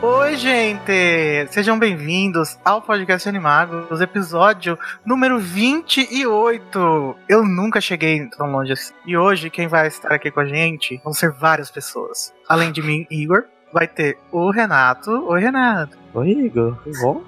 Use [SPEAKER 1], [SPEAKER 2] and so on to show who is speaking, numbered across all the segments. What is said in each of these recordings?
[SPEAKER 1] Oi, gente! Sejam bem-vindos ao Podcast Animagos, episódio número 28. Eu nunca cheguei tão longe assim. E hoje, quem vai estar aqui com a gente vão ser várias pessoas. Além de mim, Igor, vai ter o Renato. Oi, Renato.
[SPEAKER 2] Oi, Igor, tudo bom?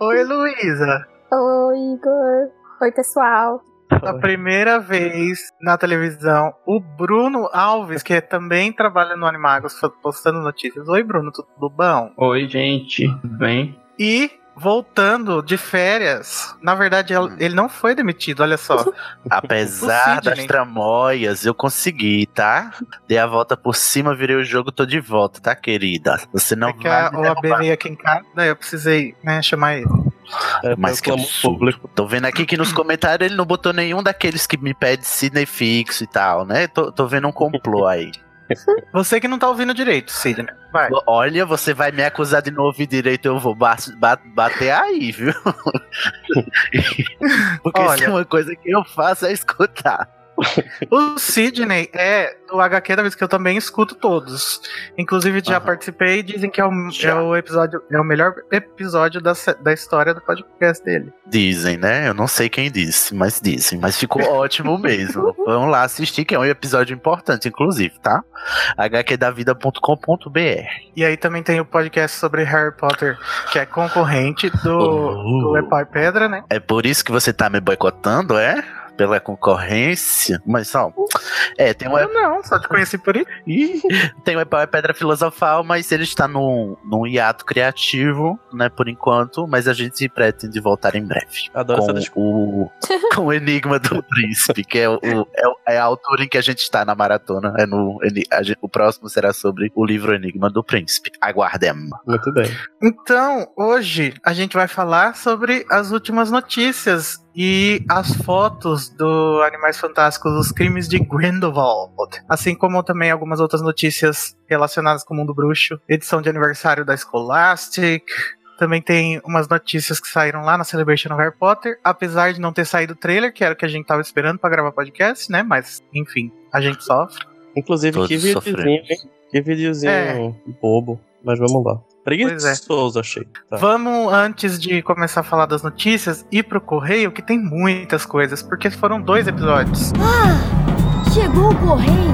[SPEAKER 1] Oi, Luísa.
[SPEAKER 3] Oi, Igor. Oi, pessoal.
[SPEAKER 1] Pela primeira vez na televisão, o Bruno Alves, que também trabalha no Animagos, postando notícias. Oi, Bruno, tudo bom?
[SPEAKER 4] Oi, gente, tudo bem?
[SPEAKER 1] E voltando de férias, na verdade
[SPEAKER 2] Hum.
[SPEAKER 1] el- ele não foi demitido, olha só.
[SPEAKER 2] Apesar
[SPEAKER 1] O Sidney.
[SPEAKER 2] das tramóias, eu consegui, tá? Dei a volta por cima, virei o jogo, tô de volta, tá, querida? Você não
[SPEAKER 1] é que
[SPEAKER 2] vai
[SPEAKER 1] a
[SPEAKER 2] me
[SPEAKER 1] OAB
[SPEAKER 2] derrubar.
[SPEAKER 1] veio aqui em casa, daí eu precisei né, chamar ele.
[SPEAKER 5] É,
[SPEAKER 2] Mas que absurdo. Tô vendo aqui que nos comentários ele não botou nenhum daqueles que me pede Sidney fixo e tal, né? Tô, tô vendo um complô aí.
[SPEAKER 1] Você que não tá ouvindo direito, Sidney. Vai.
[SPEAKER 2] Olha, você vai me acusar de não ouvir direito, eu vou ba- ba- bater aí, viu? Porque se
[SPEAKER 1] Olha.
[SPEAKER 2] uma coisa que eu faço é escutar.
[SPEAKER 1] O Sidney é do HQ da vez que eu também escuto todos. Inclusive já
[SPEAKER 2] Aham.
[SPEAKER 1] participei e dizem que é o,
[SPEAKER 2] Já.
[SPEAKER 1] é o episódio, é o melhor episódio da, se- da história do podcast dele.
[SPEAKER 2] Dizem, né? Eu não sei quem disse, mas dizem. Mas ficou ótimo mesmo. Vamos lá assistir, que é um episódio importante, inclusive, tá? hqdavida.com.br
[SPEAKER 1] E aí também tem o podcast sobre Harry Potter, que é concorrente do,
[SPEAKER 2] Oh.
[SPEAKER 1] do Epau e Pedra, né?
[SPEAKER 2] É por isso que você tá me boicotando, é? Pela concorrência? Mas, ó... É, tem um
[SPEAKER 1] Eu não, só te conheci por isso.
[SPEAKER 2] Ih, tem o Epau é Pedra Filosofal, mas ele está num, num hiato criativo, né, por enquanto, mas a gente pretende voltar em breve.
[SPEAKER 5] Adoro essa
[SPEAKER 2] com, o, com o Enigma do Príncipe, que é, o, é, o- é a altura em que a gente está na maratona. É no, ele- a gente- o próximo será sobre o livro Enigma do Príncipe. Aguardem.
[SPEAKER 5] Muito bem.
[SPEAKER 1] Então, hoje a gente vai falar sobre as últimas notícias e as fotos do Animais Fantásticos, os crimes de Grindelwald. Assim como também algumas outras notícias relacionadas com o mundo bruxo, edição de aniversário da Scholastic. Também tem umas notícias que saíram lá na Celebration of Harry Potter, apesar de não ter saído o trailer, que era o que a gente tava esperando pra gravar podcast, né? Mas, enfim, a gente sofre.
[SPEAKER 5] Inclusive,
[SPEAKER 2] Todos
[SPEAKER 5] que videozinho,
[SPEAKER 2] sofremos.
[SPEAKER 5] hein? Que videozinho
[SPEAKER 1] É.
[SPEAKER 5] bobo. Mas vamos lá. Preguiçoso, achei. Tá.
[SPEAKER 1] Vamos, antes de começar a falar das notícias, ir pro correio, que tem muitas coisas, porque foram dois episódios.
[SPEAKER 3] Chegou o correio.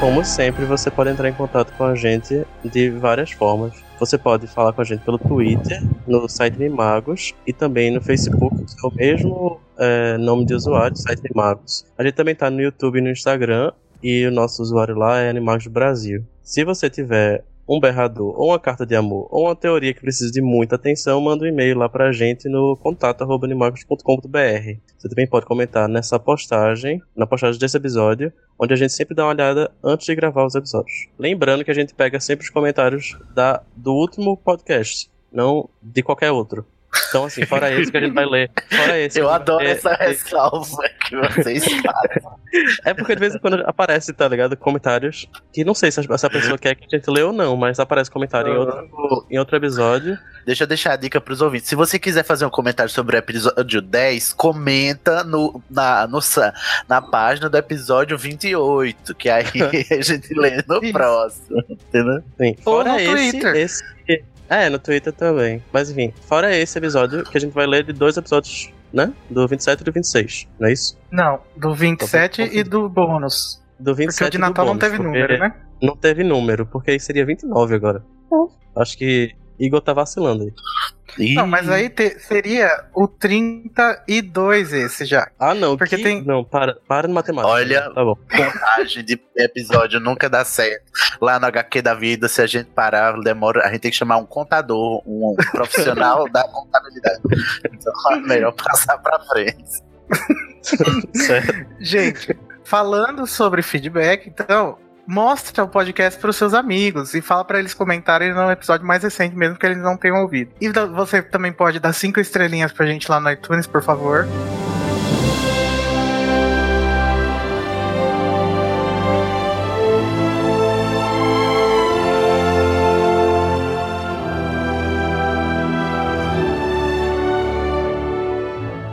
[SPEAKER 5] Como sempre, você pode entrar em contato com a gente de várias formas. Você pode falar com a gente pelo Twitter, no site Mimagos e também no Facebook, que é o mesmo é, nome de usuário, site Mimagos. A gente também tá no YouTube e no Instagram, e o nosso usuário lá é Animagos Brasil. Se você tiver um berrador, ou uma carta de amor, ou uma teoria que precisa de muita atenção, manda um e-mail lá pra gente no contato.animagos.com.br. Você também pode comentar nessa postagem, na postagem desse episódio, onde a gente sempre dá uma olhada antes de gravar os episódios. Lembrando que a gente pega sempre os comentários da, do último podcast, não de qualquer outro. Então, assim, fora esse que a gente vai ler. Fora esse.
[SPEAKER 2] Eu
[SPEAKER 5] que a gente
[SPEAKER 2] adoro
[SPEAKER 5] vai
[SPEAKER 1] é,
[SPEAKER 5] ler.
[SPEAKER 2] essa ressalva que vocês fazem.
[SPEAKER 5] É porque de vez em quando aparece, tá ligado? Comentários. Que não sei se a, se a pessoa quer que a gente lê ou não, mas aparece comentário em outro, em outro episódio.
[SPEAKER 2] Deixa eu deixar a dica pros ouvintes. Se você quiser fazer um comentário sobre o episódio 10, comenta no, na, no sa- na página do episódio 28, que aí a gente lê no
[SPEAKER 1] Isso.
[SPEAKER 2] próximo. Entendeu?
[SPEAKER 5] Sim.
[SPEAKER 1] Ou
[SPEAKER 5] Fora
[SPEAKER 1] no
[SPEAKER 5] esse,
[SPEAKER 1] Twitter.
[SPEAKER 5] esse. É, no Twitter também. Mas enfim, fora esse episódio, que a gente vai ler de dois episódios, né? Do 27 e do 26, não é isso?
[SPEAKER 1] Não, do 27 e do bônus.
[SPEAKER 5] Do 27
[SPEAKER 1] Porque o de
[SPEAKER 5] do
[SPEAKER 1] Natal não
[SPEAKER 5] bônus,
[SPEAKER 1] teve
[SPEAKER 5] porque
[SPEAKER 1] número, né?
[SPEAKER 5] Não teve número, porque aí seria 29 agora.
[SPEAKER 3] Hum.
[SPEAKER 5] Acho que Igor tá vacilando aí.
[SPEAKER 2] Ih,
[SPEAKER 1] Não, mas aí te- seria o 32 esse já.
[SPEAKER 5] Ah, não.
[SPEAKER 1] Porque
[SPEAKER 5] que-
[SPEAKER 1] tem-
[SPEAKER 5] Não, para, para no matemática.
[SPEAKER 2] Olha-
[SPEAKER 5] Tá bom.
[SPEAKER 2] contagem de episódio nunca dá certo. Lá no HQ da vida, se a gente parar, demora, a gente tem que chamar um contador, um profissional da contabilidade. Então é melhor passar pra frente.
[SPEAKER 5] Certo.
[SPEAKER 1] Gente, falando sobre feedback, então, mostra o podcast para os seus amigos e fala para eles comentarem no episódio mais recente, mesmo que eles não tenham ouvido. E da- você também pode dar cinco estrelinhas pra gente lá no iTunes, por favor.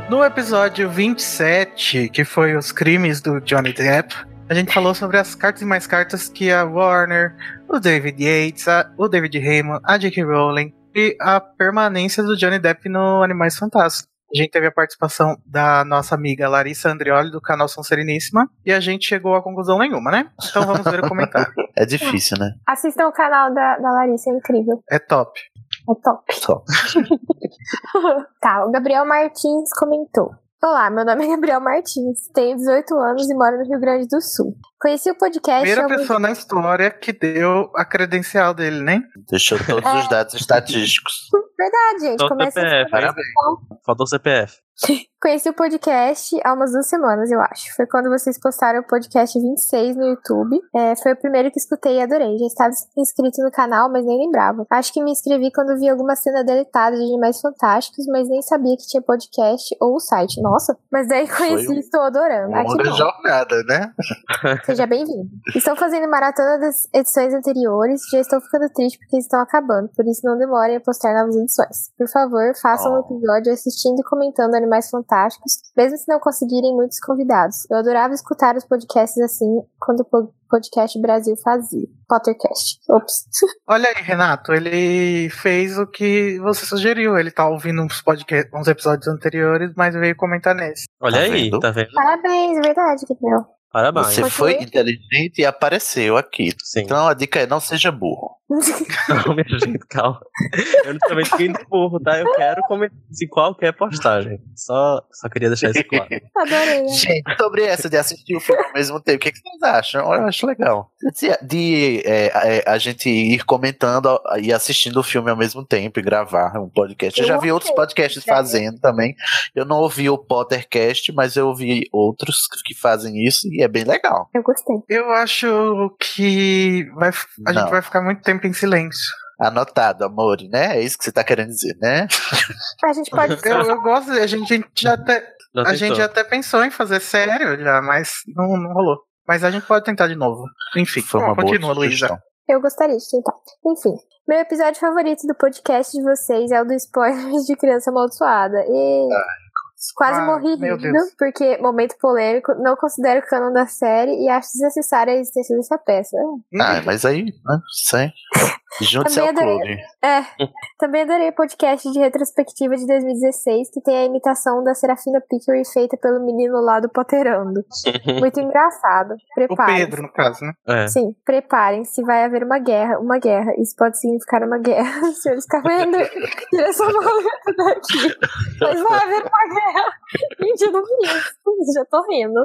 [SPEAKER 1] No episódio 27, que foi os crimes do Johnny Depp, a gente falou sobre as cartas e mais cartas que a Warner, o David Yates, a- o David Raymond, a J.K. Rowling e a permanência do Johnny Depp no Animais Fantásticos. A gente teve a participação da nossa amiga Larissa Andrioli, do canal Sonseríssima, e a gente chegou a conclusão nenhuma, né? Então vamos ver o comentário.
[SPEAKER 2] É difícil, né?
[SPEAKER 3] Assistam o canal da, da Larissa, é incrível.
[SPEAKER 1] É top.
[SPEAKER 3] É top.
[SPEAKER 2] Só.
[SPEAKER 3] tá, o Gabriel Martins comentou. Olá, meu nome é Gabriel Martins, tenho 18 anos e moro no Rio Grande do Sul. Conheci o podcast. há
[SPEAKER 1] Primeira
[SPEAKER 3] algum-
[SPEAKER 1] pessoa na história que deu a credencial dele, né?
[SPEAKER 2] Deixou todos os dados estatísticos.
[SPEAKER 3] Ah, gente,
[SPEAKER 1] Então
[SPEAKER 5] Só
[SPEAKER 1] tá
[SPEAKER 3] começa assim.
[SPEAKER 5] CPF.
[SPEAKER 2] Parabéns.
[SPEAKER 5] Faltou CPF.
[SPEAKER 3] Conheci o podcast há umas duas semanas, eu acho. Foi quando vocês postaram o podcast 26 no YouTube. É, foi o primeiro que escutei e adorei. Já estava inscrito no canal, mas nem lembrava. Acho que me inscrevi quando vi alguma cena deletada de Animais Fantásticos, mas nem sabia que tinha podcast ou o site. Nossa! Mas daí conheci
[SPEAKER 2] um-
[SPEAKER 3] e estou adorando. Ah, que
[SPEAKER 2] Longa
[SPEAKER 3] bom.
[SPEAKER 2] jornada, né?
[SPEAKER 3] Seja bem-vindo. Estou fazendo maratona das edições anteriores, já estou ficando triste porque eles estão acabando, por isso não demorem a postar novas edições. Por favor, façam um
[SPEAKER 2] Oh.
[SPEAKER 3] episódio assistindo e comentando Animais Fantásticos, mesmo se não conseguirem muitos convidados. Eu adorava escutar os podcasts assim quando o po- podcast Brasil fazia. Pottercast. Ops.
[SPEAKER 1] Olha aí, Renato, ele fez o que você sugeriu. Ele tá ouvindo uns, podcast, uns episódios anteriores, mas veio comentar nesse.
[SPEAKER 5] Olha
[SPEAKER 2] Tá
[SPEAKER 5] aí,
[SPEAKER 2] vendo?
[SPEAKER 5] tá vendo?
[SPEAKER 3] Parabéns, é verdade, Gabriel.
[SPEAKER 5] Parabéns.
[SPEAKER 2] Você
[SPEAKER 3] Mas
[SPEAKER 2] foi
[SPEAKER 3] foi-
[SPEAKER 2] inteligente e apareceu aqui.
[SPEAKER 5] Sim.
[SPEAKER 2] Então a dica é não seja burro.
[SPEAKER 5] Não, minha gente, calma. Eu não também fiquei de burro, tá? Eu quero comentar em qualquer postagem. Só, só queria deixar isso claro.
[SPEAKER 3] Adorei. né?
[SPEAKER 2] Gente, sobre essa de assistir o filme ao mesmo tempo, o que, que vocês acham? Eu acho legal. De, de, é, é, a gente ir comentando ó, e assistindo o filme ao mesmo tempo e gravar um podcast. Eu
[SPEAKER 3] Eu
[SPEAKER 2] já vi outros
[SPEAKER 3] amei.
[SPEAKER 2] podcasts fazendo também. Eu não ouvi o Pottercast, mas eu ouvi outros que fazem isso e é bem legal.
[SPEAKER 3] Eu gostei.
[SPEAKER 1] Eu acho que vai, a
[SPEAKER 2] Não.
[SPEAKER 1] gente vai ficar muito tempo em silêncio.
[SPEAKER 2] Anotado, amor, né? É isso que você tá querendo dizer, né?
[SPEAKER 3] A gente pode.
[SPEAKER 1] Eu, eu gosto, a gente, a gente já até,
[SPEAKER 5] Já
[SPEAKER 1] a gente
[SPEAKER 5] tentou.
[SPEAKER 1] já até pensou em fazer sério já, mas não, não rolou. Mas a gente pode tentar de novo. Enfim, bom, Ah, continua, Luísa.
[SPEAKER 2] sugestão.
[SPEAKER 3] Eu gostaria de tentar. Enfim, meu episódio favorito do podcast de vocês é o do spoilers de criança amaldiçoada. E quase
[SPEAKER 1] Ai,
[SPEAKER 3] morri
[SPEAKER 1] meu
[SPEAKER 3] rindo,
[SPEAKER 1] Deus.
[SPEAKER 3] porque momento polêmico, não considero o canon da série e acho desnecessária a existência dessa peça.
[SPEAKER 2] Ah, mas aí, né? Sei. Junte-se ao
[SPEAKER 3] Também adorei.
[SPEAKER 2] clube.
[SPEAKER 3] Também adorei o podcast de retrospectiva de 2016, que tem a imitação da Serafina Pickery feita pelo menino lá do Potterando. Muito engraçado.
[SPEAKER 1] o
[SPEAKER 3] Preparem.
[SPEAKER 1] Pedro, no caso, né?
[SPEAKER 5] É.
[SPEAKER 3] Sim, preparem-se, vai haver uma guerra, uma guerra. Isso pode significar uma guerra. Senhores Carmander, tira essa maleta daqui. Mas vai haver uma guerra. Gente, eu não vi isso. Já tô rindo.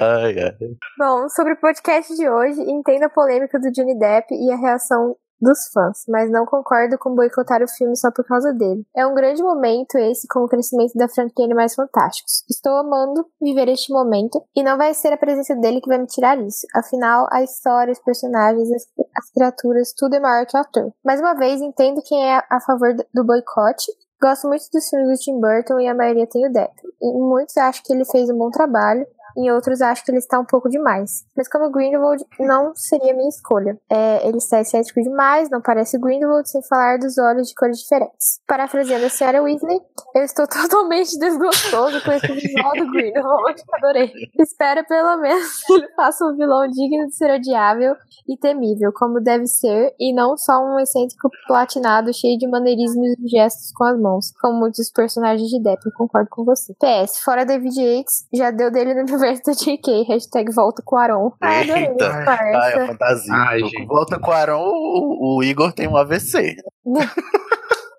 [SPEAKER 2] Ai, ai.
[SPEAKER 3] Bom, sobre o podcast de hoje, entendo a polêmica do Johnny Depp e a reação dos fãs, mas não concordo com boicotar o filme só por causa dele. É um grande momento esse com o crescimento da franquia Animais Fantásticos. Estou amando viver este momento e não vai ser a presença dele que vai me tirar isso. Afinal, a história, os personagens, as, as criaturas, tudo é maior que o ator. Mais uma vez, entendo quem é a favor d- do boicote. Gosto muito dos filmes do Tim Burton e a maioria tem o Depp. Em muitos acho que ele fez um bom trabalho, em outros acho que ele está um pouco demais. Mas como Grindelwald não seria minha escolha. É, ele está excêntrico demais, não parece Grindelwald, sem falar dos olhos de cores diferentes. Parafraseando a senhora Weasley, eu estou totalmente desgostoso com esse visual do Grindelwald, adorei. Espero pelo menos que ele faça um vilão digno de ser odiável e temível, como deve ser, e não só um excêntrico platinado cheio de maneirismos e gestos com as mãos, como muitos personagens de Depp, eu concordo com você. PS, fora David Yates, já deu dele no universo da JK, hashtag volta com o Aron. Ah, adorei,
[SPEAKER 2] Eita. Ah, é
[SPEAKER 3] parça.
[SPEAKER 2] fantasia.
[SPEAKER 4] Ai,
[SPEAKER 2] Tô com
[SPEAKER 4] gente.
[SPEAKER 2] Volta com o Arão, o, o Igor tem um AVC.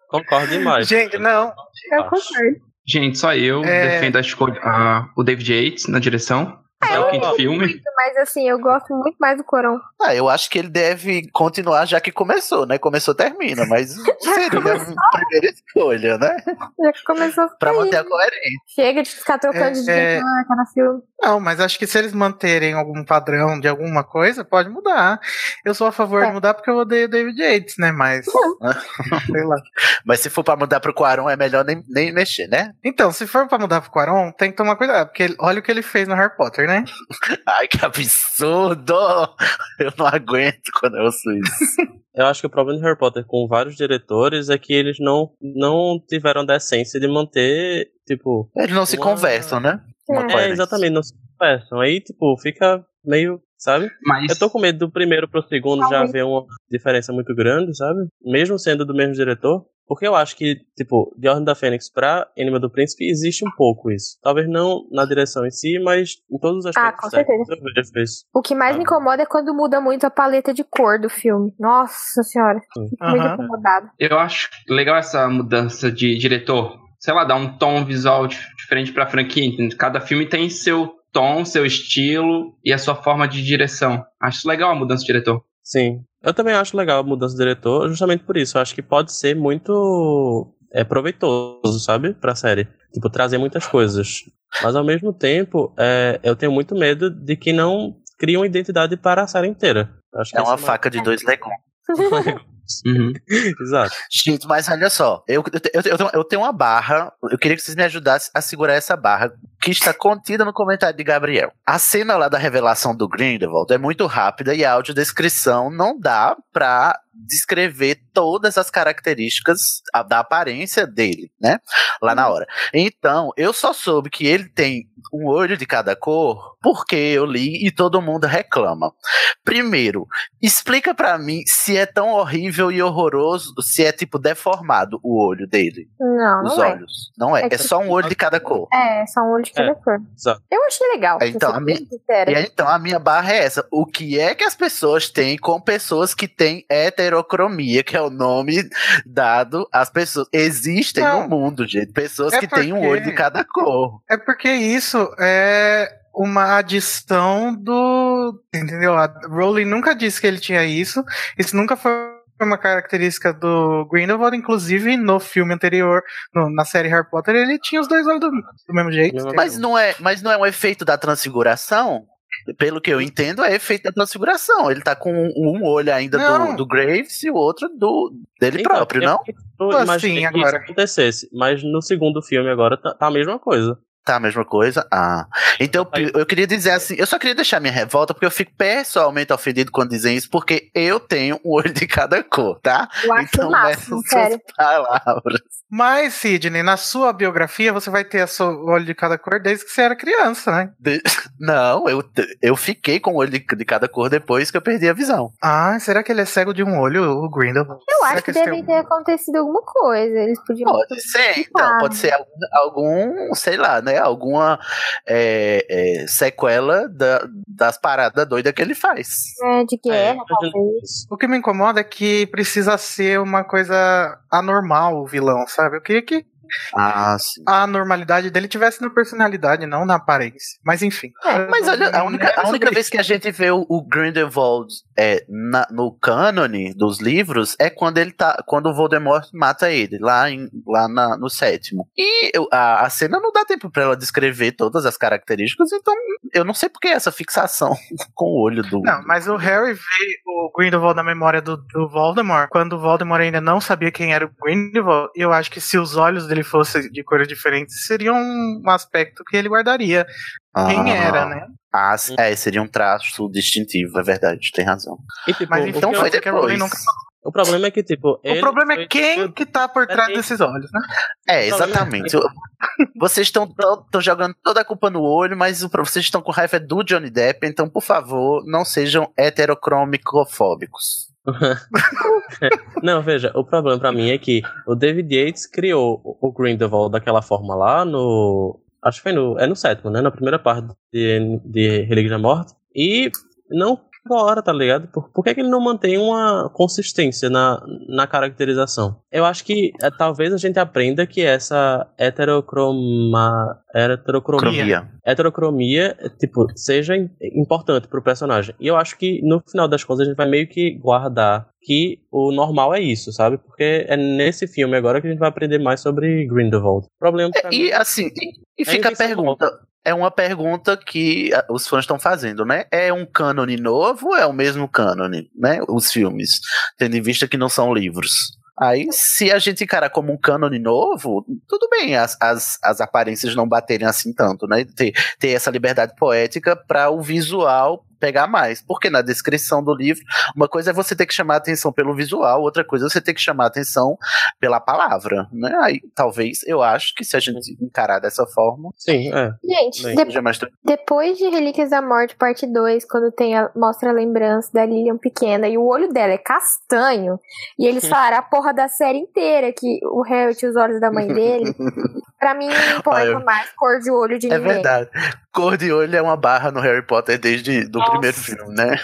[SPEAKER 5] Concordo demais.
[SPEAKER 1] Gente, não.
[SPEAKER 3] Eu concordo.
[SPEAKER 4] Gente, só eu
[SPEAKER 1] É.
[SPEAKER 4] defendo a escolha, a- o David Yates na direção.
[SPEAKER 3] Ah,
[SPEAKER 4] é
[SPEAKER 5] eu
[SPEAKER 4] o quinto
[SPEAKER 5] gosto
[SPEAKER 4] filme.
[SPEAKER 3] Muito, mas assim, eu gosto muito mais do Coron.
[SPEAKER 2] Ah, eu acho que ele deve continuar já que começou, né? Começou, termina, mas seria a é primeira escolha, né?
[SPEAKER 3] Já que começou a
[SPEAKER 2] Pra
[SPEAKER 3] sair.
[SPEAKER 2] manter a coerência.
[SPEAKER 3] Chega de ficar trocando de
[SPEAKER 1] É,
[SPEAKER 3] diretor a cada filme.
[SPEAKER 1] Não, mas acho que se eles manterem algum padrão de alguma coisa, pode mudar. Eu sou a favor
[SPEAKER 3] É.
[SPEAKER 1] de mudar porque eu odeio o David Yates, né? Mas. sei lá.
[SPEAKER 2] Mas se for pra mudar pro Quaron, é melhor nem, nem mexer, né?
[SPEAKER 1] Então, se for pra mudar pro Quaron, tem que tomar cuidado, porque ele- olha o que ele fez no Harry Potter, né?
[SPEAKER 2] Ai, que absurdo! Eu não aguento quando eu ouço isso.
[SPEAKER 5] Eu acho que o problema de Harry Potter com vários diretores é que eles não, não tiveram da essência de manter, tipo.
[SPEAKER 2] Eles não se
[SPEAKER 5] Uma-
[SPEAKER 2] conversam, né? Uma
[SPEAKER 3] É,
[SPEAKER 5] É,
[SPEAKER 2] coerência.
[SPEAKER 5] exatamente, não se conversam. Aí, tipo, fica meio. Sabe?
[SPEAKER 4] Mas
[SPEAKER 5] Eu tô com medo do primeiro pro segundo já ver uma diferença muito grande, sabe? Mesmo sendo do mesmo diretor. Porque eu acho que, tipo, de Ordem da Fênix pra Enigma do Príncipe existe um pouco isso. Talvez não na direção em si, mas em todos os aspectos.
[SPEAKER 3] Ah, com certeza.
[SPEAKER 5] técnicos Eu vejo isso.
[SPEAKER 3] O que mais me incomoda é quando muda muito a paleta de cor do filme. Nossa senhora, fico muito
[SPEAKER 1] Aham.
[SPEAKER 3] incomodada.
[SPEAKER 4] eu acho legal essa mudança de diretor. Sei lá, dá um tom visual di- diferente pra franquia. entende? Cada filme tem seu tom, seu estilo e a sua forma de direção. Acho legal a mudança de diretor.
[SPEAKER 5] Sim. Eu também acho legal a mudança de diretor, justamente por isso. Eu acho que pode ser muito é, proveitoso, sabe? Pra série. Tipo, trazer muitas coisas. Mas ao mesmo tempo, é, eu tenho muito medo de que não crie uma identidade para a série inteira. Eu Acho que
[SPEAKER 2] É uma
[SPEAKER 5] esse
[SPEAKER 2] faca de dois legumes.
[SPEAKER 4] Uhum.
[SPEAKER 5] Exato.
[SPEAKER 2] Gente, mas olha só, eu, eu, te- eu, te- eu tenho- eu tenho uma barra, eu queria que vocês me ajudassem a segurar essa barra que está contida no comentário de Gabriel. A cena lá da revelação do Grindelwald é muito rápida e a audiodescrição não dá pra descrever todas as características a- da aparência dele, né? Lá na hora. Então, eu só soube que ele tem um olho de cada cor porque eu li e todo mundo reclama. Primeiro, Explica pra mim se é tão horrível e horroroso, se é tipo deformado o olho dele,
[SPEAKER 3] Não,
[SPEAKER 2] os
[SPEAKER 3] não é.
[SPEAKER 2] olhos. Não é,
[SPEAKER 3] É
[SPEAKER 2] é
[SPEAKER 3] tipo-
[SPEAKER 2] só um olho de cada cor.
[SPEAKER 3] É, só um olho de cada cor.
[SPEAKER 5] exato.
[SPEAKER 3] Eu achei legal.
[SPEAKER 2] É,
[SPEAKER 3] pra
[SPEAKER 2] então,
[SPEAKER 3] ser
[SPEAKER 2] a minha-
[SPEAKER 3] bem sincera.
[SPEAKER 2] E aí, então a minha barra é essa. O que é que as pessoas têm com pessoas que têm heterocromia, que é o nome dado às pessoas. Existem
[SPEAKER 1] Não.
[SPEAKER 2] no mundo, gente, pessoas
[SPEAKER 1] É
[SPEAKER 2] que têm um
[SPEAKER 1] porque-
[SPEAKER 2] olho de cada cor.
[SPEAKER 1] É porque isso é uma adição do. Entendeu? A Rowling nunca disse que ele tinha isso. Isso nunca foi uma característica do Grindelwald. Inclusive, no filme anterior, no- na série Harry Potter, ele tinha os dois olhos do, do mesmo jeito.
[SPEAKER 5] Mesma
[SPEAKER 1] entendeu?
[SPEAKER 2] Mas não é, mas não é um efeito da transfiguração? Pelo que eu entendo, é efeito da transfiguração. Ele tá com um, um olho ainda do,
[SPEAKER 1] Não.
[SPEAKER 2] do Graves e o outro do dele
[SPEAKER 5] Então,
[SPEAKER 2] próprio,
[SPEAKER 5] eu-
[SPEAKER 2] não?
[SPEAKER 5] Eu
[SPEAKER 1] Assim,
[SPEAKER 5] imaginei que isso
[SPEAKER 1] agora.
[SPEAKER 5] acontecesse. Mas no segundo filme agora tá, tá a mesma coisa.
[SPEAKER 2] Tá a mesma coisa? Ah. Então,
[SPEAKER 5] Aí-
[SPEAKER 2] eu queria dizer assim, eu só queria deixar minha revolta, porque eu fico pessoalmente ofendido quando dizem isso, porque eu tenho um olho de cada cor, tá?
[SPEAKER 3] Eu acho o máximo,
[SPEAKER 2] nessas
[SPEAKER 3] sério.
[SPEAKER 2] palavras.
[SPEAKER 1] Mas, Sidney, na sua biografia, você vai ter a sua- o olho de cada cor desde que você era criança, né?
[SPEAKER 2] Não, eu, eu fiquei com o olho de, de cada cor depois que eu perdi a visão.
[SPEAKER 1] Ah, será que ele é cego de um olho, o Grindelwald?
[SPEAKER 3] Eu
[SPEAKER 1] Será é
[SPEAKER 3] acho que
[SPEAKER 1] eles têm
[SPEAKER 3] deve ter acontecido alguma coisa. Eles podiam.
[SPEAKER 2] é um Pode ser, então, pode ser algum, algum, sei lá, né? Alguma é, é, sequela da- das paradas doidas que ele faz.
[SPEAKER 3] né, de
[SPEAKER 5] É,
[SPEAKER 3] guerra,
[SPEAKER 5] imagina
[SPEAKER 3] talvez.
[SPEAKER 5] isso.
[SPEAKER 1] O que me incomoda é que precisa ser uma coisa anormal o vilão, sabe? Eu queria que
[SPEAKER 2] Ah, sim.
[SPEAKER 1] a anormalidade dele tivesse na personalidade, não na aparência. Mas enfim.
[SPEAKER 3] É,
[SPEAKER 2] Mas olha, a única, a
[SPEAKER 1] É
[SPEAKER 2] única
[SPEAKER 1] sobre
[SPEAKER 2] vez que a gente vê o, o Grindelwald é, na- no cânone dos livros é quando ele tá. Quando o Voldemort mata ele, lá, em- lá na- no sétimo. E eu- a, a cena não dá tempo pra ela descrever todas as características, então eu não sei por que essa fixação com o olho do.
[SPEAKER 1] Não, mas o Harry vê o Grindelwald na memória do, do Voldemort, quando o Voldemort ainda não sabia quem era o Grindelwald, eu acho que se os olhos dele fossem de cores diferentes, seria um aspecto que ele guardaria.
[SPEAKER 2] Ah.
[SPEAKER 1] Quem era, né?
[SPEAKER 2] Ah, s- é, seria um traço distintivo, é verdade, tem razão.
[SPEAKER 5] E, tipo,
[SPEAKER 1] Mas
[SPEAKER 5] o
[SPEAKER 1] então
[SPEAKER 5] que eu-
[SPEAKER 2] foi
[SPEAKER 1] foi que a Rowling
[SPEAKER 2] depois.
[SPEAKER 1] nunca
[SPEAKER 5] O problema é que, tipo.
[SPEAKER 1] O problema é quem que tá por trás
[SPEAKER 5] Peraí.
[SPEAKER 1] desses olhos, né?
[SPEAKER 2] É,
[SPEAKER 5] O problema-
[SPEAKER 2] exatamente. Eu- Vocês estão jogando toda a culpa no olho, mas o pro- vocês estão com raiva é do Johnny Depp, então, por favor, não sejam heterocromicofóbicos.
[SPEAKER 5] Não, veja, o problema pra mim é que o David Yates criou o o Grindelwald daquela forma lá no. Acho que foi no. É no sétimo, né? Na primeira parte de, de Relíquia da Morte. E não toda hora, tá ligado? Por, por que, que ele não mantém uma consistência na, na caracterização? Eu acho que é, talvez a gente aprenda que essa heterocroma, heterocromia,
[SPEAKER 2] Cromia.
[SPEAKER 5] heterocromia é, tipo, seja im- importante pro personagem. E eu acho que no final das contas a gente vai meio que guardar que o normal é isso, sabe? Porque é nesse filme agora que a gente vai aprender mais sobre Grindelwald. O problema pra mim É
[SPEAKER 2] E assim, e, e fica a
[SPEAKER 5] invencível.
[SPEAKER 2] pergunta. É uma pergunta que ah, os fãs estão fazendo, né? É um cânone novo ou é o mesmo cânone, né? Os filmes, tendo em vista que não são livros. Aí, se a gente encarar como um cânone novo, tudo bem as, as, as aparências não baterem assim tanto, né? Ter, ter essa liberdade poética para o visual pegar mais. Porque na descrição do livro, uma coisa é você ter que chamar atenção pelo visual, outra coisa é você ter que chamar atenção pela palavra, né? Aí talvez eu acho que se a gente encarar dessa forma,
[SPEAKER 5] Sim, é.
[SPEAKER 3] Gente,
[SPEAKER 5] Bem,
[SPEAKER 3] de-
[SPEAKER 2] seja mais tranquilo.
[SPEAKER 3] depois de Relíquias da Morte, parte 2, quando tem a- mostra a lembrança da Lilian pequena e o olho dela é castanho, e eles falaram a porra da série inteira que o Harry tinha os olhos da mãe dele, pra mim não importa
[SPEAKER 2] Olha,
[SPEAKER 3] mais cor de olho de
[SPEAKER 2] É
[SPEAKER 3] ninguém.
[SPEAKER 2] verdade. Cor de olho é uma barra no Harry Potter desde do
[SPEAKER 4] Nossa.
[SPEAKER 2] primeiro filme, né?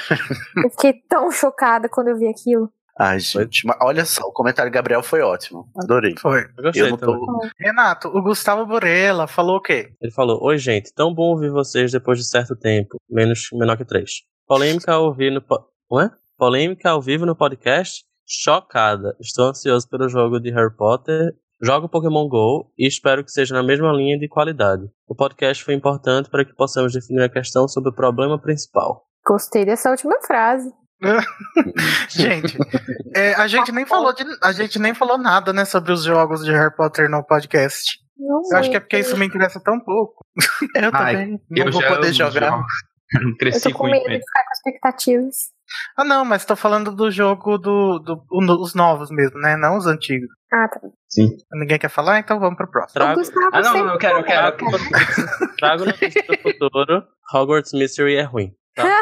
[SPEAKER 3] Eu fiquei tão chocada quando eu vi aquilo.
[SPEAKER 2] Ai, gente, mas olha só, o comentário do Gabriel foi ótimo. Adorei.
[SPEAKER 1] Foi.
[SPEAKER 5] Eu gostei
[SPEAKER 2] Eu não
[SPEAKER 5] também.
[SPEAKER 2] tô
[SPEAKER 1] Renato, o Gustavo Borella falou o quê?
[SPEAKER 5] Ele falou: Oi, gente, tão bom ouvir vocês depois de certo tempo. Menos menor que três. Polêmica ao vivo no. po- Ué? Polêmica ao vivo no podcast? Chocada. Estou ansioso pelo jogo de Harry Potter. Jogo Pokémon GO e espero que seja na mesma linha de qualidade. O podcast foi importante para que possamos definir a questão sobre o problema principal.
[SPEAKER 3] Gostei dessa última frase.
[SPEAKER 1] Gente, é, a gente nem falou de, a gente nem falou nada, né, sobre os jogos de Harry Potter no podcast.
[SPEAKER 3] Não
[SPEAKER 1] Eu acho que é
[SPEAKER 3] muito.
[SPEAKER 1] porque isso me interessa tão pouco.
[SPEAKER 2] Eu
[SPEAKER 4] Ai,
[SPEAKER 2] também não vou poder jogar.
[SPEAKER 4] jogo.
[SPEAKER 3] Eu
[SPEAKER 4] Cresci
[SPEAKER 3] tô
[SPEAKER 4] com
[SPEAKER 3] com medo de
[SPEAKER 4] isso.
[SPEAKER 3] ficar com expectativas.
[SPEAKER 1] Ah, não, mas tô falando do jogo do, do o no- os novos mesmo, né? Não os antigos.
[SPEAKER 3] Ah, tá.
[SPEAKER 4] Sim.
[SPEAKER 1] Ninguém quer falar, então vamos pro próximo.
[SPEAKER 3] O
[SPEAKER 5] Trago,
[SPEAKER 3] Gustavo
[SPEAKER 4] Ah, não,
[SPEAKER 3] sempre
[SPEAKER 4] não, eu quero, eu quero. Eu
[SPEAKER 3] fala,
[SPEAKER 4] quero.
[SPEAKER 5] trago notícia do futuro. Hogwarts Mystery é ruim. Tá,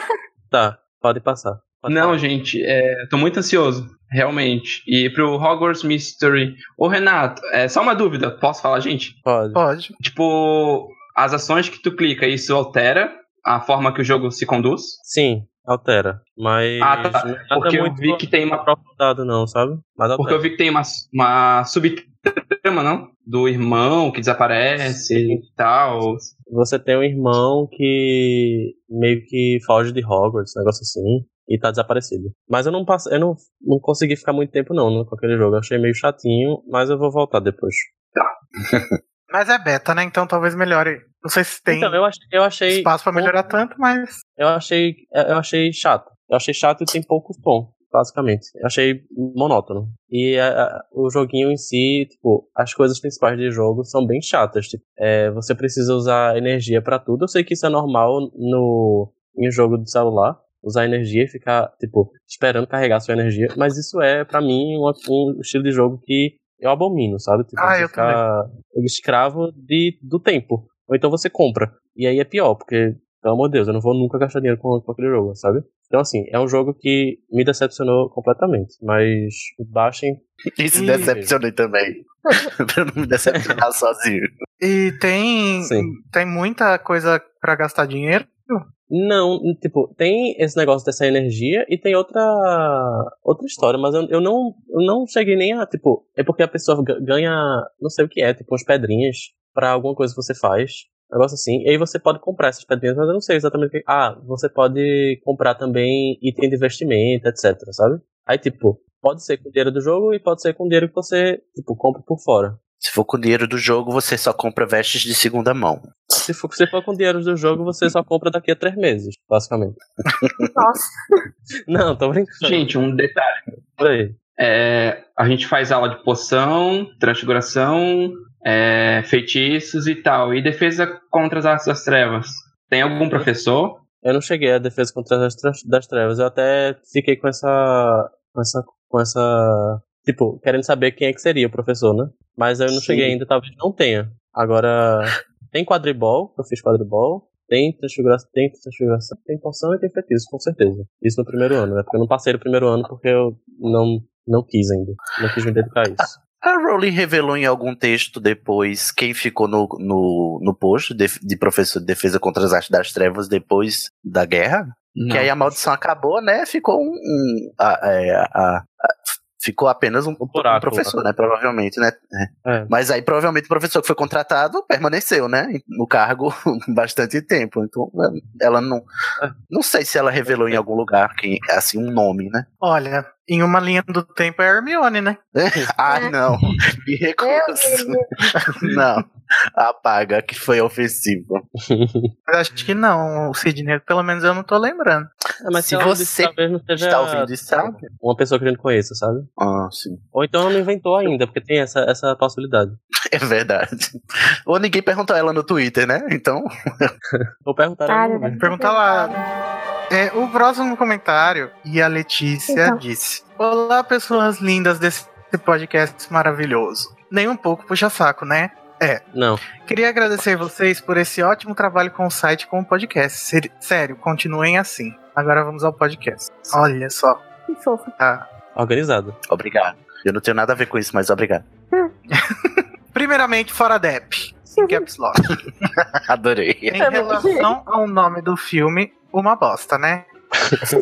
[SPEAKER 5] tá pode passar. Pode
[SPEAKER 4] Não,
[SPEAKER 5] falar.
[SPEAKER 4] gente, é, tô muito ansioso, realmente. E pro Hogwarts Mystery. Ô, Renato, é, só uma dúvida, posso falar, gente?
[SPEAKER 5] Pode.
[SPEAKER 1] Pode.
[SPEAKER 4] Tipo, as ações que tu clica, isso altera a forma que o jogo se conduz?
[SPEAKER 5] Sim, altera. Mas
[SPEAKER 4] Ah, tá.
[SPEAKER 5] não é nada
[SPEAKER 4] Porque eu
[SPEAKER 5] muito
[SPEAKER 4] vi que tem uma
[SPEAKER 5] aprofundado, não, sabe? Mas
[SPEAKER 4] Porque
[SPEAKER 5] altera.
[SPEAKER 4] eu vi que tem uma, uma subtrama, não? Do irmão que desaparece e tal.
[SPEAKER 5] Você tem um irmão que meio que foge de Hogwarts, um negócio assim, e tá desaparecido. Mas eu não passei, eu não, não consegui ficar muito tempo não no- com aquele jogo. Eu achei meio chatinho, mas eu vou voltar depois.
[SPEAKER 1] Mas é beta, né? Então talvez melhore. Não sei se tem
[SPEAKER 5] Então, eu achei, eu achei,
[SPEAKER 1] espaço pra melhorar tanto, mas
[SPEAKER 5] eu achei, eu achei chato. Eu achei chato e tem pouco tom, basicamente. Eu achei monótono. E a- a- o joguinho em si, tipo, as coisas principais de jogo são bem chatas. Tipo, é, você precisa usar energia pra tudo. Eu sei que isso é normal no em jogo de celular. Usar energia e ficar, tipo, esperando carregar sua energia. Mas isso é, pra mim, um, um estilo de jogo que eu abomino, sabe? Tipo,
[SPEAKER 1] Ah,
[SPEAKER 5] você
[SPEAKER 1] eu
[SPEAKER 5] ficar escravo de, do tempo. Ou então você compra. E aí é pior, porque, pelo amor de Deus, eu não vou nunca gastar dinheiro com, com aquele jogo, sabe? Então, assim, é um jogo que me decepcionou completamente. Mas baixem.
[SPEAKER 2] E se
[SPEAKER 5] Ih.
[SPEAKER 2] decepcionei também. pra não me decepcionar sozinho.
[SPEAKER 1] e tem
[SPEAKER 5] Sim.
[SPEAKER 1] tem muita coisa pra gastar dinheiro.
[SPEAKER 5] Não, tipo, tem esse negócio dessa energia e tem outra outra história, mas eu, eu não eu não cheguei nem a, tipo, é porque a pessoa ga- ganha, não sei o que é, tipo, umas pedrinhas pra alguma coisa que você faz, um negócio assim, e aí você pode comprar essas pedrinhas, mas eu não sei exatamente o que. Ah, você pode comprar também item de investimento, etc, sabe? Aí, tipo, pode ser com dinheiro do jogo e pode ser com dinheiro que você, tipo, compra por fora.
[SPEAKER 2] Se for com o dinheiro do jogo, você só compra vestes de segunda mão.
[SPEAKER 5] Se for, se for com dinheiro do jogo, você só compra daqui a três meses, basicamente.
[SPEAKER 3] Nossa,
[SPEAKER 5] Não, tô brincando.
[SPEAKER 4] Gente, um detalhe.
[SPEAKER 5] por aí.
[SPEAKER 4] É, a gente faz aula de poção, transfiguração, é, feitiços e tal. E defesa contra as artes das trevas. Tem algum professor?
[SPEAKER 5] Eu não cheguei à defesa contra as tras- das trevas. Eu até fiquei com essa. com essa. com essa. Tipo, querendo saber quem é que seria o professor, né? Mas eu não
[SPEAKER 2] Sim.
[SPEAKER 5] cheguei ainda, talvez não tenha. Agora. Tem quadribol, eu fiz quadribol. Tem transfiguração, tem transfiguração, tem poção e tem feitiço, com certeza. Isso no primeiro ano, né? Porque eu não passei do primeiro ano porque eu não, não quis ainda. Não quis me dedicar a isso.
[SPEAKER 2] A Rowling revelou em algum texto depois quem ficou no, no, no posto de, de professor de defesa contra as artes das trevas depois da guerra?
[SPEAKER 4] Não.
[SPEAKER 2] Que é aí a maldição acabou, né? Ficou um. um- a- é, a- a- a- ficou apenas um,
[SPEAKER 5] buraco,
[SPEAKER 2] um professor, né? Provavelmente, né?
[SPEAKER 5] É.
[SPEAKER 2] Mas aí provavelmente o professor que foi contratado permaneceu, né? No cargo bastante tempo. Então ela não. Não sei se ela revelou em algum lugar quem, assim, um nome, né?
[SPEAKER 1] Olha, em uma linha do tempo é a Hermione, né?
[SPEAKER 2] Ah, não. Me
[SPEAKER 3] É. Meu
[SPEAKER 2] recuso.
[SPEAKER 3] Deus.
[SPEAKER 2] Não. Apaga, que foi ofensivo.
[SPEAKER 1] Mas acho que não, o Sidney, pelo menos eu não tô lembrando.
[SPEAKER 5] É, mas
[SPEAKER 2] Se
[SPEAKER 5] se ela disse,
[SPEAKER 2] você
[SPEAKER 5] talvez não seja
[SPEAKER 2] Está ouvindo e sabe?
[SPEAKER 5] uma pessoa que a gente conheça, sabe?
[SPEAKER 2] Ah, sim.
[SPEAKER 5] Ou então ela não inventou ainda, porque tem essa, essa possibilidade.
[SPEAKER 2] É verdade. Ou ninguém perguntou a ela no Twitter, né? Então.
[SPEAKER 5] Vou perguntar a
[SPEAKER 3] Cara,
[SPEAKER 5] ela, né?
[SPEAKER 3] né?
[SPEAKER 1] Pergunta lá. É, o próximo comentário, e a Letícia
[SPEAKER 3] Então.
[SPEAKER 1] disse: Olá, pessoas lindas desse podcast maravilhoso. Nem um pouco puxa-saco, né?
[SPEAKER 5] Não.
[SPEAKER 1] Queria agradecer vocês por esse ótimo trabalho com o site e com o podcast. Sério- Sério, continuem assim. Agora vamos ao podcast. Olha só.
[SPEAKER 3] Que fofo.
[SPEAKER 1] tá.
[SPEAKER 5] Organizado.
[SPEAKER 2] Obrigado. Eu não tenho nada a ver com isso, mas obrigado.
[SPEAKER 1] Primeiramente, fora Dep.
[SPEAKER 3] Uhum.
[SPEAKER 1] em Caps Lock.
[SPEAKER 2] Adorei.
[SPEAKER 1] Em relação ao nome do filme, uma bosta, né?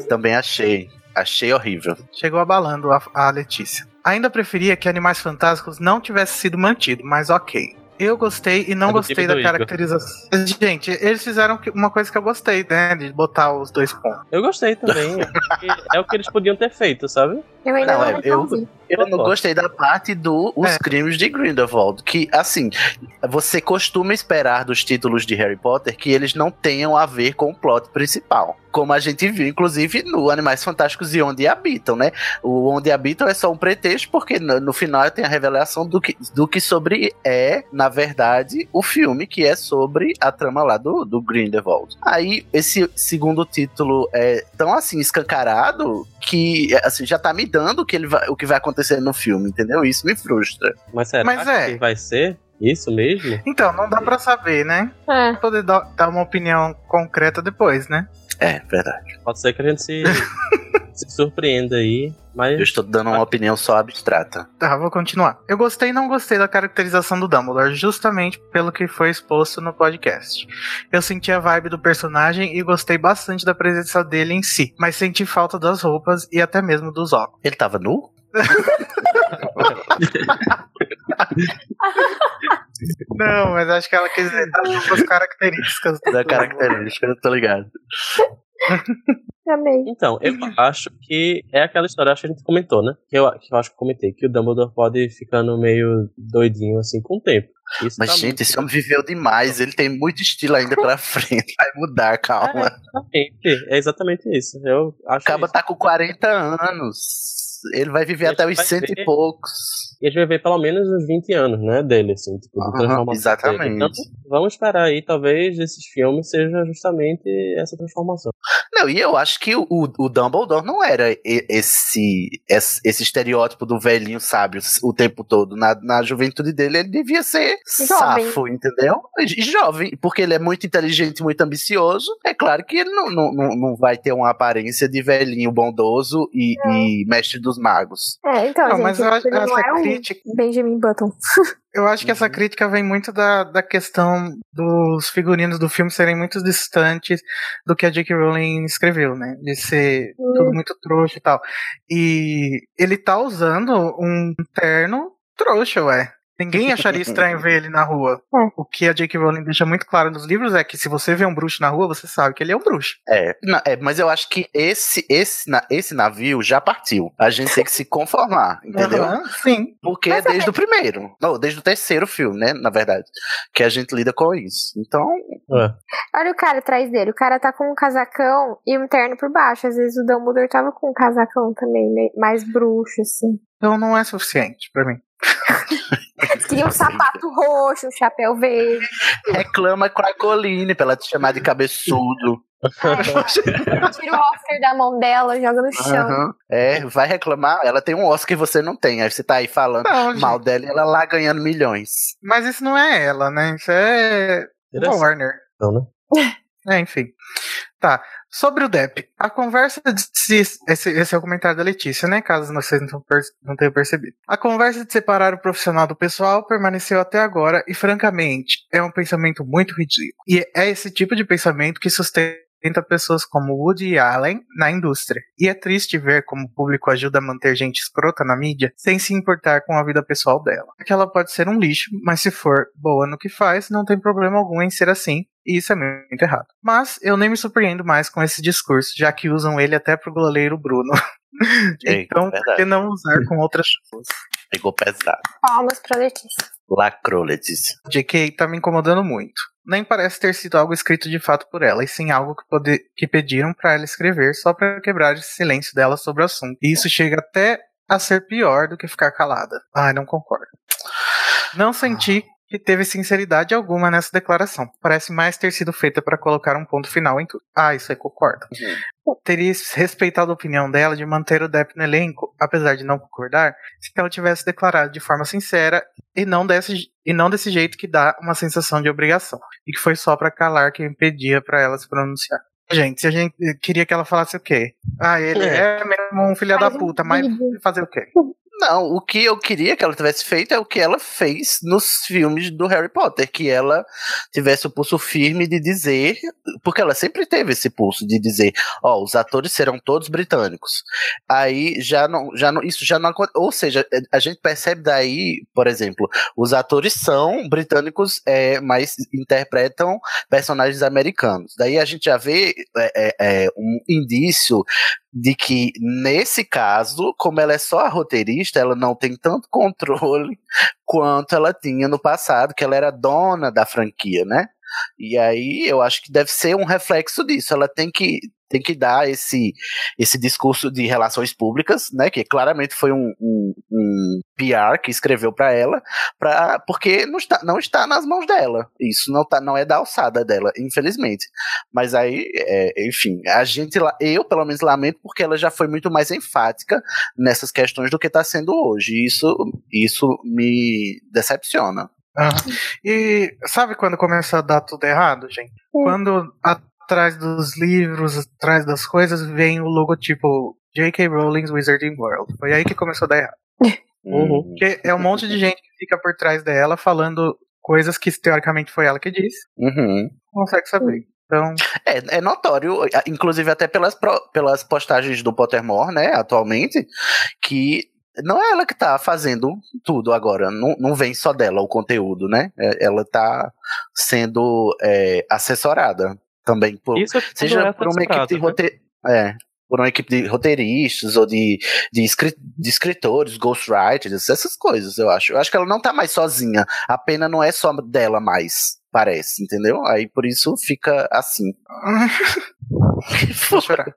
[SPEAKER 2] Também achei. Achei horrível.
[SPEAKER 1] Chegou abalando a, a Letícia. Ainda preferia que Animais Fantásticos não tivesse sido mantido, mas ok. Eu gostei e não
[SPEAKER 5] É do
[SPEAKER 1] gostei
[SPEAKER 5] time do
[SPEAKER 1] da
[SPEAKER 5] Igor.
[SPEAKER 1] caracterização. Gente, eles fizeram que- uma coisa que eu gostei, né? De botar os dois pontos.
[SPEAKER 5] Eu gostei também. eu acho que é o que eles podiam ter feito, sabe?
[SPEAKER 3] Eu ainda
[SPEAKER 2] Não,
[SPEAKER 3] não,
[SPEAKER 2] é, eu-
[SPEAKER 3] resolvi.
[SPEAKER 2] Eu não
[SPEAKER 5] Concordo.
[SPEAKER 2] gostei da parte dos
[SPEAKER 1] É.
[SPEAKER 2] crimes de Grindelwald, que assim, você costuma esperar dos títulos de Harry Potter que eles não tenham a ver com o plot principal. Como a gente viu, inclusive, no Animais Fantásticos e Onde Habitam, né? O Onde Habitam é só um pretexto, porque no, no final tem a revelação do que, do que sobre é, na verdade, o filme, que é sobre a trama lá do, do Grindelwald. Aí, esse segundo título é tão assim, escancarado, que assim, já tá me dando o que, ele vai, o que vai acontecer no filme, entendeu? Isso me frustra.
[SPEAKER 5] Mas será
[SPEAKER 1] Mas é.
[SPEAKER 5] que vai ser isso mesmo?
[SPEAKER 1] Então, não dá pra saber, né?
[SPEAKER 3] É.
[SPEAKER 1] Poder dar dar uma opinião concreta depois, né?
[SPEAKER 2] É, verdade.
[SPEAKER 5] Pode ser que a gente se, se surpreenda aí. Mas
[SPEAKER 2] Eu estou dando uma opinião só abstrata.
[SPEAKER 1] Tá, vou continuar. Eu gostei e não gostei da caracterização do Dumbledore, justamente pelo que foi exposto no podcast. Eu senti a vibe do personagem e gostei bastante da presença dele em si, mas senti falta das roupas e até mesmo dos óculos.
[SPEAKER 2] Ele tava nu?
[SPEAKER 1] Não, mas acho que ela quis dizer das roupas características do
[SPEAKER 2] Da É característica, eu tô ligado.
[SPEAKER 3] Amei.
[SPEAKER 5] Então, eu acho que é aquela história acho que a gente comentou, né? Que eu, que eu acho que comentei, que o Dumbledore pode ir ficando meio doidinho assim com o tempo. Isso
[SPEAKER 2] Mas,
[SPEAKER 5] tá
[SPEAKER 2] gente,
[SPEAKER 5] muito-
[SPEAKER 2] esse homem viveu demais. Ele tem muito estilo ainda pela frente. Vai mudar, calma.
[SPEAKER 5] Exatamente, é exatamente isso. Eu acho
[SPEAKER 2] Acaba
[SPEAKER 5] isso.
[SPEAKER 2] tá com 40 anos. Ele vai viver
[SPEAKER 5] Ele
[SPEAKER 2] até os
[SPEAKER 5] vai
[SPEAKER 2] cento
[SPEAKER 5] ver.
[SPEAKER 2] e poucos.
[SPEAKER 5] E a gente vai ver pelo menos uns 20 anos, né, dele, assim, tipo, de
[SPEAKER 2] Aham,
[SPEAKER 5] transformação.
[SPEAKER 2] exatamente.
[SPEAKER 5] dele. Então, vamos esperar aí, talvez esses filmes seja justamente essa transformação.
[SPEAKER 2] Não, e eu acho que o, o Dumbledore não era e- esse, esse, esse estereótipo do velhinho sábio o tempo todo. Na, na juventude dele, ele devia ser
[SPEAKER 3] Jovem.
[SPEAKER 2] safo, entendeu? E jovem, porque ele é muito inteligente, muito ambicioso. É claro que ele não, não, não, não vai ter uma aparência de velhinho bondoso e, e mestre dos magos.
[SPEAKER 3] É, então,
[SPEAKER 1] Não,
[SPEAKER 3] gente,
[SPEAKER 1] mas eu acho,
[SPEAKER 3] ele não
[SPEAKER 1] essa
[SPEAKER 3] é um
[SPEAKER 1] crítica,
[SPEAKER 3] Benjamin Button.
[SPEAKER 1] eu acho que essa
[SPEAKER 5] Uhum.
[SPEAKER 1] crítica vem muito da, da questão dos figurinos do filme serem muito distantes do que a J.K. Rowling escreveu, né? De ser tudo muito trouxa e tal. E ele tá usando um terno trouxa, ué. Ninguém acharia estranho ver ele na rua.
[SPEAKER 3] É.
[SPEAKER 1] O que a J.K. Rowling deixa muito claro nos livros é que se você vê um bruxo na rua, você sabe que ele é um bruxo.
[SPEAKER 2] É, na- é, mas eu acho que esse, esse, na- esse navio já partiu. A gente tem que se conformar, entendeu?
[SPEAKER 1] Aham, Sim.
[SPEAKER 2] Porque é desde o primeiro. Não, desde o terceiro filme, né? Na verdade. Que a gente lida com isso. Então,
[SPEAKER 5] É.
[SPEAKER 3] Olha o cara atrás dele. O cara tá com um casacão e um terno por baixo. Às vezes o Dumbledore tava com um casacão também, meio- mais bruxo, assim.
[SPEAKER 1] Então não é suficiente pra mim.
[SPEAKER 3] Queria um sapato roxo, um chapéu verde.
[SPEAKER 2] reclama com a Coline pra ela te chamar de cabeçudo.
[SPEAKER 3] É, tira o Oscar da mão dela, joga no chão.
[SPEAKER 2] Aham. É, vai reclamar. Ela tem um Oscar e você não tem. Aí você tá aí falando
[SPEAKER 1] Não, gente,
[SPEAKER 2] mal dela e ela lá ganhando milhões.
[SPEAKER 1] mas isso não é ela, né? Isso é Uma
[SPEAKER 5] Interessante,
[SPEAKER 1] Warner.
[SPEAKER 5] então, né?
[SPEAKER 1] É, enfim. Tá. Sobre o Depp, a conversa de se- esse, esse é o comentário da Letícia, né? Caso vocês não, per- não tenham percebido. A conversa de separar o profissional do pessoal permaneceu até agora e, francamente, é um pensamento muito ridículo. E é esse tipo de pensamento que sustenta 70 pessoas como Woody Allen na indústria. E é triste ver como o público ajuda a manter gente escrota na mídia sem se importar com a vida pessoal dela. Porque ela pode ser um lixo, mas se for boa no que faz, não tem problema algum em ser assim. E isso é muito errado. Mas eu nem me surpreendo mais com esse discurso, já que usam ele até pro goleiro Bruno.
[SPEAKER 2] Ei,
[SPEAKER 1] então,
[SPEAKER 2] verdade.
[SPEAKER 1] por que não usar com outras pessoas?
[SPEAKER 2] Pegou pesado.
[SPEAKER 3] Palmas pra Letícia.
[SPEAKER 2] Lacrou, Letícia.
[SPEAKER 1] JK tá me incomodando muito. Nem parece ter sido algo escrito de fato por ela, e sim algo que, pode- que pediram pra ela escrever só pra quebrar esse silêncio dela sobre o assunto. E isso chega até a ser pior do que ficar calada. Ai, não concordo. Não senti que teve sinceridade alguma nessa declaração. Parece mais ter sido feita pra colocar um ponto final em tudo. Ah, isso aí concordo. Teria respeitado a opinião dela de manter o Depp no elenco, apesar de não concordar, se ela tivesse declarado de forma sincera e não desse, e não desse jeito que dá uma sensação de obrigação. E que foi só pra calar quem pedia pra ela se pronunciar. Gente, se a gente queria que ela falasse o quê? Ah, ele é, mesmo um filho da
[SPEAKER 3] Faz um
[SPEAKER 1] puta, mas
[SPEAKER 3] vídeo.
[SPEAKER 1] fazer o quê?
[SPEAKER 2] Não, o que eu queria que ela tivesse feito é o que ela fez nos filmes do Harry Potter, que ela tivesse o pulso firme de dizer, porque ela sempre teve esse pulso de dizer, ó, os atores serão todos britânicos. Aí já não, já não, isso já não acontece. Ou seja, é, a gente percebe daí, por exemplo, os atores são britânicos, é, mas interpretam personagens americanos. Daí a gente já vê é, é, é, um indício de que nesse caso, como ela é só a roteirista, ela não tem tanto controle quanto ela tinha no passado, que ela era dona da franquia, né? E aí eu acho que deve ser um reflexo disso. Ela tem que tem que dar esse esse discurso de relações públicas, né? Que claramente foi um, um, um PR que escreveu para ela, pra, porque não está, não está nas mãos dela. Isso não tá, não é da alçada dela, infelizmente. Mas aí, é, enfim, a gente, la- eu pelo menos lamento porque ela já foi muito mais enfática nessas questões do que está sendo hoje. E Isso, isso me decepciona.
[SPEAKER 1] Aham. E sabe quando começa a dar tudo errado, gente?
[SPEAKER 3] Hum.
[SPEAKER 1] Quando atrás dos livros, atrás das coisas, vem o logotipo J.K. Rowling's Wizarding World. Foi aí que começou a dar errado.
[SPEAKER 5] Uhum.
[SPEAKER 1] Porque é um monte de gente que fica por trás dela falando coisas que teoricamente foi ela que disse.
[SPEAKER 2] Uhum.
[SPEAKER 1] não Consegue saber. Então,
[SPEAKER 2] É, é notório, a- inclusive até pelas, pro- pelas postagens do Pottermore, né, atualmente, que não é ela que tá fazendo tudo agora, não, não vem só dela o conteúdo, né? É, Ela tá sendo é, assessorada também por,
[SPEAKER 5] Isso
[SPEAKER 2] seja por uma equipe
[SPEAKER 1] né?
[SPEAKER 2] de rote- é, por uma equipe de roteiristas ou de, de, escri- de escritores, ghostwriters, essas coisas, eu acho. Eu acho que ela não tá mais sozinha. A pena não é só dela mais, parece, entendeu? Aí por isso fica assim.
[SPEAKER 1] vou chorar.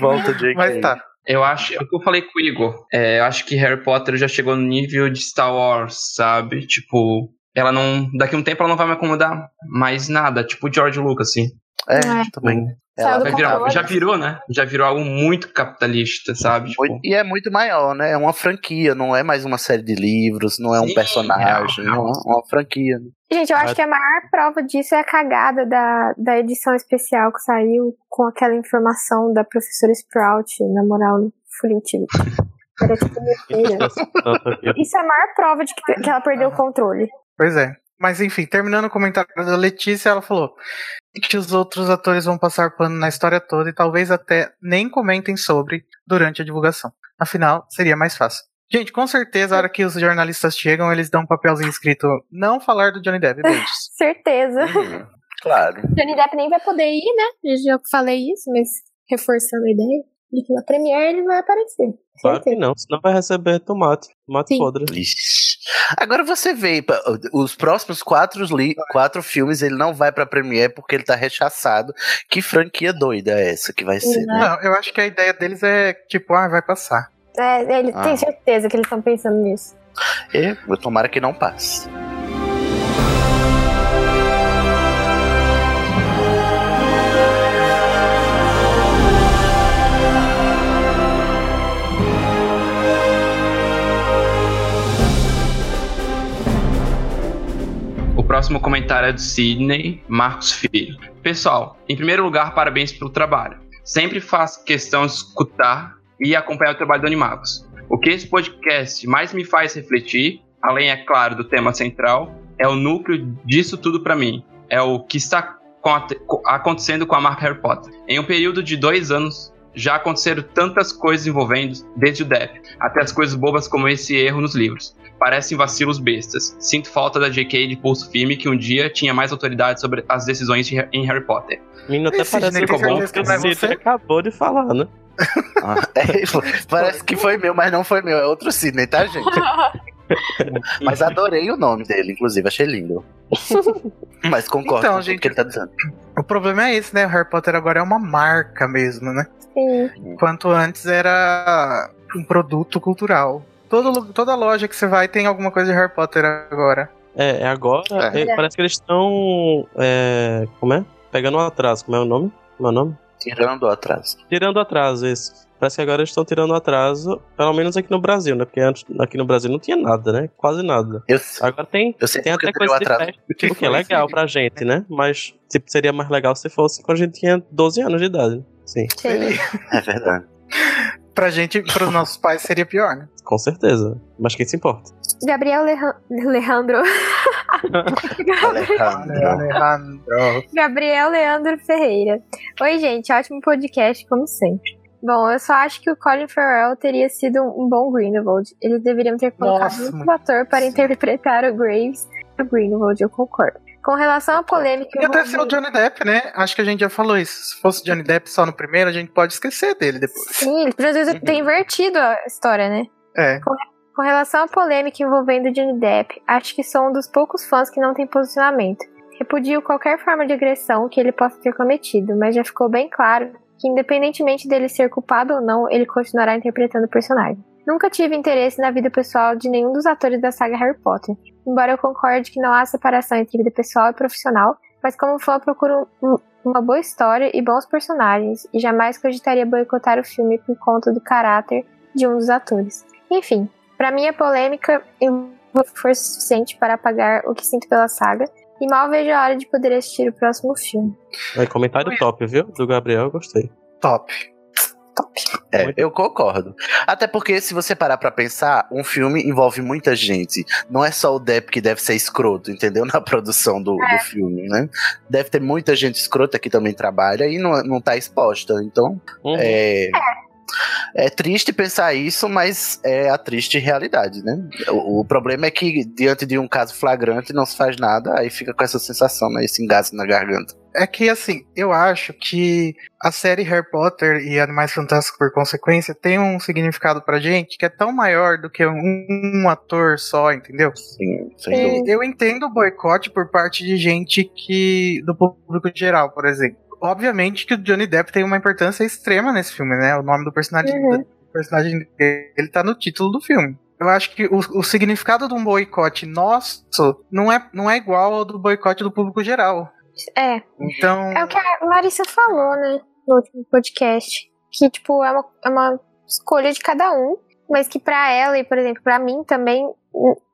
[SPEAKER 2] Volta, Jake.
[SPEAKER 1] Mas tá.
[SPEAKER 4] Eu acho, é o que eu falei com o Igor, é, eu acho que Harry Potter já chegou no nível de Star Wars, sabe? Tipo, ela não, daqui a um tempo ela não vai me acomodar mais nada, tipo o George Lucas, assim.
[SPEAKER 2] É,
[SPEAKER 3] É.
[SPEAKER 2] também.
[SPEAKER 3] Saiu
[SPEAKER 2] Ela
[SPEAKER 3] do
[SPEAKER 4] Vai virar,
[SPEAKER 3] controle.
[SPEAKER 4] já virou, né? Já virou algo muito capitalista, sabe? Tipo,
[SPEAKER 2] Muito- e é muito maior, né? É uma franquia, não é mais uma série de livros, não é um
[SPEAKER 4] Sim,
[SPEAKER 2] personagem,
[SPEAKER 4] real, real.
[SPEAKER 2] não é uma franquia.
[SPEAKER 3] Gente, eu acho
[SPEAKER 5] Mas-
[SPEAKER 3] que a maior prova disso é a cagada da, da edição especial que saiu com aquela informação da professora Sprout, na moral, Furitiba. Era tipo mentira. Isso é a maior prova de que, que ela perdeu o controle.
[SPEAKER 1] Pois é. Mas enfim, terminando o comentário da Letícia, ela falou que os outros atores vão passar pano na história toda e talvez até nem comentem sobre durante a divulgação. Afinal, seria mais fácil. Gente, com certeza, a hora que os jornalistas chegam, eles dão um papelzinho escrito não falar do Johnny Depp, beijos.
[SPEAKER 3] Certeza.
[SPEAKER 2] Claro.
[SPEAKER 3] Johnny Depp nem vai poder ir, né? Eu já falei isso, mas reforçando a ideia de que na Premiere ele vai aparecer.
[SPEAKER 5] Claro que não, senão vai receber tomate. Tomate
[SPEAKER 3] Sim.
[SPEAKER 5] podre.
[SPEAKER 2] Ixi. Agora você vê, pa- os próximos quatro, li- quatro filmes ele não vai pra Premiere porque ele tá rechaçado. Que franquia doida é essa que vai ser, né?
[SPEAKER 1] Não, eu acho que a ideia deles é tipo, ah, vai passar.
[SPEAKER 3] É, ele
[SPEAKER 2] Ah.
[SPEAKER 3] tem certeza que eles estão pensando nisso.
[SPEAKER 2] E, tomara que não passe.
[SPEAKER 4] O próximo comentário é do Sidney Marcos Filho. Pessoal, em primeiro lugar, parabéns pelo trabalho. Sempre faço questão de escutar e acompanhar o trabalho do Animagos. O que esse podcast mais me faz refletir, além, é claro, do tema central, é o núcleo disso tudo pra mim. É o que está com a- co- acontecendo com a marca Harry Potter. Em um período de dois anos, já aconteceram tantas coisas envolvendo, desde o Depp, até as coisas bobas como esse erro nos livros. Parecem vacilos bestas. Sinto falta da J.K. de pulso firme que um dia tinha mais autoridade sobre as decisões de- em Harry Potter.
[SPEAKER 5] Menino, até
[SPEAKER 1] Esse
[SPEAKER 5] parece
[SPEAKER 1] Sidney
[SPEAKER 5] que
[SPEAKER 4] ficou
[SPEAKER 5] ficou bom,
[SPEAKER 4] bom,
[SPEAKER 1] porque
[SPEAKER 2] né?
[SPEAKER 5] porque
[SPEAKER 1] não é
[SPEAKER 5] o Sidney
[SPEAKER 1] você.
[SPEAKER 5] acabou de falar, né?
[SPEAKER 2] Ah, é, foi- parece que foi meu, mas não foi meu, é outro Sidney, tá, gente? Mas adorei o nome dele, inclusive, achei lindo. Mas concordo
[SPEAKER 1] Então,
[SPEAKER 2] com tudo
[SPEAKER 1] gente,
[SPEAKER 2] que ele tá dizendo.
[SPEAKER 1] O problema é esse, né? O Harry Potter agora é uma marca mesmo, né?
[SPEAKER 3] Sim.
[SPEAKER 1] Enquanto antes era um produto cultural. Todo, lu- toda loja que você vai tem alguma coisa de Harry Potter agora.
[SPEAKER 5] É, é agora.
[SPEAKER 2] É.
[SPEAKER 5] é, parece que eles estão. é, como é? Pegando um atraso. Como é o nome? Como é o nome?
[SPEAKER 2] Tirando o atraso.
[SPEAKER 5] Tirando atraso, isso. Parece que agora eles estão tirando atraso, pelo menos aqui no Brasil, né? Porque antes, aqui no Brasil não tinha nada, né? Quase nada.
[SPEAKER 2] Eu,
[SPEAKER 5] Agora tem.
[SPEAKER 2] eu sei
[SPEAKER 5] Tem
[SPEAKER 2] que
[SPEAKER 5] até
[SPEAKER 2] eu tirei o
[SPEAKER 5] coisa de
[SPEAKER 2] atraso.
[SPEAKER 5] festa, o
[SPEAKER 1] Tipo,
[SPEAKER 5] que é legal pra gente, né? Mas tipo, seria mais legal se fosse quando a gente tinha 12 anos de idade. Sim,
[SPEAKER 3] Sim.
[SPEAKER 2] É verdade.
[SPEAKER 1] Pra gente, pros nossos pais, seria pior, né?
[SPEAKER 5] com certeza. Mas quem se importa?
[SPEAKER 3] Gabriel Lehan- Leandro.
[SPEAKER 2] Alejandro.
[SPEAKER 1] Alejandro.
[SPEAKER 3] Gabriel Leandro Ferreira. Oi, gente, ótimo podcast, como sempre. Bom, eu só acho que o Colin Farrell teria sido um bom Grindelwald. Eles deveriam ter colocado
[SPEAKER 1] Nossa,
[SPEAKER 3] um ator para interpretar o Graves e o Grindelwald, eu concordo. Com relação à polêmica...
[SPEAKER 1] E até ser o
[SPEAKER 3] envolvendo-
[SPEAKER 1] Johnny Depp, né? Acho que a gente já falou isso. Se fosse Johnny Depp só no primeiro, a gente pode esquecer dele depois.
[SPEAKER 3] Sim, eles poderiam ter invertido a história, né?
[SPEAKER 1] É.
[SPEAKER 3] Com relação à polêmica envolvendo Johnny Depp, acho que sou um dos poucos fãs que não tem posicionamento. Repudio qualquer forma de agressão que ele possa ter cometido, mas já ficou bem claro que, independentemente dele ser culpado ou não, ele continuará interpretando o personagem. Nunca tive interesse na vida pessoal de nenhum dos atores da saga Harry Potter, embora eu concorde que não há separação entre vida pessoal e profissional, mas como fã procuro um- uma boa história e bons personagens, e jamais cogitaria boicotar o filme por conta do caráter de um dos atores. Enfim, para mim, a polêmica foi suficiente para apagar o que sinto pela saga. E mal vejo a hora de poder assistir o próximo filme.
[SPEAKER 5] É comentário
[SPEAKER 1] Oi.
[SPEAKER 5] top, viu? Do Gabriel, eu gostei.
[SPEAKER 1] Top.
[SPEAKER 2] É, eu concordo. Até porque, se você parar pra pensar, um filme envolve muita gente. Não é só o Depp que deve ser escroto, entendeu? Na produção do, do filme, né? Deve ter muita gente escrota que também trabalha e não, não tá exposta. Então,
[SPEAKER 5] Uhum.
[SPEAKER 2] é. É triste pensar isso, mas é a triste realidade, né? O, o problema é que, diante de um caso flagrante, não se faz nada, aí fica com essa sensação, né? Esse engasgo na garganta.
[SPEAKER 1] É que, assim, eu acho que a série Harry Potter e Animais Fantásticos, por consequência, tem um significado pra gente que é tão maior do que um, um ator só, entendeu?
[SPEAKER 2] Sim, sem
[SPEAKER 3] Sim.
[SPEAKER 2] dúvida.
[SPEAKER 1] Eu entendo o boicote por parte de gente que. do público geral, por exemplo. Obviamente que o Johnny Depp tem uma importância extrema nesse filme, né? O nome do personagem,
[SPEAKER 3] Uhum.
[SPEAKER 1] do personagem dele tá no título do filme. Eu acho que o, o significado de um boicote nosso não é, não é igual ao do boicote do público geral.
[SPEAKER 3] É,
[SPEAKER 1] Então.
[SPEAKER 3] é o que a Larissa falou, né? No último podcast. Que, tipo, é uma, é uma escolha de cada um. Mas que pra ela e, por exemplo, pra mim também,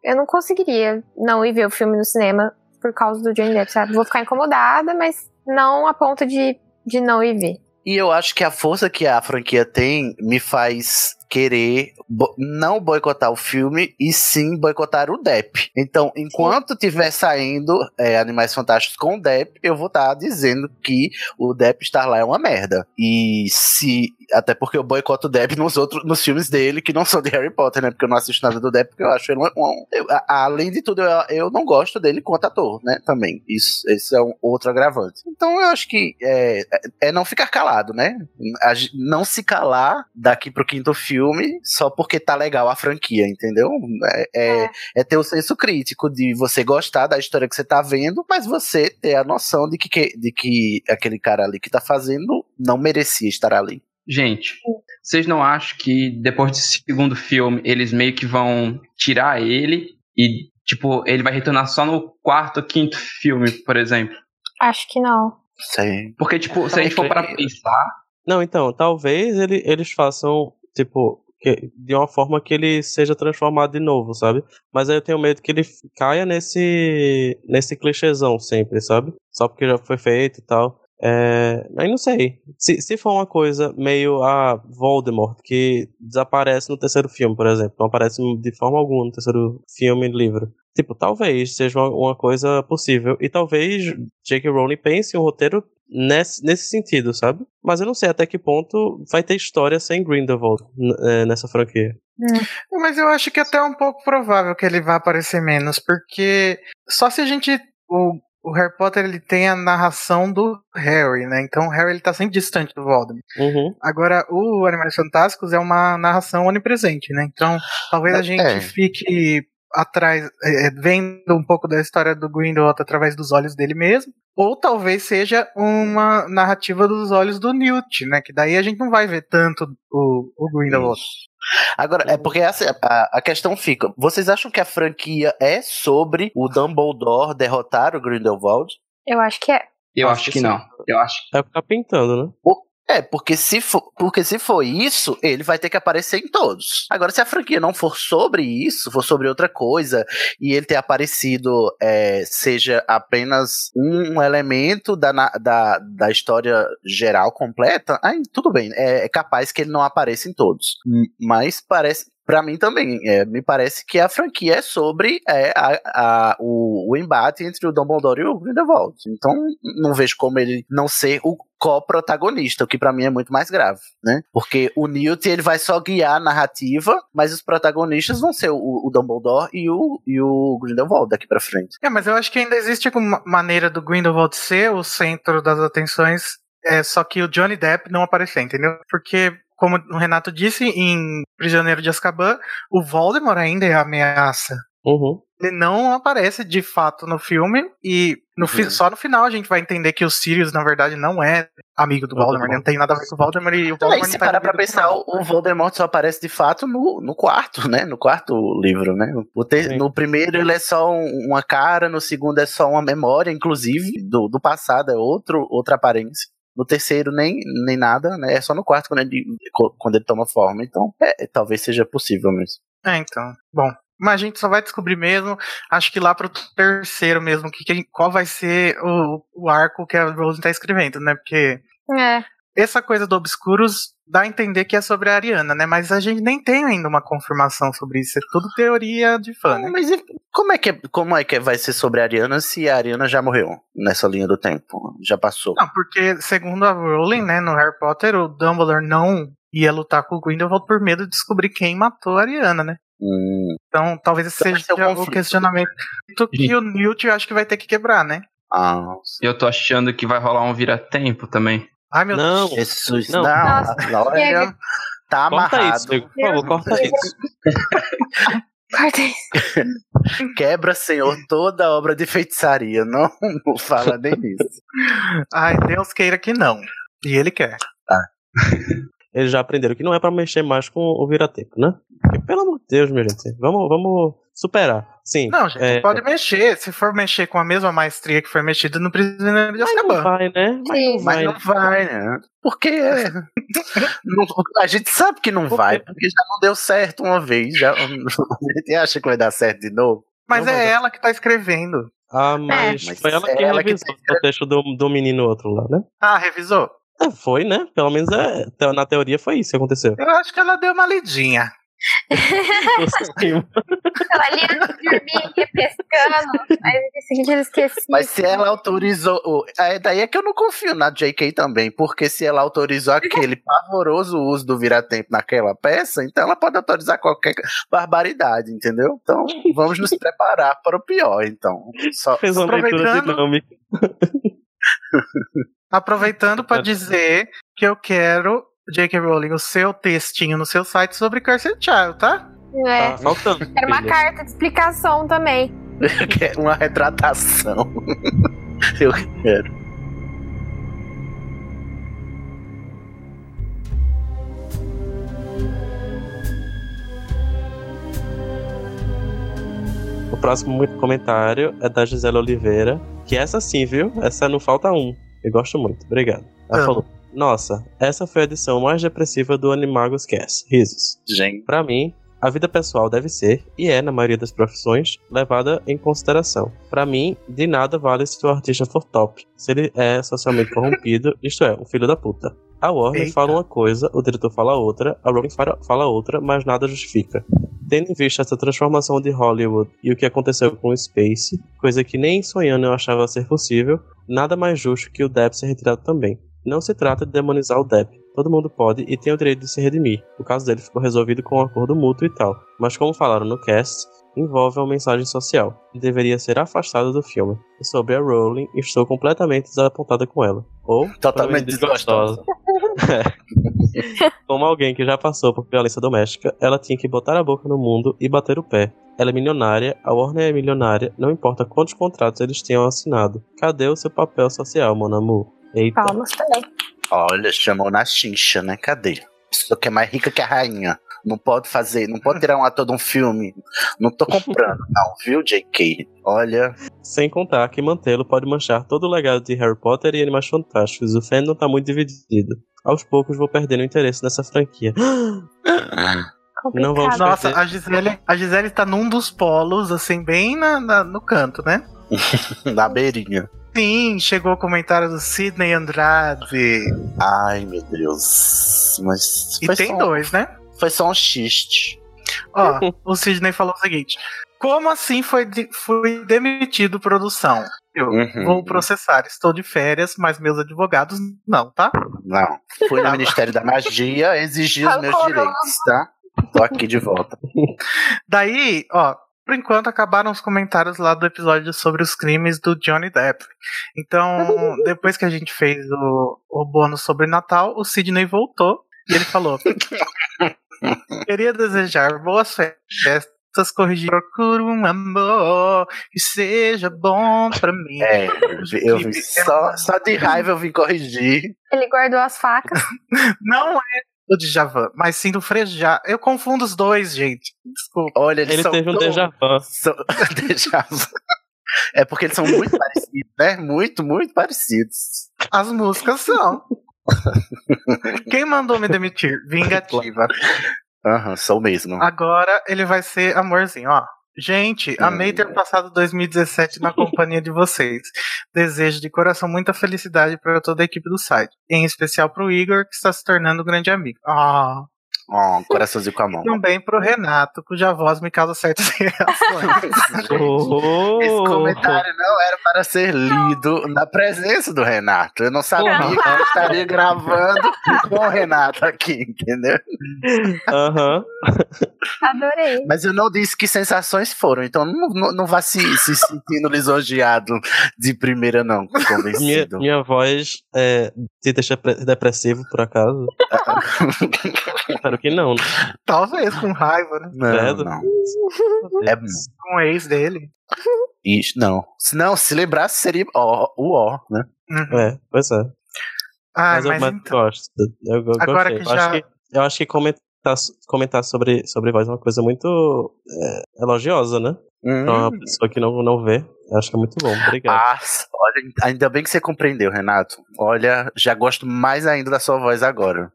[SPEAKER 3] eu não conseguiria não ir ver o filme no cinema por causa do Johnny Depp, sabe? Vou ficar incomodada, mas não a ponto de, de não ir ver.
[SPEAKER 2] E eu acho que a força que a franquia tem me faz querer bo- não boicotar o filme e sim boicotar o Depp. Então, enquanto tiver saindo é, Animais Fantásticos com o Depp, eu vou estar dizendo que o Depp estar lá é uma merda. E se. Até porque eu boicoto o Depp nos outros nos filmes dele, que não são de Harry Potter, né? Porque eu não assisto nada do Depp, porque eu acho ele um. um- eu- a- além de tudo, eu, eu não gosto dele quanto ator, né? Também. Isso, esse é um outro agravante. Então eu acho que é, é não ficar calado, né? A gen- Não se calar daqui pro quinto filme só porque tá legal a franquia, entendeu? É, é- é ter o senso crítico de você gostar da história que você tá vendo, mas você ter a noção de que, que- de que aquele cara ali que tá fazendo não merecia estar ali.
[SPEAKER 4] Gente, vocês não acham que depois desse segundo filme eles meio que vão tirar ele e, tipo, ele vai retornar só no quarto ou quinto filme, por exemplo?
[SPEAKER 3] Acho que não.
[SPEAKER 2] Sei.
[SPEAKER 4] Porque, tipo, se a gente for pra pensar,
[SPEAKER 5] Não, então, talvez ele- eles façam, tipo, que- de uma forma que ele seja transformado de novo, sabe? Mas aí eu tenho medo que ele f- caia nesse, nesse clichêzão sempre, sabe? Só porque já foi feito e tal. É, aí não sei. Se, se for uma coisa meio a Voldemort, que desaparece no terceiro filme, por exemplo, não aparece de forma alguma no terceiro filme e livro. Tipo, talvez seja uma, uma coisa possível. E talvez J.K. Rowling pense um roteiro nesse, nesse sentido, sabe? Mas eu não sei até que ponto vai ter história sem Grindelwald n- eh, nessa franquia.
[SPEAKER 1] Mas eu acho que até é um pouco provável que ele vá aparecer menos, porque só se a gente. O, o Harry Potter ele tem a narração do Harry, né? Então o Harry ele tá sempre distante do Voldemort.
[SPEAKER 5] Uhum.
[SPEAKER 1] Agora, o Animais Fantásticos é uma narração onipresente, né? Então talvez a
[SPEAKER 2] É.
[SPEAKER 1] gente fique atrás, é, é, vendo um pouco da história do Grindelwald através dos olhos dele mesmo. Ou talvez seja uma narrativa dos olhos do Newt, né? Que daí a gente não vai ver tanto o, o Grindelwald.
[SPEAKER 2] Agora, é porque essa, a, a questão fica: vocês acham que a franquia é sobre o Dumbledore derrotar o Grindelwald?
[SPEAKER 3] Eu acho que é.
[SPEAKER 4] Eu
[SPEAKER 5] Acho
[SPEAKER 4] acho
[SPEAKER 5] que
[SPEAKER 4] que não. Eu acho que.
[SPEAKER 5] É o que tá pintando, né?
[SPEAKER 2] É, porque se, for, porque se for isso, ele vai ter que aparecer em todos. Agora, se a franquia não for sobre isso, for sobre outra coisa, e ele ter aparecido, é, seja apenas um elemento da, na- da, da história geral completa, aí tudo bem. É, é capaz que ele não apareça em todos. M- Mas parece. Pra mim também, é, me parece que a franquia é sobre é, a- a- o, o embate entre o Dumbledore e o Grindelwald. Então, não vejo como ele não ser o co-protagonista, o que pra mim é muito mais grave, né? Porque o Newt, ele vai só guiar a narrativa, mas os protagonistas vão ser o, o Dumbledore e o, e o Grindelwald daqui pra frente.
[SPEAKER 1] É, mas eu acho que ainda existe alguma maneira do Grindelwald ser o centro das atenções, é, só que o Johnny Depp não aparecer, entendeu? Porque, como o Renato disse, em Prisioneiro de Azkaban, o Voldemort ainda é a ameaça.
[SPEAKER 5] Uhum.
[SPEAKER 1] Ele não aparece de fato no filme, e no fi-
[SPEAKER 2] Uhum.
[SPEAKER 1] só no final a gente vai entender que o Sirius, na verdade, não é amigo do Voldemort, né? não tem nada a ver com o Voldemort e o
[SPEAKER 2] Então, aí,
[SPEAKER 1] Voldemort
[SPEAKER 2] se
[SPEAKER 1] não tá
[SPEAKER 2] parar pra
[SPEAKER 1] envolvido com
[SPEAKER 2] pensar,
[SPEAKER 1] nada.
[SPEAKER 2] o Voldemort só aparece de fato no, no quarto, né? No quarto livro, né? O te-
[SPEAKER 5] Sim.
[SPEAKER 2] no primeiro ele é só um- uma cara, no segundo é só uma memória, inclusive, do, do passado, é outro, outra aparência. No terceiro nem, nem nada, né? É só no quarto quando ele, quando ele toma forma. Então, é, talvez seja possível mesmo.
[SPEAKER 1] É, então. Bom. Mas a gente só vai descobrir mesmo, acho que lá pro terceiro mesmo, que, que- qual vai ser o, o arco que a Rose tá escrevendo, né? Porque
[SPEAKER 3] É.
[SPEAKER 1] essa coisa do Obscuros dá a entender que é sobre a Ariana, né? Mas a gente nem tem ainda uma confirmação sobre isso. É tudo teoria de fã, né?
[SPEAKER 2] Mas e- como é, que, como é que vai ser sobre a Ariana se a Ariana já morreu nessa linha do tempo? Já passou.
[SPEAKER 1] Não, porque segundo a Rowling, né, no Harry Potter, o Dumbledore não ia lutar com o Grindelwald por medo de descobrir quem matou a Ariana, né?
[SPEAKER 2] Hum,
[SPEAKER 1] Então talvez esse
[SPEAKER 2] Então vai ser
[SPEAKER 1] seja
[SPEAKER 2] um
[SPEAKER 1] o
[SPEAKER 2] conflito.
[SPEAKER 1] questionamento que o Newt eu acho que vai ter que quebrar, né?
[SPEAKER 2] ah,
[SPEAKER 4] Eu tô achando que vai rolar um vira-tempo também.
[SPEAKER 1] Ai, meu
[SPEAKER 5] Não,
[SPEAKER 2] Jesus,
[SPEAKER 5] Não.
[SPEAKER 2] não.
[SPEAKER 3] Nossa,
[SPEAKER 2] ah, olha, tá
[SPEAKER 5] corta
[SPEAKER 2] amarrado.
[SPEAKER 5] isso, Diego. Por favor, corta isso.
[SPEAKER 3] Corta isso.
[SPEAKER 2] Quebra, Senhor, toda obra de feitiçaria. Não fala nem nisso.
[SPEAKER 1] Ai, Deus queira que não. E ele quer.
[SPEAKER 5] Eles já aprenderam que não é pra mexer mais com o vira-tempo, né? Porque, pelo amor de Deus, minha gente. Vamos, vamos superar. Sim.
[SPEAKER 1] Não, gente,
[SPEAKER 5] É.
[SPEAKER 1] pode mexer. Se for mexer com a mesma maestria que foi mexida no Prisioneiro de
[SPEAKER 5] Mas não
[SPEAKER 1] Azkaban.
[SPEAKER 5] vai, né?
[SPEAKER 3] Sim.
[SPEAKER 2] Mas não vai, né? Porque é, não- a gente sabe que não vai, porque já não deu certo uma vez. Já, a gente acha que vai dar certo de novo.
[SPEAKER 1] Mas
[SPEAKER 5] não
[SPEAKER 1] é
[SPEAKER 5] vai dar.
[SPEAKER 1] ela que tá escrevendo.
[SPEAKER 5] Ah, mas,
[SPEAKER 2] mas
[SPEAKER 5] foi ela que
[SPEAKER 2] é ela que
[SPEAKER 5] revisou
[SPEAKER 2] tem-
[SPEAKER 5] o texto do, do menino outro lá, né?
[SPEAKER 1] Ah, revisou?
[SPEAKER 5] É, foi, né? Pelo menos é, te- na teoria foi isso que aconteceu.
[SPEAKER 1] Eu acho que ela deu uma lidinha.
[SPEAKER 3] Ela ali antes de dormir, ia pescando. Aí no dia seguinte ela esquecia.
[SPEAKER 2] Mas se é ela autorizou. o- é, Daí é que eu não confio na JK também, porque se ela autorizou aquele pavoroso uso do vira-tempo naquela peça, então ela pode autorizar qualquer barbaridade, entendeu? Então vamos nos preparar para o pior, então. Só,
[SPEAKER 5] Fez uma leitura
[SPEAKER 1] Aproveitando-
[SPEAKER 5] dinâmica.
[SPEAKER 1] Aproveitando pra dizer que eu quero, J.K. Rowling, o seu textinho no seu site sobre Cursed Child, tá?
[SPEAKER 5] Tá
[SPEAKER 3] É.
[SPEAKER 5] faltando.
[SPEAKER 3] Era uma
[SPEAKER 5] filha.
[SPEAKER 3] carta de explicação também.
[SPEAKER 2] que é uma retratação. Eu quero.
[SPEAKER 5] O próximo muito comentário é da Gisela Oliveira, que essa sim, viu? Essa não falta um. Eu gosto muito, obrigado. Ela
[SPEAKER 1] Amo.
[SPEAKER 5] falou: Nossa, essa foi a edição mais depressiva do Animagos Cast. Risos.
[SPEAKER 2] Gente.
[SPEAKER 5] Pra mim, a vida pessoal deve ser, e é na maioria das profissões, levada em consideração. Pra mim, de nada vale se o artista for top, se ele é socialmente corrompido, isto é, um filho da puta. A Warner
[SPEAKER 1] Eita.
[SPEAKER 5] fala uma coisa, o diretor fala outra, a Rowling fala, fala outra, mas nada justifica. Tendo em vista essa transformação de Hollywood e o que aconteceu com o Space, coisa que nem sonhando eu achava ser possível, nada mais justo que o Depp ser retirado também. Não se trata de demonizar o Depp. Todo mundo pode e tem o direito de se redimir. O caso dele ficou resolvido com um acordo mútuo e tal. Mas como falaram no cast, envolve uma mensagem social. E deveria ser afastado do filme. E sobre a Rowling, estou completamente desapontada com ela. Ou pelo menos
[SPEAKER 2] Totalmente desgostosa.
[SPEAKER 5] como alguém que já passou por violência doméstica, ela tinha que botar a boca no mundo e bater o pé. Ela é milionária, a Warner é milionária, não importa quantos contratos eles tenham assinado. Cadê o seu papel social, mon amour? Eita,
[SPEAKER 3] Palmas também.
[SPEAKER 2] Olha, chamou na chincha, né? Cadê? Pessoa que é mais rica que a rainha. Não pode fazer, não pode tirar um ator de um filme. Não tô comprando, não, viu, JK? Olha,
[SPEAKER 5] sem contar que mantê-lo pode manchar todo o legado de Harry Potter e Animais Fantásticos. O fandom tá muito dividido. Aos poucos vou perdendo interesse nessa franquia. Não vamos
[SPEAKER 3] Complicado.
[SPEAKER 5] dar-
[SPEAKER 1] Nossa, a Gisele, a Gisele tá num dos polos, assim, bem na- na- no canto, né?
[SPEAKER 2] na beirinha.
[SPEAKER 1] Sim, chegou o comentário do Sidney Andrade.
[SPEAKER 2] Ai, meu Deus. Mas.
[SPEAKER 1] E
[SPEAKER 2] foi
[SPEAKER 1] tem
[SPEAKER 2] só- um-
[SPEAKER 1] dois, né?
[SPEAKER 2] Foi só um xiste.
[SPEAKER 1] Ó, o Sidney falou o seguinte: Como assim foi de- fui demitido, produção? Eu
[SPEAKER 2] Uhum.
[SPEAKER 1] vou processar, estou de férias, mas meus advogados não, tá?
[SPEAKER 2] Não. Fui no Ministério da Magia exigir os meus direitos, tá? Tô aqui de volta.
[SPEAKER 1] Daí, ó, por enquanto acabaram os comentários lá do episódio sobre os crimes do Johnny Depp. Então, depois que a gente fez o, o bônus sobre Natal, o Sidney voltou e ele falou: Queria desejar boas festas, corrigir, procuro um amor que seja bom pra mim.
[SPEAKER 2] É, eu vim só, só de raiva eu vim corrigir.
[SPEAKER 3] Ele guardou as facas.
[SPEAKER 1] Não é do Djavan, mas sim do Frejá. Eu confundo os dois, gente. Desculpa.
[SPEAKER 2] Olha, eles
[SPEAKER 5] Ele
[SPEAKER 2] são
[SPEAKER 5] teve um
[SPEAKER 2] tão-
[SPEAKER 5] déjà vu.
[SPEAKER 2] são- déjà vu. É porque eles são muito parecidos, né? Muito, muito parecidos.
[SPEAKER 1] As músicas são. Quem mandou me demitir? Vingativa.
[SPEAKER 2] Aham, sou mesmo.
[SPEAKER 1] Ah. Agora ele vai ser amorzinho, ó. Gente, amei
[SPEAKER 5] É.
[SPEAKER 1] ter passado 2017 na companhia de vocês. Desejo de coração muita felicidade para toda a equipe do site, em especial para o Igor, que está se tornando um grande amigo. Ah,
[SPEAKER 2] Ó, um coraçãozinho com a mão.
[SPEAKER 1] também para o Renato, cuja voz me causa certas reações.
[SPEAKER 2] Gente,
[SPEAKER 5] Oh!
[SPEAKER 2] Esse comentário não era para ser lido na presença do Renato. Eu não sabia
[SPEAKER 5] Porra.
[SPEAKER 2] que eu estaria gravando com o Renato aqui, entendeu? tá
[SPEAKER 5] Aham.
[SPEAKER 3] Adorei.
[SPEAKER 2] Mas eu não disse que sensações foram, então não, não, não vá se, se sentindo lisonjeado de primeira, não,
[SPEAKER 5] Minha,
[SPEAKER 2] convencido.
[SPEAKER 5] minha voz é, te deixa pre- depressivo, por acaso? Claro que não. né?
[SPEAKER 1] Talvez com raiva, né?
[SPEAKER 2] Não,
[SPEAKER 5] Credo.
[SPEAKER 2] não. É bom.
[SPEAKER 1] Com o ex dele.
[SPEAKER 2] Isso, não. Se não, se lembrasse seria ó, o ó, né?
[SPEAKER 1] Uhum.
[SPEAKER 5] É, pois é.
[SPEAKER 1] Ah,
[SPEAKER 5] mas eu, mas
[SPEAKER 1] então-
[SPEAKER 5] gosto. Eu, eu
[SPEAKER 1] Agora
[SPEAKER 5] gostei.
[SPEAKER 1] que
[SPEAKER 5] eu,
[SPEAKER 1] já-
[SPEAKER 5] acho que, eu acho que comentar, comentar sobre, sobre voz é uma coisa muito é, elogiosa, né?
[SPEAKER 2] Hum,
[SPEAKER 5] Pra
[SPEAKER 1] Hum.
[SPEAKER 5] uma pessoa que não, não vê. Eu acho que é muito bom. Obrigado.
[SPEAKER 2] Ah, olha, ainda bem que você compreendeu, Renato. Olha, já gosto mais ainda da sua voz agora.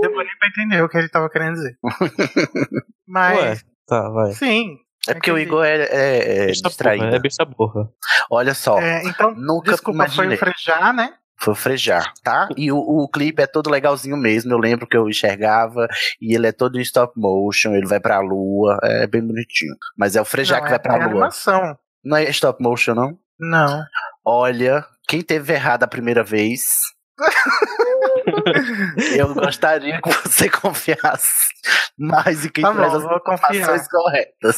[SPEAKER 1] Demorei pra entender o que ele tava querendo dizer. Ah, Mas,
[SPEAKER 5] Tá, vai.
[SPEAKER 1] sim.
[SPEAKER 2] É porque o Igor é, é, é
[SPEAKER 5] Bicha
[SPEAKER 2] distraído.
[SPEAKER 5] burra, é bicha burra.
[SPEAKER 2] Olha só,
[SPEAKER 1] É, então,
[SPEAKER 2] nunca
[SPEAKER 1] desculpa, foi
[SPEAKER 2] imaginei.
[SPEAKER 1] o Frejá, né?
[SPEAKER 2] Foi frejar, tá? E o, o clipe é todo legalzinho mesmo. Eu lembro que eu enxergava e ele é todo em stop motion, ele vai pra lua, é bem bonitinho. Mas é o frejar
[SPEAKER 1] Não,
[SPEAKER 2] que
[SPEAKER 1] é-
[SPEAKER 2] vai pra
[SPEAKER 1] é
[SPEAKER 2] lua.
[SPEAKER 1] animação.
[SPEAKER 2] Não é stop motion, não?
[SPEAKER 1] Não.
[SPEAKER 2] Olha, quem teve errado a primeira vez. eu gostaria que você confiasse mais em quem
[SPEAKER 1] Tá
[SPEAKER 2] traz
[SPEAKER 1] bom,
[SPEAKER 2] as
[SPEAKER 1] vou confiar.
[SPEAKER 2] informações corretas.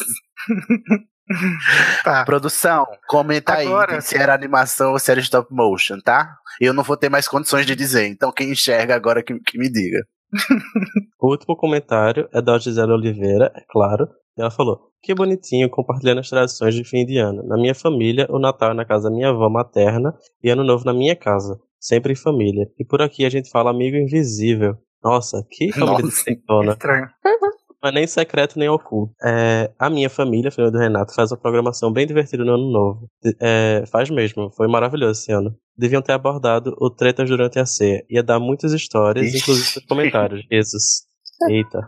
[SPEAKER 1] Tá.
[SPEAKER 2] Produção, comenta
[SPEAKER 1] Agora-
[SPEAKER 2] aí se era animação ou se era stop motion, tá? Eu não vou ter mais condições de dizer, então quem enxerga agora que, que me diga.
[SPEAKER 5] O último comentário é da Gisele Oliveira, é claro. E ela falou: Que bonitinho compartilhando as tradições de fim de ano. Na minha família, o Natal é na casa da minha avó materna e Ano Novo na minha casa. Sempre em família. E por aqui a gente fala amigo invisível. Nossa, que família
[SPEAKER 2] Nossa.
[SPEAKER 5] desentona.
[SPEAKER 1] Estranho.
[SPEAKER 5] Não é nem secreto nem oculto. É, a minha família, a família do Renato, faz uma programação bem divertida no ano novo. De- é, faz mesmo, foi maravilhoso esse ano. Deviam ter abordado o Tretas durante a ceia. Ia dar muitas histórias,
[SPEAKER 2] Ixi.
[SPEAKER 5] inclusive nos comentários. Jesus. Eita.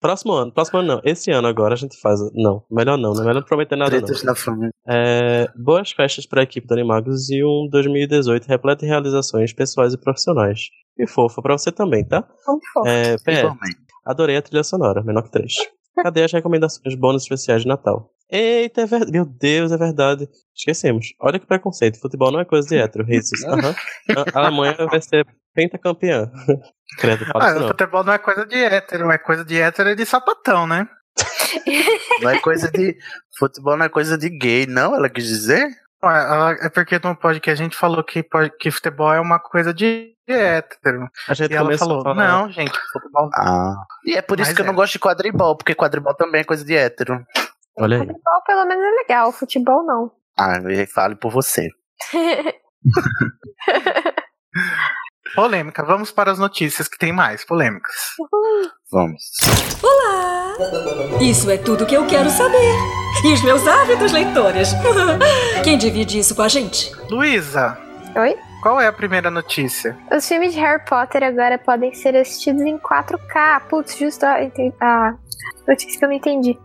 [SPEAKER 5] Próximo ano, próximo ano não. Esse ano agora a gente faz. Não, melhor não, né? Melhor não prometer nada. Não.
[SPEAKER 2] Tretas na família.
[SPEAKER 5] É, boas festas para a equipe do Animagos e um 2018 repleto de realizações pessoais e profissionais. e fofa pra você também, tá?
[SPEAKER 3] Como for.
[SPEAKER 5] É, PR,
[SPEAKER 2] Igualmente.
[SPEAKER 5] adorei a trilha sonora, menor que três. Cadê as recomendações bônus especiais de Natal? Eita, é verdade. Meu Deus, é verdade. Esquecemos. Olha que preconceito. Futebol não é coisa de hétero, risos. Aham. A a Alemanha vai ser pentacampeã. Credo, fala
[SPEAKER 1] Ah,
[SPEAKER 5] isso não.
[SPEAKER 1] futebol não é coisa de hétero, é coisa de hétero e de sapatão, né?
[SPEAKER 2] Não é coisa de. Futebol não é coisa de gay, não? Ela quis dizer?
[SPEAKER 1] Ué, ela- É porque no podcast a gente falou que, po- que futebol é uma coisa de de hétero.
[SPEAKER 5] A gente
[SPEAKER 1] E ela
[SPEAKER 5] começou
[SPEAKER 1] falou,
[SPEAKER 5] a falar.
[SPEAKER 1] não, gente, futebol
[SPEAKER 2] Ah. E é por isso
[SPEAKER 1] Mas
[SPEAKER 2] que eu
[SPEAKER 1] é.
[SPEAKER 2] não gosto de quadribol, porque quadribol também é coisa de hétero.
[SPEAKER 5] Olha aí.
[SPEAKER 3] Futebol pelo menos é legal, futebol não.
[SPEAKER 2] Ah, eu falo por você.
[SPEAKER 1] é Polêmica, vamos para as notícias que tem mais polêmicas.
[SPEAKER 2] Vamos.
[SPEAKER 6] Olá! Isso é tudo que eu quero saber. E os meus ávidos leitores. Quem divide isso com a gente?
[SPEAKER 1] Luísa.
[SPEAKER 3] Oi?
[SPEAKER 1] Qual é a primeira notícia?
[SPEAKER 3] Os filmes de Harry Potter agora podem ser assistidos em 4K. Putz, justo a, ente- a notícia que eu não entendi.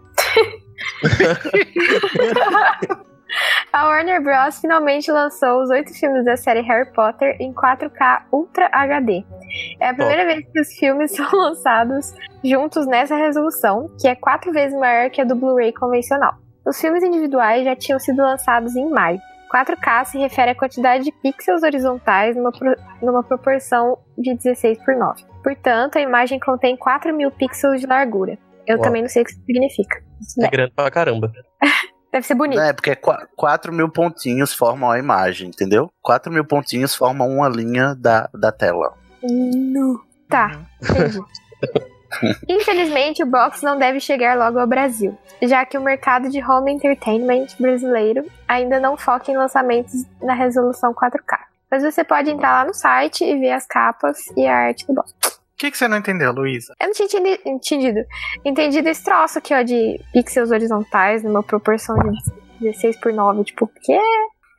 [SPEAKER 3] a Warner Bros. finalmente lançou os oito filmes da série Harry Potter em 4K Ultra HD. É a primeira vez que os filmes são lançados juntos nessa resolução, que é quatro vezes maior que a do Blu-ray convencional. Os filmes individuais já tinham sido lançados em maio. 4K se refere à quantidade de pixels horizontais numa, pro- numa proporção de 16 por 9. Portanto, a imagem contém 4 mil pixels de largura. Eu
[SPEAKER 5] Uau.
[SPEAKER 3] também não sei o que isso significa. Isso
[SPEAKER 5] É
[SPEAKER 3] deve-
[SPEAKER 5] grande pra caramba.
[SPEAKER 3] Deve ser bonito.
[SPEAKER 2] Não, é porque 4 mil pontinhos formam a imagem, entendeu? 4 mil pontinhos formam uma linha da, da tela.
[SPEAKER 3] Nu. Tá, entendi. Infelizmente, o box não deve chegar logo ao Brasil, já que o mercado de home entertainment brasileiro ainda não foca em lançamentos na resolução 4K. Mas você pode entrar lá no site e ver as capas e a arte do box.
[SPEAKER 1] O que, que você não entendeu, Luísa?
[SPEAKER 3] Eu não tinha entendi- entendido. Entendido esse troço aqui, ó, de pixels horizontais numa proporção de 16 por 9. Tipo, o quê?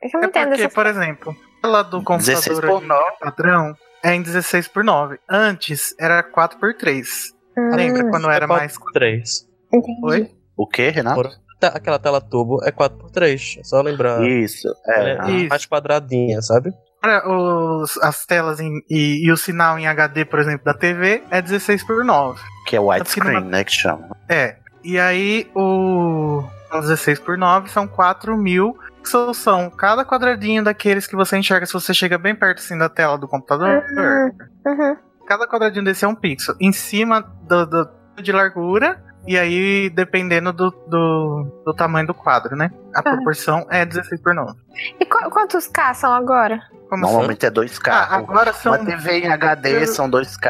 [SPEAKER 3] É que eu não
[SPEAKER 1] É
[SPEAKER 3] entendo
[SPEAKER 1] porque,
[SPEAKER 3] essa
[SPEAKER 1] por exemplo, ela do
[SPEAKER 2] 16
[SPEAKER 1] computador
[SPEAKER 2] por 9.
[SPEAKER 1] padrão é em 16 por 9. Antes era 4 por 3. Lembra quando era
[SPEAKER 5] É quatro
[SPEAKER 1] mais.
[SPEAKER 5] por três.
[SPEAKER 3] Hum, Entendi.
[SPEAKER 1] Oi?
[SPEAKER 2] O que, Renato?
[SPEAKER 5] Por- Tá, Aquela tela tubo é 4x3. É só lembrar.
[SPEAKER 2] Isso. É.
[SPEAKER 5] Ela
[SPEAKER 1] E-
[SPEAKER 5] é
[SPEAKER 1] Isso.
[SPEAKER 5] mais quadradinha, sabe?
[SPEAKER 1] Pra os- as telas em- e, e o sinal em HD, por exemplo, da TV é 16 por 9.
[SPEAKER 2] Que é
[SPEAKER 1] Tá
[SPEAKER 2] widescreen,
[SPEAKER 1] ficando
[SPEAKER 2] né? Que chama.
[SPEAKER 1] É. E aí o. o 16 por 9 são 4 mil pixels. São cada quadradinho daqueles que você enxerga se você chega bem perto assim da tela do computador.
[SPEAKER 3] Uhum. Uhum.
[SPEAKER 1] Cada quadradinho desse é um pixel. Em cima do, do- de largura. E aí, dependendo do, do, do tamanho do quadro, né? A
[SPEAKER 3] Tá.
[SPEAKER 1] proporção é 16 por 9.
[SPEAKER 3] E qu- quantos K são agora?
[SPEAKER 1] Como assim?
[SPEAKER 2] Normalmente é 2K.
[SPEAKER 1] Ah, agora são.
[SPEAKER 2] Uma TV em HD são 2K.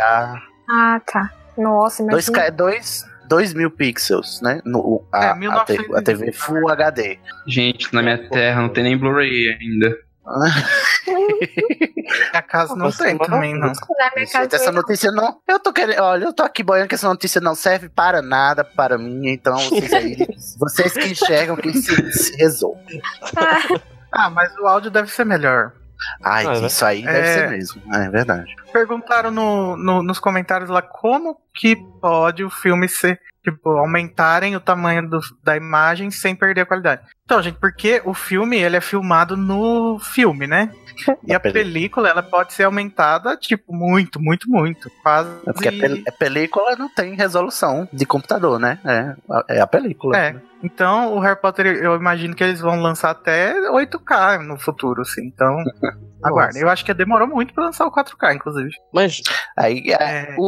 [SPEAKER 3] Ah, tá. Nossa, mas.
[SPEAKER 2] 2K é 2, 2 mil pixels, né? No, o- a,
[SPEAKER 1] É,
[SPEAKER 2] a
[SPEAKER 1] 1900
[SPEAKER 2] te- a TV Full HD.
[SPEAKER 4] Gente, na minha terra não tem nem Blu-ray ainda.
[SPEAKER 1] Minha casa não
[SPEAKER 5] Nossa,
[SPEAKER 1] tem
[SPEAKER 2] um
[SPEAKER 5] uma
[SPEAKER 1] também, não.
[SPEAKER 3] Na minha casa
[SPEAKER 2] Gente, essa
[SPEAKER 3] também
[SPEAKER 2] notícia não. Eu tô querendo. Olha, eu tô aqui boiando que essa notícia não serve para nada para mim. Então, vocês aí. vocês que enxergam que se, se resolvam.
[SPEAKER 1] Ah, mas o áudio deve ser melhor.
[SPEAKER 2] Ai,
[SPEAKER 5] Ah, né?
[SPEAKER 2] isso aí deve
[SPEAKER 1] É.
[SPEAKER 2] ser mesmo. É verdade.
[SPEAKER 1] Perguntaram no, no- nos comentários lá como que pode o filme ser. Tipo, aumentarem o tamanho do- da imagem sem perder a qualidade. Então, gente, porque o filme, ele é filmado no filme, né? E
[SPEAKER 2] Na
[SPEAKER 1] a película, ela pode ser aumentada, tipo, muito, muito, muito. Quase.
[SPEAKER 2] É porque a, pel- a película não tem resolução de computador, né? É a, é a película.
[SPEAKER 1] É. Então, o Harry Potter, eu imagino que eles vão lançar até 8K no futuro, assim. Então, aguardem. Eu acho que demorou muito pra lançar o 4K, inclusive.
[SPEAKER 5] Mas
[SPEAKER 2] Aí, é,
[SPEAKER 1] É,
[SPEAKER 2] o,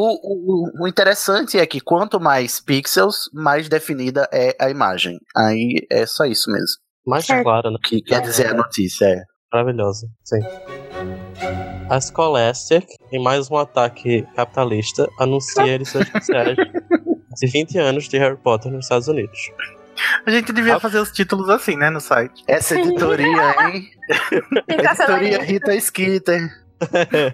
[SPEAKER 2] o- o interessante é que quanto mais pixels, mais definida é a imagem. Aí é só isso mesmo.
[SPEAKER 5] mais
[SPEAKER 3] Certo.
[SPEAKER 5] clara, né?
[SPEAKER 2] O que quer dizer a notícia é.
[SPEAKER 5] Maravilhosa. Sim. A Scholastic, em mais um ataque capitalista, anuncia edições especiais de 20 anos de Harry Potter nos Estados Unidos.
[SPEAKER 1] a gente devia fazer os títulos assim, né, no site.
[SPEAKER 2] Essa editoria, hein?
[SPEAKER 3] Sensacionalista.
[SPEAKER 2] Editoria Rita Skeeter.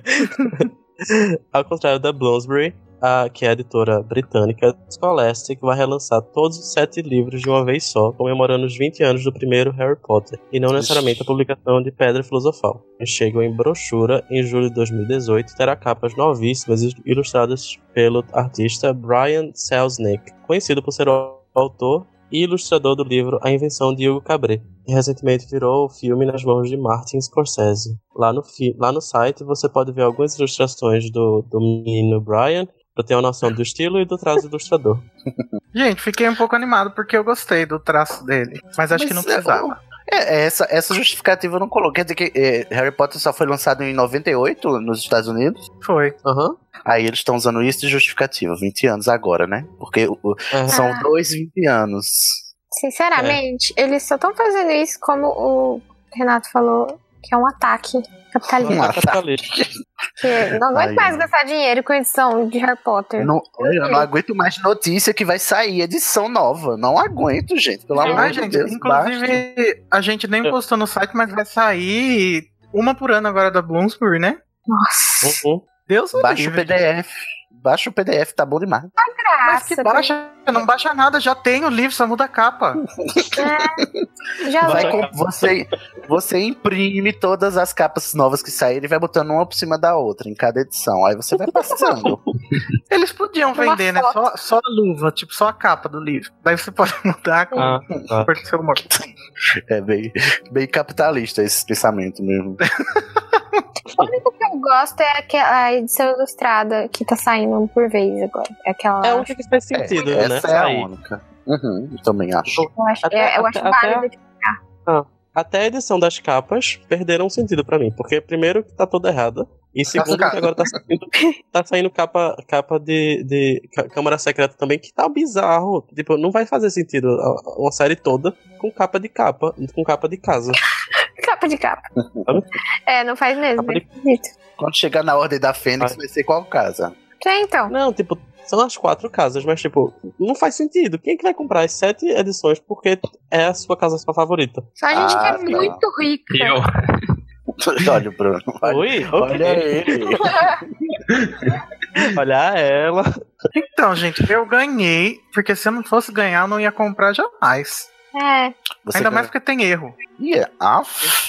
[SPEAKER 5] Ao contrário da Bloomsbury, a, que é a editora britânica, Scholastic vai relançar todos os sete livros de uma vez só, comemorando os 20 anos do primeiro Harry Potter, e não necessariamente a publicação de Pedra Filosofal. Eles chegam em brochura em julho de 2018 terá capas novíssimas e ilustradas pelo artista Brian Selznick, conhecido por ser o autor e ilustrador do livro A Invenção de Hugo Cabret, que recentemente virou o filme nas mãos de Martin Scorsese. Lá no, fi- lá no site você pode ver algumas ilustrações do, do menino Brian, pra ter uma noção do estilo e do traço do ilustrador.
[SPEAKER 1] Gente, fiquei um pouco animado porque eu gostei do traço dele. Mas acho que não
[SPEAKER 2] Mas,
[SPEAKER 1] precisava.
[SPEAKER 2] É, é, essa, essa justificativa eu não coloquei. Quer dizer que é, Harry Potter só foi lançado em 98 nos Estados Unidos.
[SPEAKER 1] Foi.
[SPEAKER 5] Aham.
[SPEAKER 2] Aí eles estão usando isso de justificativa. 20 anos agora, né? Porque o- o-
[SPEAKER 5] É.
[SPEAKER 2] são
[SPEAKER 3] Ah.
[SPEAKER 2] dois 20 anos.
[SPEAKER 3] Sinceramente, eles só estão fazendo isso como o Renato falou, que é um ataque
[SPEAKER 2] Um
[SPEAKER 3] capitalista.
[SPEAKER 2] ataque.
[SPEAKER 5] Capitalista.
[SPEAKER 3] Que não aguento
[SPEAKER 2] Aí,
[SPEAKER 3] mais
[SPEAKER 2] né?
[SPEAKER 3] gastar dinheiro com edição de Harry Potter.
[SPEAKER 2] Eu não, eu não aguento mais notícia que vai sair edição nova. Não aguento, gente. Pelo amor
[SPEAKER 1] Mas,
[SPEAKER 2] de
[SPEAKER 1] É, gente,
[SPEAKER 2] Deus. basta.
[SPEAKER 1] inclusive, a gente nem postou no site, mas vai sair uma por ano agora da Bloomsbury, né?
[SPEAKER 3] Nossa,
[SPEAKER 5] Uhum.
[SPEAKER 1] Deus me
[SPEAKER 2] Baixa o
[SPEAKER 1] livre.
[SPEAKER 2] PDF. Baixa o PDF, tá bom demais.
[SPEAKER 1] Mas que
[SPEAKER 3] graça.
[SPEAKER 1] baixa, não baixa nada, já tem o livro, só muda a capa.
[SPEAKER 2] Uh.
[SPEAKER 3] Já
[SPEAKER 2] Vai
[SPEAKER 3] leu.
[SPEAKER 2] com- você, você imprime todas as capas novas que saírem e vai botando uma por cima da outra em cada edição. Aí você vai passando.
[SPEAKER 1] Eles podiam
[SPEAKER 3] Uma
[SPEAKER 1] vender, né? Só, só a luva, tipo, só a capa do livro. Daí você pode mudar com
[SPEAKER 5] Ah, tá.
[SPEAKER 1] o seu humor.
[SPEAKER 2] É bem, bem capitalista esse pensamento mesmo.
[SPEAKER 3] O único que eu gosto é aquela a edição ilustrada que tá saindo por vez agora. É Aquela.
[SPEAKER 5] É o único que faz sentido,
[SPEAKER 2] É,
[SPEAKER 5] né?
[SPEAKER 2] essa é a
[SPEAKER 5] Sair.
[SPEAKER 2] única. Uhum, eu também acho.
[SPEAKER 3] eu acho,
[SPEAKER 5] até-
[SPEAKER 3] é- eu acho
[SPEAKER 5] até-
[SPEAKER 3] válido.
[SPEAKER 5] Até a edição das capas perderam um sentido pra mim, porque primeiro que tá toda errada, e segundo
[SPEAKER 1] sacado.
[SPEAKER 5] que agora tá saindo, tá saindo capa, capa de, de Ca- Câmara Secreta também, que tá bizarro. Tipo, não vai fazer sentido a- uma série toda com capa de capa, com capa de casa.
[SPEAKER 3] Capa de capa. É, não faz mesmo.
[SPEAKER 5] Capa
[SPEAKER 3] né?
[SPEAKER 5] de-
[SPEAKER 3] Acredito.
[SPEAKER 2] Quando chegar na ordem da Fênix,
[SPEAKER 5] Ai.
[SPEAKER 2] vai ser qual casa?
[SPEAKER 3] É, então.
[SPEAKER 5] Não, tipo, são as quatro casas, mas tipo, não faz sentido. Quem é que vai comprar as sete edições porque é a sua casa sua favorita?
[SPEAKER 3] Só a gente
[SPEAKER 2] Ah,
[SPEAKER 3] que é
[SPEAKER 2] tá.
[SPEAKER 3] muito rica.
[SPEAKER 4] E eu.
[SPEAKER 2] Olha o Bruno. Olha,
[SPEAKER 5] Oi?
[SPEAKER 2] olha
[SPEAKER 5] Olha,
[SPEAKER 2] ele.
[SPEAKER 5] olha ela.
[SPEAKER 1] Então, gente, eu ganhei, porque se eu não fosse ganhar, eu não ia comprar jamais.
[SPEAKER 3] É.
[SPEAKER 2] Você
[SPEAKER 1] Ainda
[SPEAKER 2] ganhou.
[SPEAKER 1] mais porque tem erro.
[SPEAKER 2] Ih, ah,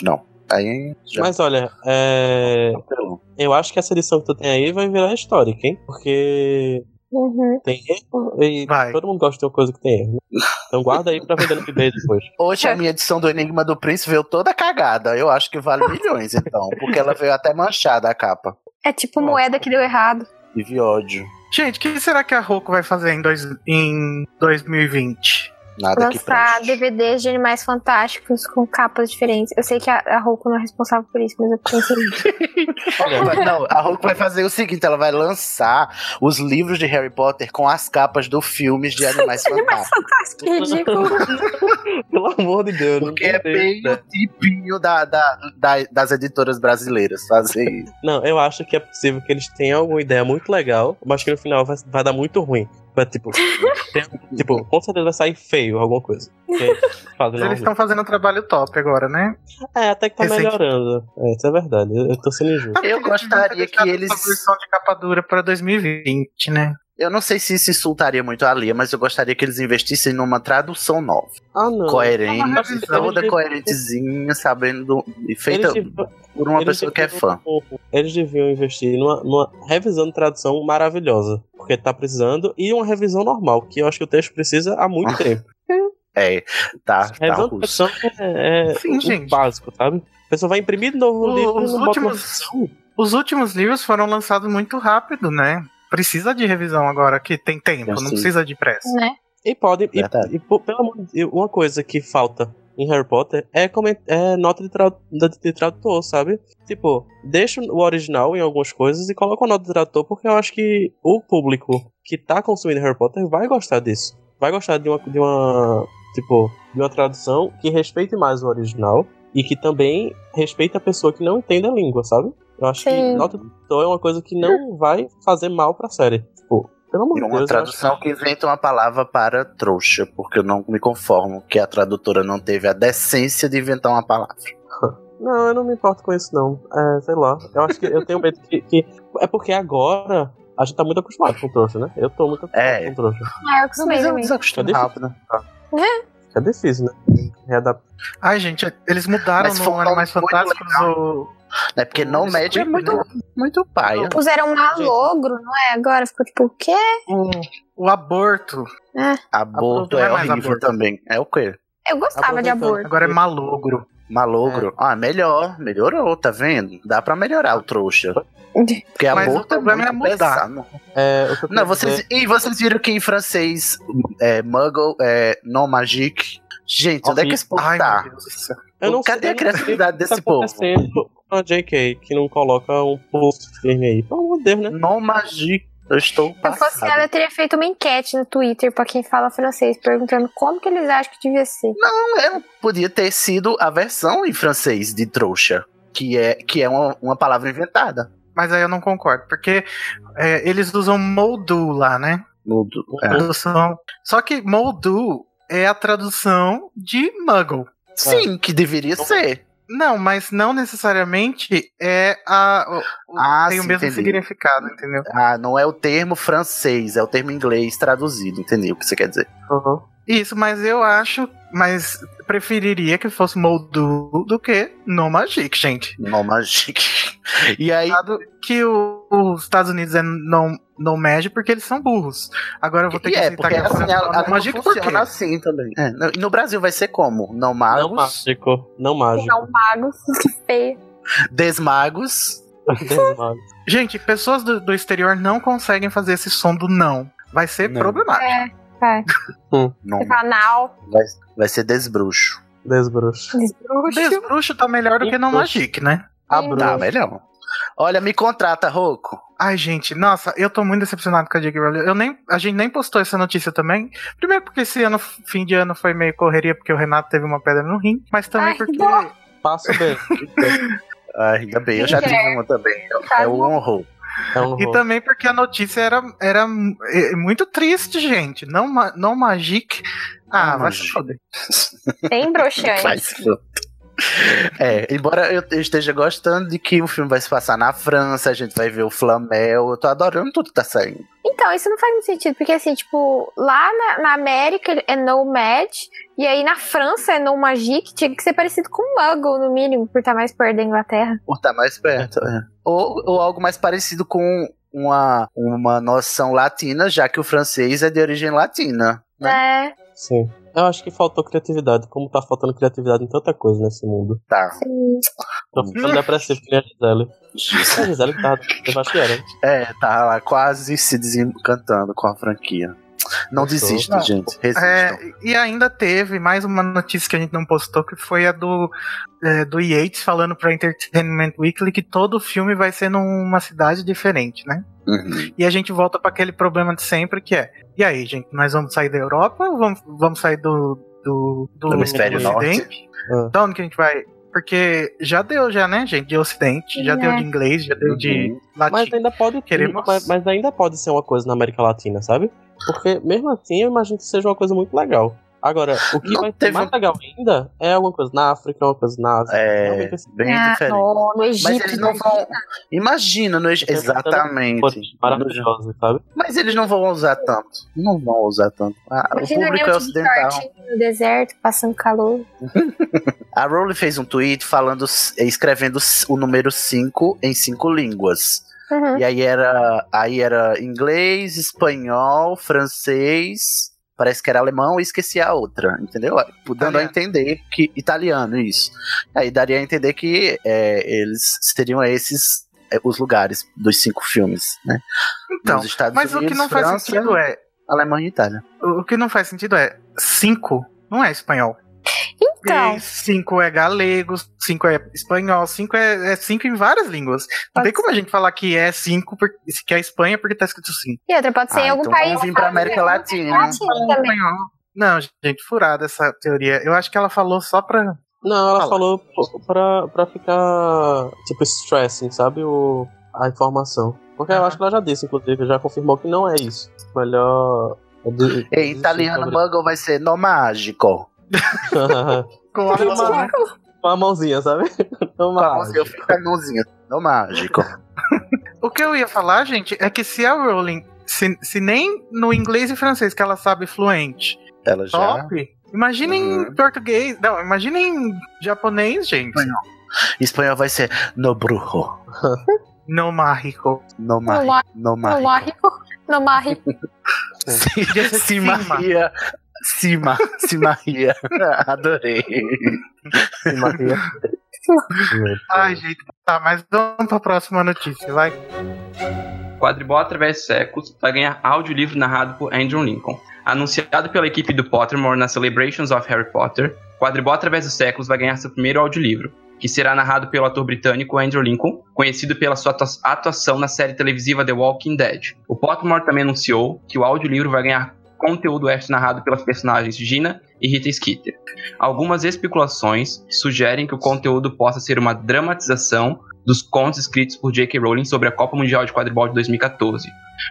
[SPEAKER 2] não. Aí já
[SPEAKER 5] Mas olha, é.
[SPEAKER 2] apelou.
[SPEAKER 5] Eu acho que essa edição que tu tem aí vai virar histórica, hein? Porque
[SPEAKER 3] Uhum.
[SPEAKER 5] tem erro e
[SPEAKER 1] Vai.
[SPEAKER 5] todo mundo gosta de uma coisa que tem erro. né? Então guarda aí pra vender no eBay depois.
[SPEAKER 2] Hoje a minha edição do Enigma do Príncipe veio toda cagada. Eu acho que vale milhões, então. Porque ela veio até manchada a capa.
[SPEAKER 3] É tipo
[SPEAKER 5] Nossa.
[SPEAKER 3] moeda que deu errado.
[SPEAKER 2] Tive ódio.
[SPEAKER 1] Gente, o que será que a Roku vai fazer em, dois, em 2020?
[SPEAKER 2] Nada que
[SPEAKER 3] Lançar
[SPEAKER 2] preste.
[SPEAKER 3] DVDs de animais fantásticos com capas diferentes. Eu sei que a, a Roku não é responsável por isso, mas eu pensei.
[SPEAKER 2] Vai- Não, a Hulk vai fazer o seguinte: ela vai lançar os livros de Harry Potter com as capas dos filmes de Animais
[SPEAKER 3] animais fantásticos,
[SPEAKER 2] Fantásticos.
[SPEAKER 3] que ridículo.
[SPEAKER 5] Pelo amor de Deus, não
[SPEAKER 2] Porque é
[SPEAKER 5] tem
[SPEAKER 2] bem
[SPEAKER 5] jeito,
[SPEAKER 2] o
[SPEAKER 5] né?
[SPEAKER 2] tipinho da, da- da- das editoras brasileiras fazer isso.
[SPEAKER 5] Não, eu acho que é possível que eles tenham alguma ideia muito legal, mas que no final vai, vai dar muito ruim. Vai, tipo, tem- tipo, com certeza vai sair feio alguma coisa. Porque fazem
[SPEAKER 1] Eles
[SPEAKER 5] alguma-
[SPEAKER 1] estão fazendo um trabalho top agora, né?
[SPEAKER 5] É, até que tá
[SPEAKER 1] Recente.
[SPEAKER 5] melhorando. É, isso é verdade. Eu, eu tô sendo injusto.
[SPEAKER 2] Eu gostaria que eles-
[SPEAKER 1] A versão de capa dura pra 2020, né?
[SPEAKER 2] Eu não sei se isso insultaria muito a Lia, mas eu gostaria que eles investissem numa tradução nova.
[SPEAKER 5] Ah, não.
[SPEAKER 1] É uma
[SPEAKER 2] Coerente,
[SPEAKER 1] revisão
[SPEAKER 2] toda
[SPEAKER 5] de-
[SPEAKER 2] coerentezinha, sabendo. do- e feita
[SPEAKER 5] Eles tipo, deviam-
[SPEAKER 2] por uma
[SPEAKER 5] Eles
[SPEAKER 2] pessoa que é
[SPEAKER 5] deviam-
[SPEAKER 2] fã.
[SPEAKER 5] Eles deviam investir numa, numa revisão de tradução maravilhosa, porque tá precisando, e uma revisão normal, que eu acho que o texto precisa há muito tempo.
[SPEAKER 2] É, Ah, tá, tá
[SPEAKER 5] revisão de
[SPEAKER 2] russo.
[SPEAKER 5] tradução é, é
[SPEAKER 1] Sim,
[SPEAKER 5] o
[SPEAKER 1] gente.
[SPEAKER 5] básico, sabe? A pessoa vai imprimir de novo um
[SPEAKER 1] O-
[SPEAKER 5] livro
[SPEAKER 1] os
[SPEAKER 5] e não bota uma
[SPEAKER 1] últimos-
[SPEAKER 5] revisão.
[SPEAKER 1] Os últimos livros foram lançados muito rápido, né? Precisa de revisão agora, que tem tempo,
[SPEAKER 2] Eu
[SPEAKER 1] não
[SPEAKER 2] sei.
[SPEAKER 1] precisa de pressa.
[SPEAKER 3] né?
[SPEAKER 5] E pode. e-
[SPEAKER 2] Verdade.
[SPEAKER 5] E, pô, pelo amor de Deus, uma coisa que falta em Harry Potter é, coment- é nota de, trau- da- de tradutor, sabe? Tipo, deixa o original em algumas coisas e coloca a nota de tradutor, porque eu acho que o público que tá consumindo Harry Potter vai gostar disso. Vai gostar de uma. De uma tipo, de uma tradução que respeite mais o original e que também respeite a pessoa que não entende a língua, sabe? Eu acho que
[SPEAKER 3] Sim.
[SPEAKER 5] nota de tradutor é uma coisa que não vai fazer mal pra série. Tipo, pelo amor
[SPEAKER 2] E
[SPEAKER 5] de Deus.
[SPEAKER 2] uma
[SPEAKER 5] eu acho-
[SPEAKER 2] tradução que inventa uma palavra para trouxa, porque eu não me conformo que a tradutora não teve a decência de inventar uma palavra.
[SPEAKER 5] Não, eu não me importo com isso, não. É, sei lá. Eu acho que eu tenho medo que, que- É porque agora a gente tá muito acostumado com trouxa, né? Eu tô muito acostumado
[SPEAKER 2] É.
[SPEAKER 5] com trouxa.
[SPEAKER 3] Ah, eu acostumei
[SPEAKER 2] Mas eu
[SPEAKER 3] também.
[SPEAKER 2] desacostumo
[SPEAKER 5] É difícil.
[SPEAKER 2] rápido.
[SPEAKER 5] É difícil, né? Readaptar.
[SPEAKER 1] Ai, gente, eles mudaram
[SPEAKER 2] Mas foi
[SPEAKER 1] no
[SPEAKER 2] um
[SPEAKER 1] Animais
[SPEAKER 2] nome muito
[SPEAKER 1] Fantásticos o,
[SPEAKER 2] Né? Porque não
[SPEAKER 1] Desculpa,
[SPEAKER 2] médio é muito, muito paia.
[SPEAKER 3] Puseram um alogro, não é? Agora ficou tipo, o quê?
[SPEAKER 1] O, o aborto. Aborto
[SPEAKER 2] Aborto
[SPEAKER 1] não é
[SPEAKER 2] é
[SPEAKER 1] mais
[SPEAKER 2] horrível
[SPEAKER 1] aborto.
[SPEAKER 2] também. É o quê?
[SPEAKER 3] Eu gostava de
[SPEAKER 5] Aproveitando.
[SPEAKER 3] aborto.
[SPEAKER 1] Agora é malogro.
[SPEAKER 2] Malogro. Ah, melhor. Melhorou, tá vendo? Dá pra melhorar o trouxa. Porque
[SPEAKER 1] Mas
[SPEAKER 2] aborto
[SPEAKER 1] o problema
[SPEAKER 2] é
[SPEAKER 1] é
[SPEAKER 2] muito
[SPEAKER 1] mudar.
[SPEAKER 2] pesado.
[SPEAKER 5] É, o que eu
[SPEAKER 2] Não,
[SPEAKER 5] queria
[SPEAKER 2] vocês,
[SPEAKER 5] dizer-
[SPEAKER 2] e vocês viram que em francês é Muggle, é Non Magique. Gente, onde é que esse povo
[SPEAKER 1] Ai,
[SPEAKER 2] tá?
[SPEAKER 1] meu Deus do céu.
[SPEAKER 5] eu não
[SPEAKER 2] Cadê
[SPEAKER 5] sei-
[SPEAKER 2] a criatividade
[SPEAKER 5] eu não sei o que
[SPEAKER 2] desse povo?
[SPEAKER 5] Tá acontecendo com a JK, que não coloca um pulso firme aí. Pelo amor de Deus, né?
[SPEAKER 2] Non Magique. Eu estou
[SPEAKER 3] Se eu fosse ela,
[SPEAKER 2] passado.
[SPEAKER 3] eu teria feito uma enquete no Twitter pra quem fala francês, perguntando como que eles acham que devia ser.
[SPEAKER 2] Não, é, podia ter sido a versão em francês de trouxa, que é, que é uma, uma palavra inventada.
[SPEAKER 1] Mas aí eu não concordo, porque é, eles usam moldu lá, né?
[SPEAKER 2] No- do- é.
[SPEAKER 1] Tradução. Só que moldu é a tradução de muggle.
[SPEAKER 2] Sim, que deveria ser.
[SPEAKER 1] Não, mas não necessariamente é a. o- o-
[SPEAKER 2] Ah,
[SPEAKER 1] tem o
[SPEAKER 2] sim,
[SPEAKER 1] mesmo
[SPEAKER 2] entendi.
[SPEAKER 1] significado, entendeu?
[SPEAKER 2] Ah, não é o termo francês, é o termo inglês traduzido, entendeu o que você quer dizer?
[SPEAKER 1] Isso, mas eu acho. Mas preferiria que fosse moldu do que no magic, gente.
[SPEAKER 2] Non Magique. E aí,
[SPEAKER 1] Dado que o- os Estados Unidos é não não mede porque eles são burros. Agora eu vou ter
[SPEAKER 2] E
[SPEAKER 1] que
[SPEAKER 2] é,
[SPEAKER 1] aceitar
[SPEAKER 2] porque
[SPEAKER 1] que
[SPEAKER 2] assim,
[SPEAKER 1] eu
[SPEAKER 2] a, a
[SPEAKER 1] não magic
[SPEAKER 2] não
[SPEAKER 1] por quê?
[SPEAKER 2] funciona assim também. É, no, no Brasil vai ser como? Não
[SPEAKER 5] Não
[SPEAKER 2] magos,
[SPEAKER 5] é mágico. Não
[SPEAKER 2] Tá
[SPEAKER 5] mágico.
[SPEAKER 3] Não, magos, que feio.
[SPEAKER 2] desmagos.
[SPEAKER 5] Desmago.
[SPEAKER 1] Gente, pessoas do, do exterior não conseguem fazer esse som do não. Vai ser
[SPEAKER 4] Não.
[SPEAKER 1] problemático.
[SPEAKER 3] É, vai.
[SPEAKER 2] Não,
[SPEAKER 3] Você fala, não,
[SPEAKER 2] vai, vai ser desbruxo.
[SPEAKER 5] Desbruxo.
[SPEAKER 3] desbruxo.
[SPEAKER 1] Desbruxo tá melhor do que não
[SPEAKER 5] Desbruxo.
[SPEAKER 1] magic, né?
[SPEAKER 2] Tá, melhor. Olha, me contrata, Roco.
[SPEAKER 1] Ai, gente, nossa, eu tô muito decepcionado com a J.K. Rowling. Eu nem, a gente nem postou essa notícia também. Primeiro porque esse ano, fim de ano, foi meio correria, porque o Renato teve uma pedra no rim. Mas também
[SPEAKER 3] Ai, que
[SPEAKER 1] porque
[SPEAKER 3] dó.
[SPEAKER 5] Passo bem.
[SPEAKER 2] Ai, ainda bem, eu já
[SPEAKER 3] Sim,
[SPEAKER 2] tive uma também.
[SPEAKER 1] Tá
[SPEAKER 2] É o honro.
[SPEAKER 5] É um
[SPEAKER 2] tá-
[SPEAKER 1] E
[SPEAKER 5] rolo.
[SPEAKER 1] também porque a notícia era, era é, muito triste, gente. Não, ma- não Magic. Ah,
[SPEAKER 2] Não
[SPEAKER 1] vai se
[SPEAKER 2] Magic.
[SPEAKER 1] foder.
[SPEAKER 3] Bem
[SPEAKER 2] Vai
[SPEAKER 3] broxante.
[SPEAKER 2] se fuder. É, embora eu eu esteja gostando de que o filme vai se passar na França, a gente vai ver o Flamel, eu tô adorando tudo que tá saindo.
[SPEAKER 3] Então, isso não faz muito sentido, porque assim, tipo, lá na, na América é Nomad, e aí na França é Nomagic, tinha que ser parecido com Muggle, no mínimo, por estar mais perto da Inglaterra.
[SPEAKER 2] Por estar mais perto. é. Ou, ou algo mais parecido com uma, uma noção latina, já que o francês é de origem latina.
[SPEAKER 3] É,
[SPEAKER 2] Né?
[SPEAKER 5] Sim. Eu acho que faltou criatividade, como tá faltando criatividade em tanta coisa nesse mundo.
[SPEAKER 2] Tá.
[SPEAKER 3] sim.
[SPEAKER 5] Tô é ficando depressivo que nem a Gisele. A Gisele tá que tava devastirando.
[SPEAKER 2] É, tá lá quase se desencantando com a franquia. Não
[SPEAKER 5] Gostou?
[SPEAKER 2] desistam,
[SPEAKER 1] Não.
[SPEAKER 2] gente. Resistam.
[SPEAKER 1] É, e ainda teve mais uma notícia que a gente não postou, que foi a do, é, do Yates falando pra Entertainment Weekly que todo filme vai ser numa cidade diferente, né?
[SPEAKER 2] Uhum.
[SPEAKER 1] E a gente volta pra aquele problema de sempre que é. E aí, gente, nós vamos sair da Europa ou vamos, vamos sair do, do, do,
[SPEAKER 2] Do hemisfério
[SPEAKER 1] Ocidente?
[SPEAKER 5] Ah.
[SPEAKER 1] Da onde que a gente vai? Porque já deu, já, né, gente? De Ocidente, já
[SPEAKER 3] É.
[SPEAKER 1] deu de inglês, já deu
[SPEAKER 2] Uhum.
[SPEAKER 1] de latim.
[SPEAKER 5] Mas ainda pode
[SPEAKER 1] Tá Queremos-
[SPEAKER 5] mas, mas ainda pode ser uma coisa na América Latina, sabe? Porque mesmo assim eu imagino que seja uma coisa muito legal. Agora, o que
[SPEAKER 2] Não
[SPEAKER 5] vai ser
[SPEAKER 2] teve-
[SPEAKER 5] mais legal ainda é alguma coisa na África, uma coisa na Ásia.
[SPEAKER 2] É, bem
[SPEAKER 3] Ah,
[SPEAKER 2] diferente.
[SPEAKER 3] no, no Egito.
[SPEAKER 2] Mas eles não
[SPEAKER 3] né?
[SPEAKER 2] vão. Imagina, no...
[SPEAKER 5] Eu tô tentando- Coisa
[SPEAKER 2] exatamente.
[SPEAKER 5] maravilhosa, sabe?
[SPEAKER 2] Mas eles não vão usar tanto. Não vão usar tanto. Ah, o
[SPEAKER 3] Imagina
[SPEAKER 2] público
[SPEAKER 3] alguém
[SPEAKER 2] é
[SPEAKER 3] de
[SPEAKER 2] ocidental.
[SPEAKER 3] shortinho no deserto, passando calor.
[SPEAKER 2] A Rowling fez um tweet falando, eh, escrevendo o número 5 em cinco línguas.
[SPEAKER 3] Uhum.
[SPEAKER 2] E aí era, aí era inglês, espanhol, francês, parece que era alemão e esqueci a outra, entendeu? Ah, tipo, Dando a
[SPEAKER 1] Italiano.
[SPEAKER 2] entender que italiano isso. Aí daria a entender que é, eles seriam esses é, os lugares dos cinco filmes, né?
[SPEAKER 1] Então,
[SPEAKER 2] Nos Estados
[SPEAKER 1] mas o que
[SPEAKER 2] Unidos,
[SPEAKER 1] não faz
[SPEAKER 2] França,
[SPEAKER 1] sentido é.
[SPEAKER 2] Alemanha e Itália.
[SPEAKER 1] O que não faz sentido é. Cinco não é espanhol.
[SPEAKER 3] Então,
[SPEAKER 1] E cinco é galego, cinco é espanhol, cinco é, é cinco em várias línguas. Não
[SPEAKER 3] Pode
[SPEAKER 1] tem como a gente falar que é cinco, por- que é Espanha, porque tá escrito cinco.
[SPEAKER 3] e outra, pode ser em
[SPEAKER 2] Ah,
[SPEAKER 3] algum
[SPEAKER 2] então
[SPEAKER 3] país.
[SPEAKER 2] vamos vir pra América Latina. né?
[SPEAKER 3] né? Ah, também.
[SPEAKER 1] Não, gente, furada essa teoria. Eu acho que ela falou só pra.
[SPEAKER 5] Não, ela
[SPEAKER 1] Fala.
[SPEAKER 5] falou p- pra, pra ficar, tipo, stressing, sabe? O, a informação. Porque eu
[SPEAKER 1] Aham.
[SPEAKER 5] acho que ela já disse, inclusive, já confirmou que não é isso. Melhor. é de-
[SPEAKER 2] Em
[SPEAKER 5] desistir
[SPEAKER 2] italiano,
[SPEAKER 5] sobre-
[SPEAKER 2] Muggle vai ser no mágico.
[SPEAKER 1] Com a
[SPEAKER 5] Ela
[SPEAKER 1] mão,
[SPEAKER 5] falou.
[SPEAKER 1] né?
[SPEAKER 5] Com a mãozinha, sabe? Não, mas-
[SPEAKER 2] Eu fico com a mãozinha. No mágico.
[SPEAKER 1] O que eu ia falar, gente, é que se a Rowling, se, se nem no inglês e francês que ela sabe fluente,
[SPEAKER 2] Ela já.
[SPEAKER 1] top, imagina em
[SPEAKER 2] Uhum.
[SPEAKER 1] português. Não, imagina em japonês, gente.
[SPEAKER 2] Espanhol vai ser no brujo,
[SPEAKER 1] No mágico.
[SPEAKER 2] no
[SPEAKER 3] No
[SPEAKER 2] mar, no
[SPEAKER 3] No
[SPEAKER 2] mar.
[SPEAKER 3] mágico. No mágico.
[SPEAKER 1] Podia ser
[SPEAKER 2] Sim,
[SPEAKER 1] Sima.
[SPEAKER 2] Maria. Sima, Simaria. Adorei.
[SPEAKER 5] Maria.
[SPEAKER 1] Ai, gente. Tá, mas vamos pra próxima notícia, vai.
[SPEAKER 4] Quadribol através dos séculos vai ganhar audiolivro narrado por Andrew Lincoln. Anunciado pela equipe do Pottermore na Celebrations of Harry Potter, Quadribol através dos séculos vai ganhar seu primeiro audiolivro, que será narrado pelo ator britânico Andrew Lincoln, conhecido pela sua atua- atuação na série televisiva The Walking Dead. O Pottermore também anunciou que o audiolivro vai ganhar conteúdo extra narrado pelas personagens Gina e Rita Skeeter. Algumas especulações sugerem que o conteúdo possa ser uma dramatização dos contos escritos por J.K. Rowling sobre a Copa Mundial de Quadribol de 2014.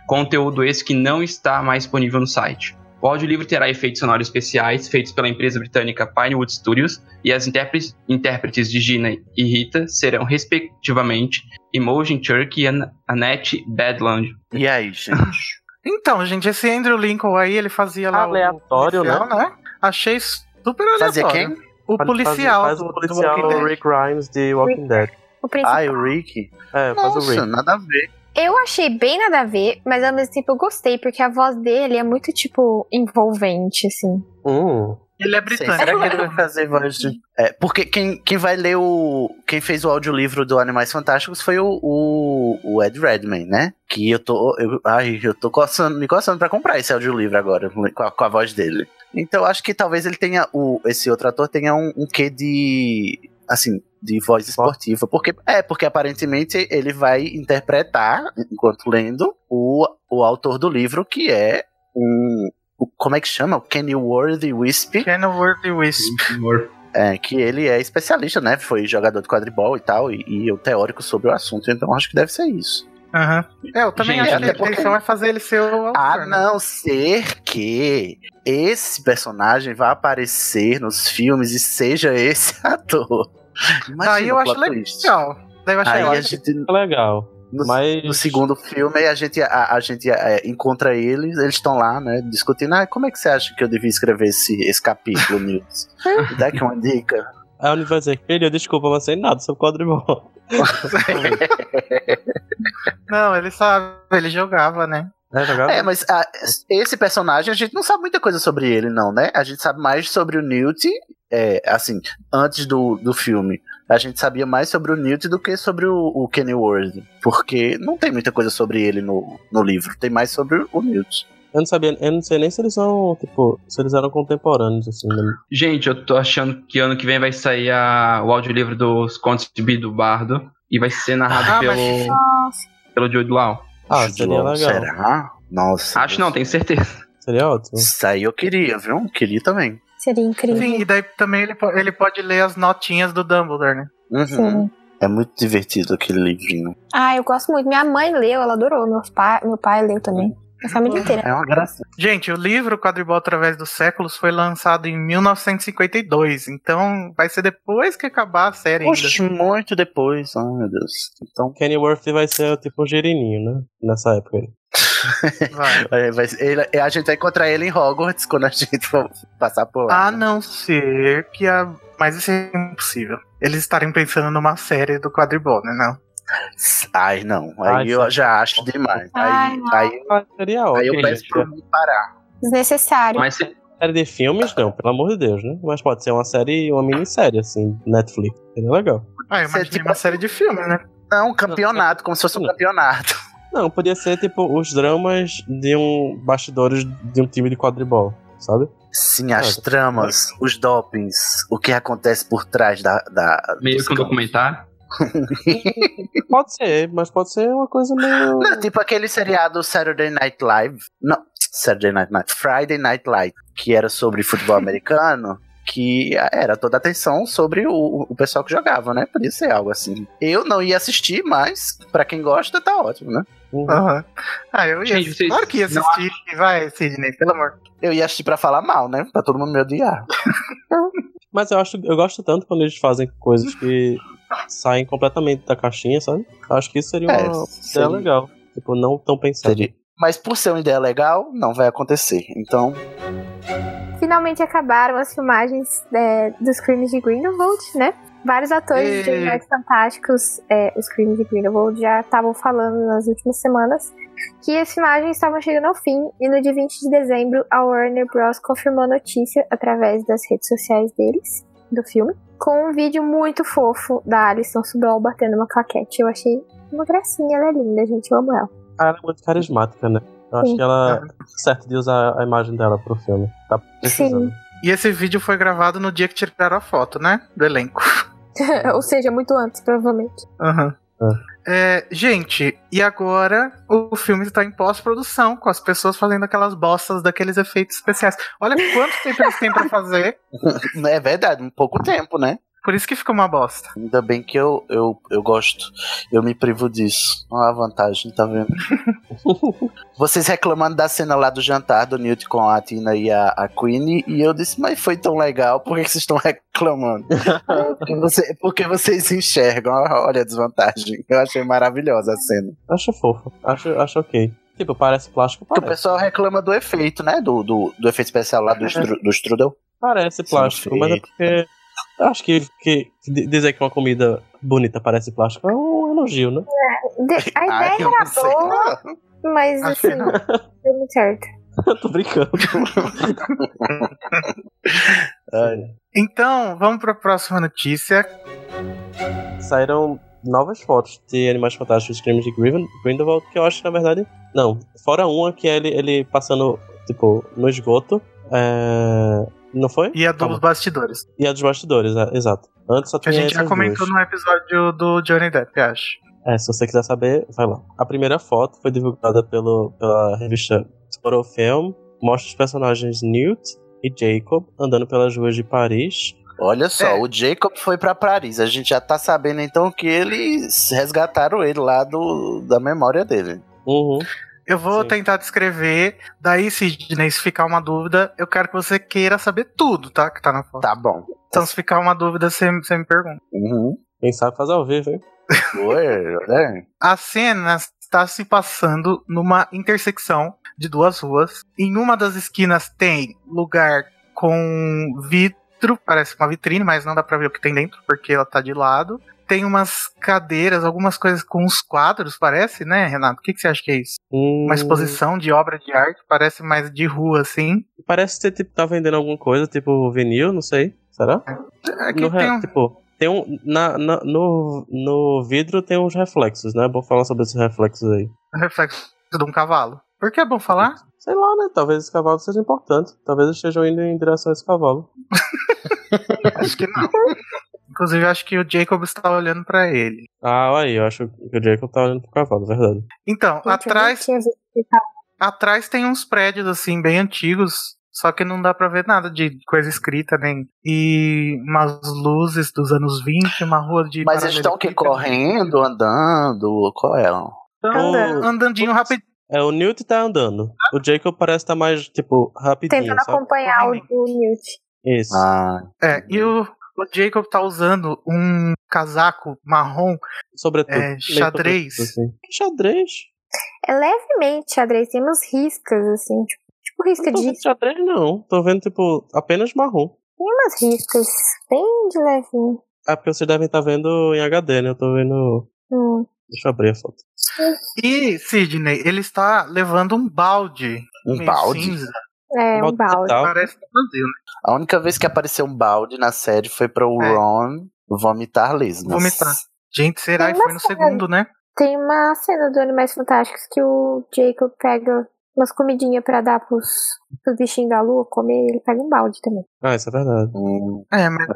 [SPEAKER 4] Conteúdo esse que não está mais disponível no site. O audiolivro terá efeitos sonoros especiais feitos pela empresa britânica Pinewood Studios e as intérpre- intérpretes de Gina e Rita serão, respectivamente, Imogen Turk e An- Annette Bedland.
[SPEAKER 2] E aí, gente?
[SPEAKER 1] Então, gente, esse Andrew Lincoln aí, ele fazia lá
[SPEAKER 5] Aleatório,
[SPEAKER 1] o policial,
[SPEAKER 5] né?
[SPEAKER 1] né? Achei super aleatório.
[SPEAKER 2] Fazia quem?
[SPEAKER 1] O
[SPEAKER 5] Faz-
[SPEAKER 1] policial.
[SPEAKER 5] Faz, faz
[SPEAKER 1] do-
[SPEAKER 5] o
[SPEAKER 1] do
[SPEAKER 5] policial
[SPEAKER 1] Walking Dead.
[SPEAKER 5] Rick Grimes de Walking Dead.
[SPEAKER 3] O principal.
[SPEAKER 2] Ah, e o Rick?
[SPEAKER 5] É, faz o
[SPEAKER 2] Nossa,
[SPEAKER 5] Rick.
[SPEAKER 2] nada a ver.
[SPEAKER 3] Eu achei bem nada a ver, mas ao mesmo tempo eu gostei, porque a voz dele é muito, tipo, envolvente, assim.
[SPEAKER 5] Hum.
[SPEAKER 1] Ele é
[SPEAKER 2] Sei,
[SPEAKER 1] britânico.
[SPEAKER 2] será que ele vai fazer voz de... É, porque quem, quem vai ler o... Quem fez o audiolivro do Animais Fantásticos foi o, o, o Ed Redman, né? Que eu tô... Eu, ai, eu tô coçando, me coçando pra comprar esse audiolivro agora, com a, com a voz dele. Então acho que talvez ele tenha... O, esse outro ator tenha um, um quê de... Assim, de voz esportiva. Porque, é, porque aparentemente ele vai interpretar, enquanto lendo, o, o autor do livro, que é um... o- como é que chama? O Kennyworthy Wisp.
[SPEAKER 1] Kenworthy Wisp.
[SPEAKER 2] É, que ele é especialista, né? Foi jogador de quadribol e tal, e, e o teórico sobre o assunto, então acho que deve ser isso.
[SPEAKER 1] Aham. É, eu também
[SPEAKER 4] Gente,
[SPEAKER 1] acho que
[SPEAKER 2] até
[SPEAKER 1] a
[SPEAKER 2] porque-
[SPEAKER 1] intenção é fazer ele ser o autor,
[SPEAKER 2] A
[SPEAKER 1] né?
[SPEAKER 2] não ser que esse personagem vá aparecer nos filmes e seja esse ator. Imagina
[SPEAKER 1] Daí eu
[SPEAKER 2] o
[SPEAKER 1] acho
[SPEAKER 2] plot twist.
[SPEAKER 1] legal. Daí eu achei
[SPEAKER 2] Aí a
[SPEAKER 1] ótimo.
[SPEAKER 2] gente,
[SPEAKER 5] Legal.
[SPEAKER 2] no,
[SPEAKER 5] Mas.
[SPEAKER 2] no segundo filme, a gente, a, a gente é, encontra eles, eles estão lá, né, discutindo, ah, como é que você acha que eu devia escrever esse, esse capítulo, Nils? Me Dá aqui uma dica.
[SPEAKER 5] Aí ele vai dizer, filho, desculpa, mas sem nada sobre quadribol.
[SPEAKER 1] Não, ele sabe, ele jogava, né?
[SPEAKER 5] É, jogava?
[SPEAKER 2] É, mas ah, esse personagem a gente não sabe muita coisa sobre ele, não, né? A gente sabe mais sobre o Newt, é, assim, antes do, do filme. A gente sabia mais sobre o Newt do que sobre o, o Kennyworth. Porque não tem muita coisa sobre ele no, no livro. Tem mais sobre o Newt.
[SPEAKER 5] Eu não sabia, eu não sei nem se eles são, tipo, se eles eram contemporâneos, assim. né?
[SPEAKER 4] Gente, eu tô achando que ano que vem vai sair a- o audiolivro dos Contos de Bido Bardo e vai ser narrado
[SPEAKER 1] Ah,
[SPEAKER 4] pelo,
[SPEAKER 1] mas-
[SPEAKER 4] pelo Jude Law.
[SPEAKER 5] Ah,
[SPEAKER 2] Jude
[SPEAKER 5] seria
[SPEAKER 2] Law,
[SPEAKER 5] legal.
[SPEAKER 2] Será? Nossa.
[SPEAKER 4] Acho não, tenho certeza.
[SPEAKER 5] Seria ótimo.
[SPEAKER 2] Isso aí eu queria, viu? Queria também.
[SPEAKER 3] Seria incrível.
[SPEAKER 1] Sim, e daí também ele, po- ele pode ler as notinhas do Dumbledore, né?
[SPEAKER 2] Uhum.
[SPEAKER 3] Sim.
[SPEAKER 2] É muito divertido aquele livrinho.
[SPEAKER 3] Ah, eu gosto muito. Minha mãe leu, ela adorou. Meu pai, meu pai leu também. A família inteira.
[SPEAKER 2] É uma graça.
[SPEAKER 1] Gente, o livro Quadribol Através dos Séculos foi lançado em 1952, então vai ser depois que acabar a série ainda.
[SPEAKER 2] Oxe, muito depois. Ai, meu Deus. Então,
[SPEAKER 5] Kennyworth vai ser, tipo, um girininho, né? Nessa época. aí.
[SPEAKER 1] Vai.
[SPEAKER 2] É, vai ser- ele- a gente vai encontrar ele em Hogwarts quando a gente for passar por lá. né?
[SPEAKER 1] A não ser que a. Mas isso é impossível. Eles estarem pensando numa série do quadribol, né? Não.
[SPEAKER 2] Ai, não. Aí
[SPEAKER 5] Ai,
[SPEAKER 2] eu
[SPEAKER 5] sabe.
[SPEAKER 2] já acho demais.
[SPEAKER 3] Ai,
[SPEAKER 2] aí,
[SPEAKER 3] não.
[SPEAKER 2] aí,
[SPEAKER 5] Ah, seria ótimo.
[SPEAKER 2] aí eu
[SPEAKER 4] Ok,
[SPEAKER 2] peço
[SPEAKER 5] gente.
[SPEAKER 2] pra mim parar.
[SPEAKER 3] Desnecessário.
[SPEAKER 4] Mas se-
[SPEAKER 5] Série de filmes, não, pelo amor de Deus, né? Mas pode ser uma série, uma minissérie, assim, Netflix. Seria legal.
[SPEAKER 1] Ah, eu
[SPEAKER 2] Isso é
[SPEAKER 1] imaginei
[SPEAKER 2] tipo-
[SPEAKER 1] uma série de filme, né?
[SPEAKER 2] Não, campeonato, como se fosse um
[SPEAKER 5] Não.
[SPEAKER 2] campeonato.
[SPEAKER 5] Não, podia ser, tipo, os dramas de um bastidores de um time de quadribol, sabe?
[SPEAKER 2] Sim, as
[SPEAKER 5] Cara.
[SPEAKER 2] tramas, os dopings, o que acontece por trás da. da
[SPEAKER 4] meio
[SPEAKER 2] dos
[SPEAKER 4] que um
[SPEAKER 2] campos.
[SPEAKER 4] documentário.
[SPEAKER 5] Pode ser, mas pode ser uma coisa meio.
[SPEAKER 2] Não, tipo aquele seriado Saturday Night Live. Não, Saturday Night Night. Friday Night Live, que era sobre futebol americano. Que era toda a atenção sobre o, o pessoal que jogava, né? Podia ser algo assim. Eu não ia assistir, mas pra quem gosta, tá ótimo, né?
[SPEAKER 5] Uhum.
[SPEAKER 1] Aham. Ah, eu ia.
[SPEAKER 4] Gente, vocês
[SPEAKER 1] claro que ia
[SPEAKER 4] não
[SPEAKER 1] assistir. Vai, Sidney, pelo amor.
[SPEAKER 2] Eu ia assistir pra falar mal, né? Pra todo mundo me odiar.
[SPEAKER 5] Mas eu acho, eu gosto tanto quando eles fazem coisas que saem completamente da caixinha, sabe? Acho que isso seria
[SPEAKER 2] É,
[SPEAKER 5] uma
[SPEAKER 2] seria-
[SPEAKER 5] ideia legal. Tipo, não tão pensado.
[SPEAKER 2] Seria. Mas por ser uma ideia legal, não vai acontecer. Então,
[SPEAKER 3] Finalmente acabaram as filmagens é, dos crimes de Grindelwald, né? Vários atores de
[SPEAKER 1] Ei.
[SPEAKER 3] Animais Fantásticos, é, os crimes de Grindelwald, já estavam falando nas últimas semanas que as filmagens estavam chegando ao fim e no dia 20 de dezembro a Warner Bros. confirmou a notícia através das redes sociais deles, do filme, com um vídeo muito fofo da Alison Subol batendo uma claquete. Eu achei uma gracinha, ela é linda, gente, eu amo ela.
[SPEAKER 5] Ah, ela é muito carismática, né? Eu acho
[SPEAKER 3] Sim.
[SPEAKER 5] que ela tá certo de usar a imagem dela pro filme. Tá precisando.
[SPEAKER 1] E esse vídeo foi gravado no dia que tiraram a foto, né? Do elenco.
[SPEAKER 3] Ou seja, muito antes, provavelmente.
[SPEAKER 1] Aham. É, gente, e agora o filme está em pós-produção, com as pessoas fazendo aquelas bostas daqueles efeitos especiais. Olha quanto tempo eles têm pra fazer,
[SPEAKER 2] É verdade, um pouco tempo, né?
[SPEAKER 1] por isso que fica uma bosta.
[SPEAKER 2] Ainda bem que eu, eu, eu gosto. Eu me privo disso. Olha a vantagem, tá vendo? Vocês reclamando da cena lá do jantar do Newt com a Tina e a, a Queen. E eu disse, mas foi tão legal, por que que vocês estão reclamando? porque, você- porque vocês enxergam. Olha a desvantagem. Eu achei maravilhosa a cena.
[SPEAKER 5] Acho fofo. Acho, acho ok. Tipo, parece plástico,
[SPEAKER 2] Porque o
[SPEAKER 5] parece.
[SPEAKER 2] pessoal reclama do efeito, né? Do, do, do efeito especial lá do, estru, do Strudel.
[SPEAKER 5] Parece
[SPEAKER 2] Sim,
[SPEAKER 5] plástico,
[SPEAKER 2] sim.
[SPEAKER 5] mas é porque. eu Acho que, que d- dizer que uma comida bonita parece plástico é um elogio, né?
[SPEAKER 3] De- a
[SPEAKER 2] Ai,
[SPEAKER 3] ideia
[SPEAKER 2] eu
[SPEAKER 3] era
[SPEAKER 2] não sei.
[SPEAKER 3] boa, mas
[SPEAKER 1] Acho que
[SPEAKER 3] assim,
[SPEAKER 1] não.
[SPEAKER 3] deu muito certo.
[SPEAKER 5] Eu tô brincando.
[SPEAKER 2] Ai.
[SPEAKER 1] Então, vamos pra próxima notícia.
[SPEAKER 5] Saíram novas fotos de Animais Fantásticos e Crimes de Griven- Grindelwald, que eu acho que na verdade. Não, fora uma que é ele, ele passando, tipo, no esgoto. é, Não foi?
[SPEAKER 1] E a dos
[SPEAKER 5] Calma.
[SPEAKER 1] bastidores.
[SPEAKER 5] E a dos bastidores, é, exato. Antes só
[SPEAKER 1] Que a
[SPEAKER 5] tinha
[SPEAKER 1] gente já
[SPEAKER 5] essas
[SPEAKER 1] comentou
[SPEAKER 5] duas.
[SPEAKER 1] no episódio do Johnny Depp, acho.
[SPEAKER 5] É, se você quiser saber, vai lá. A primeira foto foi divulgada pelo, pela revista Total Film. Mostra os personagens Newt e Jacob andando pelas ruas de Paris.
[SPEAKER 2] Olha só,
[SPEAKER 1] É.
[SPEAKER 2] o Jacob foi pra Paris. A gente já tá sabendo então que eles resgataram ele lá do, da memória dele.
[SPEAKER 5] Uhum.
[SPEAKER 1] Eu vou
[SPEAKER 5] Sim.
[SPEAKER 1] tentar descrever, daí, Sidney, se ficar uma dúvida, eu quero que você queira saber tudo, tá? Que tá na foto.
[SPEAKER 2] Tá bom.
[SPEAKER 1] Então, se ficar uma dúvida, você, você me pergunta.
[SPEAKER 2] Uhum.
[SPEAKER 5] Quem sabe faz ao vivo, hein?
[SPEAKER 2] Ué, né?
[SPEAKER 1] A cena está se passando numa intersecção de duas ruas. Em uma das esquinas tem lugar com vidro, parece uma vitrine, mas não dá pra ver o que tem dentro, porque ela tá de lado. Tem umas cadeiras, algumas coisas com uns quadros, parece, né, Renato? O que, que você acha que é isso?
[SPEAKER 5] Hum,
[SPEAKER 1] Uma exposição de obra de arte, parece mais de rua, assim.
[SPEAKER 5] Parece que tipo, tá vendendo alguma coisa, tipo vinil, não sei. Será?
[SPEAKER 1] É que
[SPEAKER 5] no, re-
[SPEAKER 1] tem um-
[SPEAKER 5] Tipo, tem um. Na, na- no, no vidro tem uns reflexos, né? É bom falar sobre esses reflexos aí.
[SPEAKER 1] reflexo de um cavalo. Por que é bom falar?
[SPEAKER 5] Sei lá, né? Talvez esse cavalo seja importante. Talvez eles estejam indo em direção a esse cavalo.
[SPEAKER 1] Acho que não. Inclusive, acho que o Jacob está olhando pra ele.
[SPEAKER 5] Ah, olha aí, eu acho que o Jacob tá olhando pro cavalo, verdade.
[SPEAKER 1] Então,
[SPEAKER 3] Gente, eu
[SPEAKER 1] atrás
[SPEAKER 3] não tinha visto
[SPEAKER 1] Atrás tem uns prédios assim bem antigos, só que não dá pra ver nada de coisa escrita nem e umas luzes dos anos 20, uma rua de
[SPEAKER 2] Mas eles estão o quê? correndo, andando, qual é?
[SPEAKER 3] Tá
[SPEAKER 1] Andando. andandinho rápido.
[SPEAKER 5] É, o Newt tá andando. O Jacob parece tá mais, tipo, rapidinho,
[SPEAKER 3] tentando
[SPEAKER 5] sabe?
[SPEAKER 3] acompanhar
[SPEAKER 1] Correm.
[SPEAKER 3] o, o Newt.
[SPEAKER 5] Isso.
[SPEAKER 2] Ah,
[SPEAKER 1] É, e o, o Jacob tá usando um casaco marrom.
[SPEAKER 5] Sobretudo.
[SPEAKER 1] É,
[SPEAKER 5] meio
[SPEAKER 1] xadrez.
[SPEAKER 5] sobretudo, assim. Que xadrez?
[SPEAKER 3] É levemente xadrez, tem umas riscas, assim, tipo, tipo risca
[SPEAKER 5] Não tô
[SPEAKER 3] de.
[SPEAKER 5] vendo xadrez, não. Tô vendo, tipo, apenas marrom.
[SPEAKER 3] Tem umas riscas, bem de levinho.
[SPEAKER 5] É porque vocês devem estar vendo em HD, né? Eu tô vendo.
[SPEAKER 3] Hum.
[SPEAKER 5] Deixa eu abrir a foto.
[SPEAKER 1] E Sidney, ele está levando um balde.
[SPEAKER 2] um
[SPEAKER 1] meio
[SPEAKER 2] balde.
[SPEAKER 1] cinza.
[SPEAKER 3] É, um balde.
[SPEAKER 5] digital.
[SPEAKER 1] Parece vazio, né?
[SPEAKER 2] A única vez que apareceu um balde na série foi para o
[SPEAKER 1] É.
[SPEAKER 2] Ron vomitar lesmas.
[SPEAKER 1] Vomitar. Gente, será? E
[SPEAKER 3] Tem uma
[SPEAKER 1] foi no segundo, né?
[SPEAKER 3] Tem uma cena do Animais Fantásticos que o Jacob pega umas comidinhas pra dar pros, pros bichinhos da lua comer, ele pega um balde também.
[SPEAKER 5] Ah, isso é verdade.
[SPEAKER 2] Hum,
[SPEAKER 1] É, mas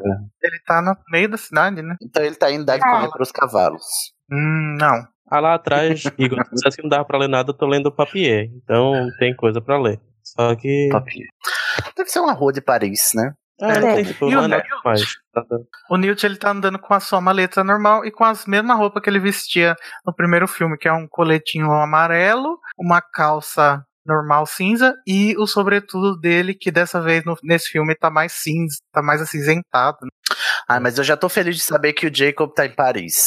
[SPEAKER 1] ele tá no meio da cidade, né?
[SPEAKER 2] Então ele tá indo dar de comer para os cavalos.
[SPEAKER 1] Hum, não.
[SPEAKER 5] Ah, lá atrás, Igor, tu disse que não dava pra ler nada, eu tô lendo o papier. Então tem coisa pra ler. Só que.
[SPEAKER 2] Deve ser uma rua de Paris, né?
[SPEAKER 5] É, não tem, tipo,
[SPEAKER 1] Tá E o
[SPEAKER 5] não é nada
[SPEAKER 1] Newt?
[SPEAKER 5] mais. Tá dando-
[SPEAKER 1] O Newt ele tá andando com a sua maleta normal e com as mesma roupa que ele vestia no primeiro filme, que é um coletinho amarelo, uma calça normal cinza e o sobretudo dele, que dessa vez no- nesse filme tá mais cinza, tá mais acinzentado. né?
[SPEAKER 2] Ah, mas eu já tô feliz de saber que o Jacob tá em Paris.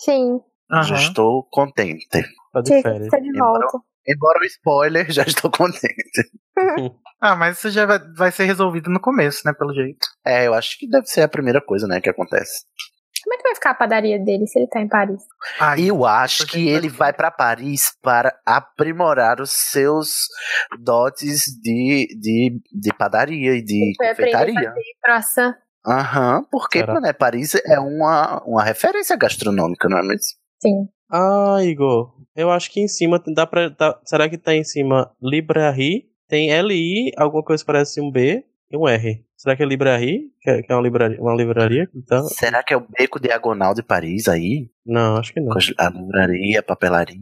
[SPEAKER 3] Sim,
[SPEAKER 2] Já estou contente.
[SPEAKER 5] Tá de
[SPEAKER 3] Jacob
[SPEAKER 5] férias.
[SPEAKER 3] está de volta.
[SPEAKER 2] Embora o spoiler, já estou contente.
[SPEAKER 1] Ah, mas isso já vai, vai ser resolvido no começo, né, pelo jeito.
[SPEAKER 2] É, eu acho que deve ser a primeira coisa, né, que acontece.
[SPEAKER 3] Como é que vai ficar a padaria dele se ele tá em Paris?
[SPEAKER 1] Ai,
[SPEAKER 2] Eu acho
[SPEAKER 1] Porque
[SPEAKER 2] que
[SPEAKER 1] tá-
[SPEAKER 2] ele vai para Paris para aprimorar os seus dotes de, de, de padaria e de
[SPEAKER 3] Vai aprender a
[SPEAKER 2] confeitaria.
[SPEAKER 3] fazer croissant.
[SPEAKER 2] Aham, porque
[SPEAKER 5] Será?
[SPEAKER 2] né, Paris é uma, uma referência gastronômica, não é mesmo?
[SPEAKER 3] Sim.
[SPEAKER 5] Ah, Igor, eu acho que em cima dá pra. dá- será que tá em cima Librari? Tem LI, alguma coisa que parece um B e um R. Será que é Librari? Que é, que é uma livraria? Uma livraria? Então,
[SPEAKER 2] Será que é o beco diagonal de Paris aí?
[SPEAKER 5] não, acho que não.
[SPEAKER 2] Com as- A livraria, a papelaria.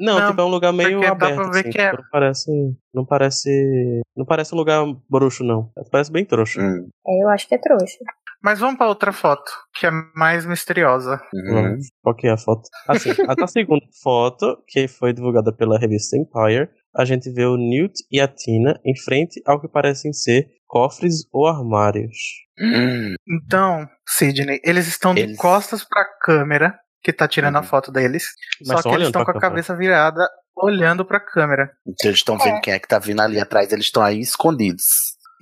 [SPEAKER 5] Não,
[SPEAKER 1] Não,
[SPEAKER 5] tipo, é um lugar meio
[SPEAKER 1] porque dá pra
[SPEAKER 5] aberto.
[SPEAKER 1] ver
[SPEAKER 5] assim,
[SPEAKER 1] que é-
[SPEAKER 5] tipo, Não parece. Não parece. Não parece um lugar bruxo, não. Parece bem trouxa.
[SPEAKER 2] Hum,
[SPEAKER 3] É, eu acho que é trouxa.
[SPEAKER 1] Mas vamos pra outra foto, que é mais misteriosa.
[SPEAKER 2] uhum.
[SPEAKER 5] Qual que é a foto? Assim, a da segunda foto, que foi divulgada pela revista Empire, a gente vê o Newt e a Tina em frente ao que parecem ser cofres ou armários.
[SPEAKER 2] Hum,
[SPEAKER 1] Então, Sidney, eles estão de
[SPEAKER 2] Eles-
[SPEAKER 1] costas pra câmera, que tá tirando a
[SPEAKER 2] Uhum.
[SPEAKER 1] foto deles. só
[SPEAKER 5] Mas só
[SPEAKER 1] que eles
[SPEAKER 5] olhando
[SPEAKER 1] estão com
[SPEAKER 5] pra
[SPEAKER 1] a
[SPEAKER 5] câmera.
[SPEAKER 1] cabeça virada, olhando pra câmera.
[SPEAKER 2] Então eles estão vendo quem é que tá vindo ali atrás, eles estão aí escondidos.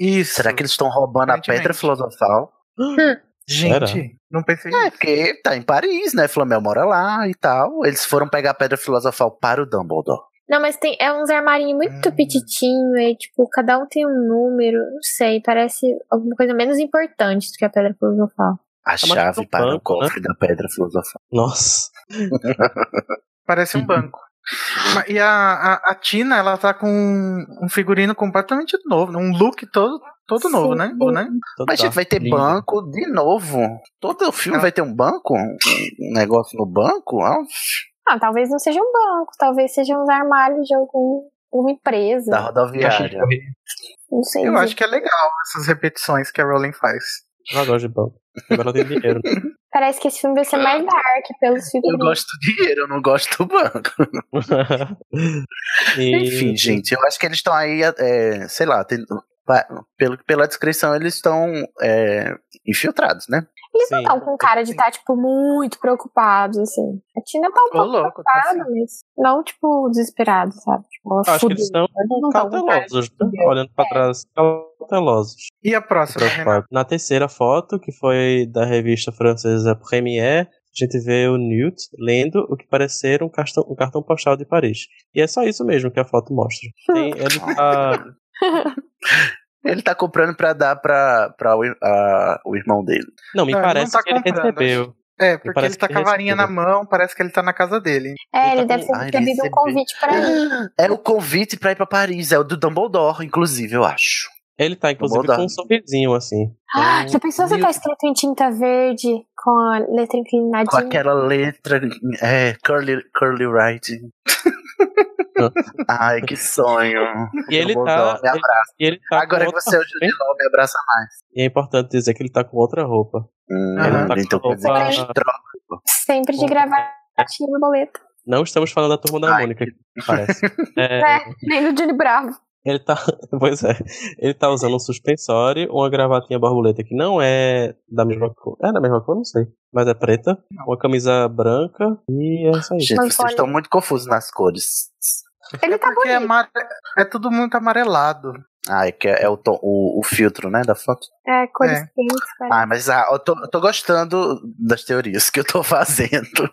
[SPEAKER 1] Isso.
[SPEAKER 2] Será que eles estão roubando a
[SPEAKER 1] Aparentemente.
[SPEAKER 2] pedra filosofal?
[SPEAKER 1] Gente,
[SPEAKER 5] Será?
[SPEAKER 1] não pensei
[SPEAKER 2] É, porque tá em Paris, né? Flamel mora lá e tal. Eles foram pegar a pedra filosofal para o Dumbledore.
[SPEAKER 3] Não, mas tem é uns armarinhos muito
[SPEAKER 1] Hum.
[SPEAKER 3] petitinho, e tipo, cada um tem um número, não sei, parece alguma coisa menos importante do que a pedra filosofal.
[SPEAKER 2] A
[SPEAKER 5] mas
[SPEAKER 2] chave
[SPEAKER 5] tem um
[SPEAKER 2] para o
[SPEAKER 5] banco, né?
[SPEAKER 2] cofre da pedra filosofal.
[SPEAKER 5] Nossa.
[SPEAKER 1] Parece um
[SPEAKER 2] Uhum.
[SPEAKER 1] banco. Ma- E a, a, a Tina, ela tá com um figurino completamente novo, um look todo, todo novo,
[SPEAKER 3] Sim.
[SPEAKER 1] né? Ou, né?
[SPEAKER 5] Então
[SPEAKER 2] Mas,
[SPEAKER 5] tá.
[SPEAKER 2] gente, vai ter
[SPEAKER 4] Lindo.
[SPEAKER 2] banco de novo. Todo filme
[SPEAKER 1] Ah.
[SPEAKER 2] vai ter um banco? Um negócio no banco? Ah,
[SPEAKER 3] Ah, talvez não seja um banco, talvez seja uns armários de algum, alguma empresa.
[SPEAKER 2] da
[SPEAKER 4] Caixa de
[SPEAKER 2] rodoviária.
[SPEAKER 4] correio.
[SPEAKER 3] Não sei.
[SPEAKER 1] Eu
[SPEAKER 3] dizer.
[SPEAKER 1] acho que é legal essas repetições que a Rowling faz.
[SPEAKER 5] Ela gosta de banco. Agora tem dinheiro.
[SPEAKER 3] Parece que esse filme vai ser mais dark pelos
[SPEAKER 2] Eu
[SPEAKER 3] figurinos.
[SPEAKER 2] gosto do dinheiro, eu não gosto do banco.
[SPEAKER 5] E-
[SPEAKER 2] Enfim, gente, eu acho que eles estão aí, é, sei lá, tem- pa- pelo, pela descrição eles estão é, infiltrados, né?
[SPEAKER 3] Eles não
[SPEAKER 5] Sim.
[SPEAKER 3] estão com cara de estar, tipo, muito preocupados, assim. A Tina tá um
[SPEAKER 1] Ô,
[SPEAKER 3] pouco
[SPEAKER 1] louco. tá assim.
[SPEAKER 3] preocupada, mas não, tipo, desesperado, sabe? Tipo,
[SPEAKER 5] Acho que eles estão
[SPEAKER 3] Eles não tão com cara de
[SPEAKER 5] cautelosos, né?
[SPEAKER 3] fudeu.
[SPEAKER 5] Olhando
[SPEAKER 1] É.
[SPEAKER 5] pra trás, cautelosos.
[SPEAKER 1] E a próxima, Renan?
[SPEAKER 5] preocupado. Na terceira foto, que foi da revista francesa Première, a gente vê o Newt lendo o que parece ser um cartão, um cartão postal de Paris. E é só isso mesmo que a foto mostra. Tem- ele tá-
[SPEAKER 2] Ele tá comprando pra dar pra, pra o, a- o irmão dele.
[SPEAKER 5] Não, me
[SPEAKER 1] Não, ele não
[SPEAKER 5] parece
[SPEAKER 1] tá
[SPEAKER 5] que ele
[SPEAKER 1] comprando.
[SPEAKER 5] recebeu.
[SPEAKER 1] É, porque
[SPEAKER 5] parece
[SPEAKER 1] ele tá
[SPEAKER 5] que né?
[SPEAKER 1] com a varinha na
[SPEAKER 5] recebeu.
[SPEAKER 1] mão, parece que ele tá na casa dele.
[SPEAKER 3] É,
[SPEAKER 5] Ele
[SPEAKER 3] ele
[SPEAKER 5] tá
[SPEAKER 3] deve
[SPEAKER 5] com-
[SPEAKER 3] ter
[SPEAKER 2] Ah, ele
[SPEAKER 3] recebido um
[SPEAKER 2] recebeu.
[SPEAKER 3] convite pra ele.
[SPEAKER 2] É o convite pra ir pra Paris, é o do Dumbledore, inclusive, eu acho.
[SPEAKER 5] Ele tá, inclusive,
[SPEAKER 2] Dumbledore.
[SPEAKER 5] com um sorrisinho, assim.
[SPEAKER 3] Ah,
[SPEAKER 5] Então,
[SPEAKER 3] já pensou se
[SPEAKER 5] Newt-
[SPEAKER 3] tá escrito em tinta verde com a letra
[SPEAKER 2] Com
[SPEAKER 3] inclinadinha?
[SPEAKER 2] aquela letra, é, curly, curly writing. Ai, que sonho.
[SPEAKER 5] E ele tá...
[SPEAKER 2] Dumbledore, me abraça.
[SPEAKER 5] E ele tá com
[SPEAKER 2] um Agora que
[SPEAKER 5] outra-
[SPEAKER 2] você é o Judilau, me abraça mais.
[SPEAKER 5] E é importante dizer que ele tá com outra roupa.
[SPEAKER 2] Hum,
[SPEAKER 1] Aham.
[SPEAKER 2] Então quer dizer que a gente troca.
[SPEAKER 3] Sempre de
[SPEAKER 5] Bom.
[SPEAKER 3] gravatinha no boleto.
[SPEAKER 5] Não estamos falando da turma da
[SPEAKER 2] Ai.
[SPEAKER 5] Mônica, parece. É,
[SPEAKER 3] É, nem do Johnny Bravo.
[SPEAKER 5] Ele tá. Pois é. Ele tá usando um suspensório, uma gravatinha borboleta que não é da mesma cor. É da mesma cor, não sei. Mas é preta. Uma camisa branca. E é isso aí.
[SPEAKER 2] Gente,
[SPEAKER 3] Mas
[SPEAKER 2] vocês
[SPEAKER 3] olha-
[SPEAKER 2] estão muito confusos nas cores.
[SPEAKER 3] Ele tá
[SPEAKER 1] Porque é,
[SPEAKER 3] bonito.
[SPEAKER 1] amare... é tudo muito amarelado.
[SPEAKER 2] Ah, é, que é o, tom- o, o filtro, né, da foto.
[SPEAKER 3] É, cores
[SPEAKER 1] É.
[SPEAKER 3] quentes, cara.
[SPEAKER 2] Ah, mas ah, eu, tô, eu tô gostando das teorias que eu tô fazendo.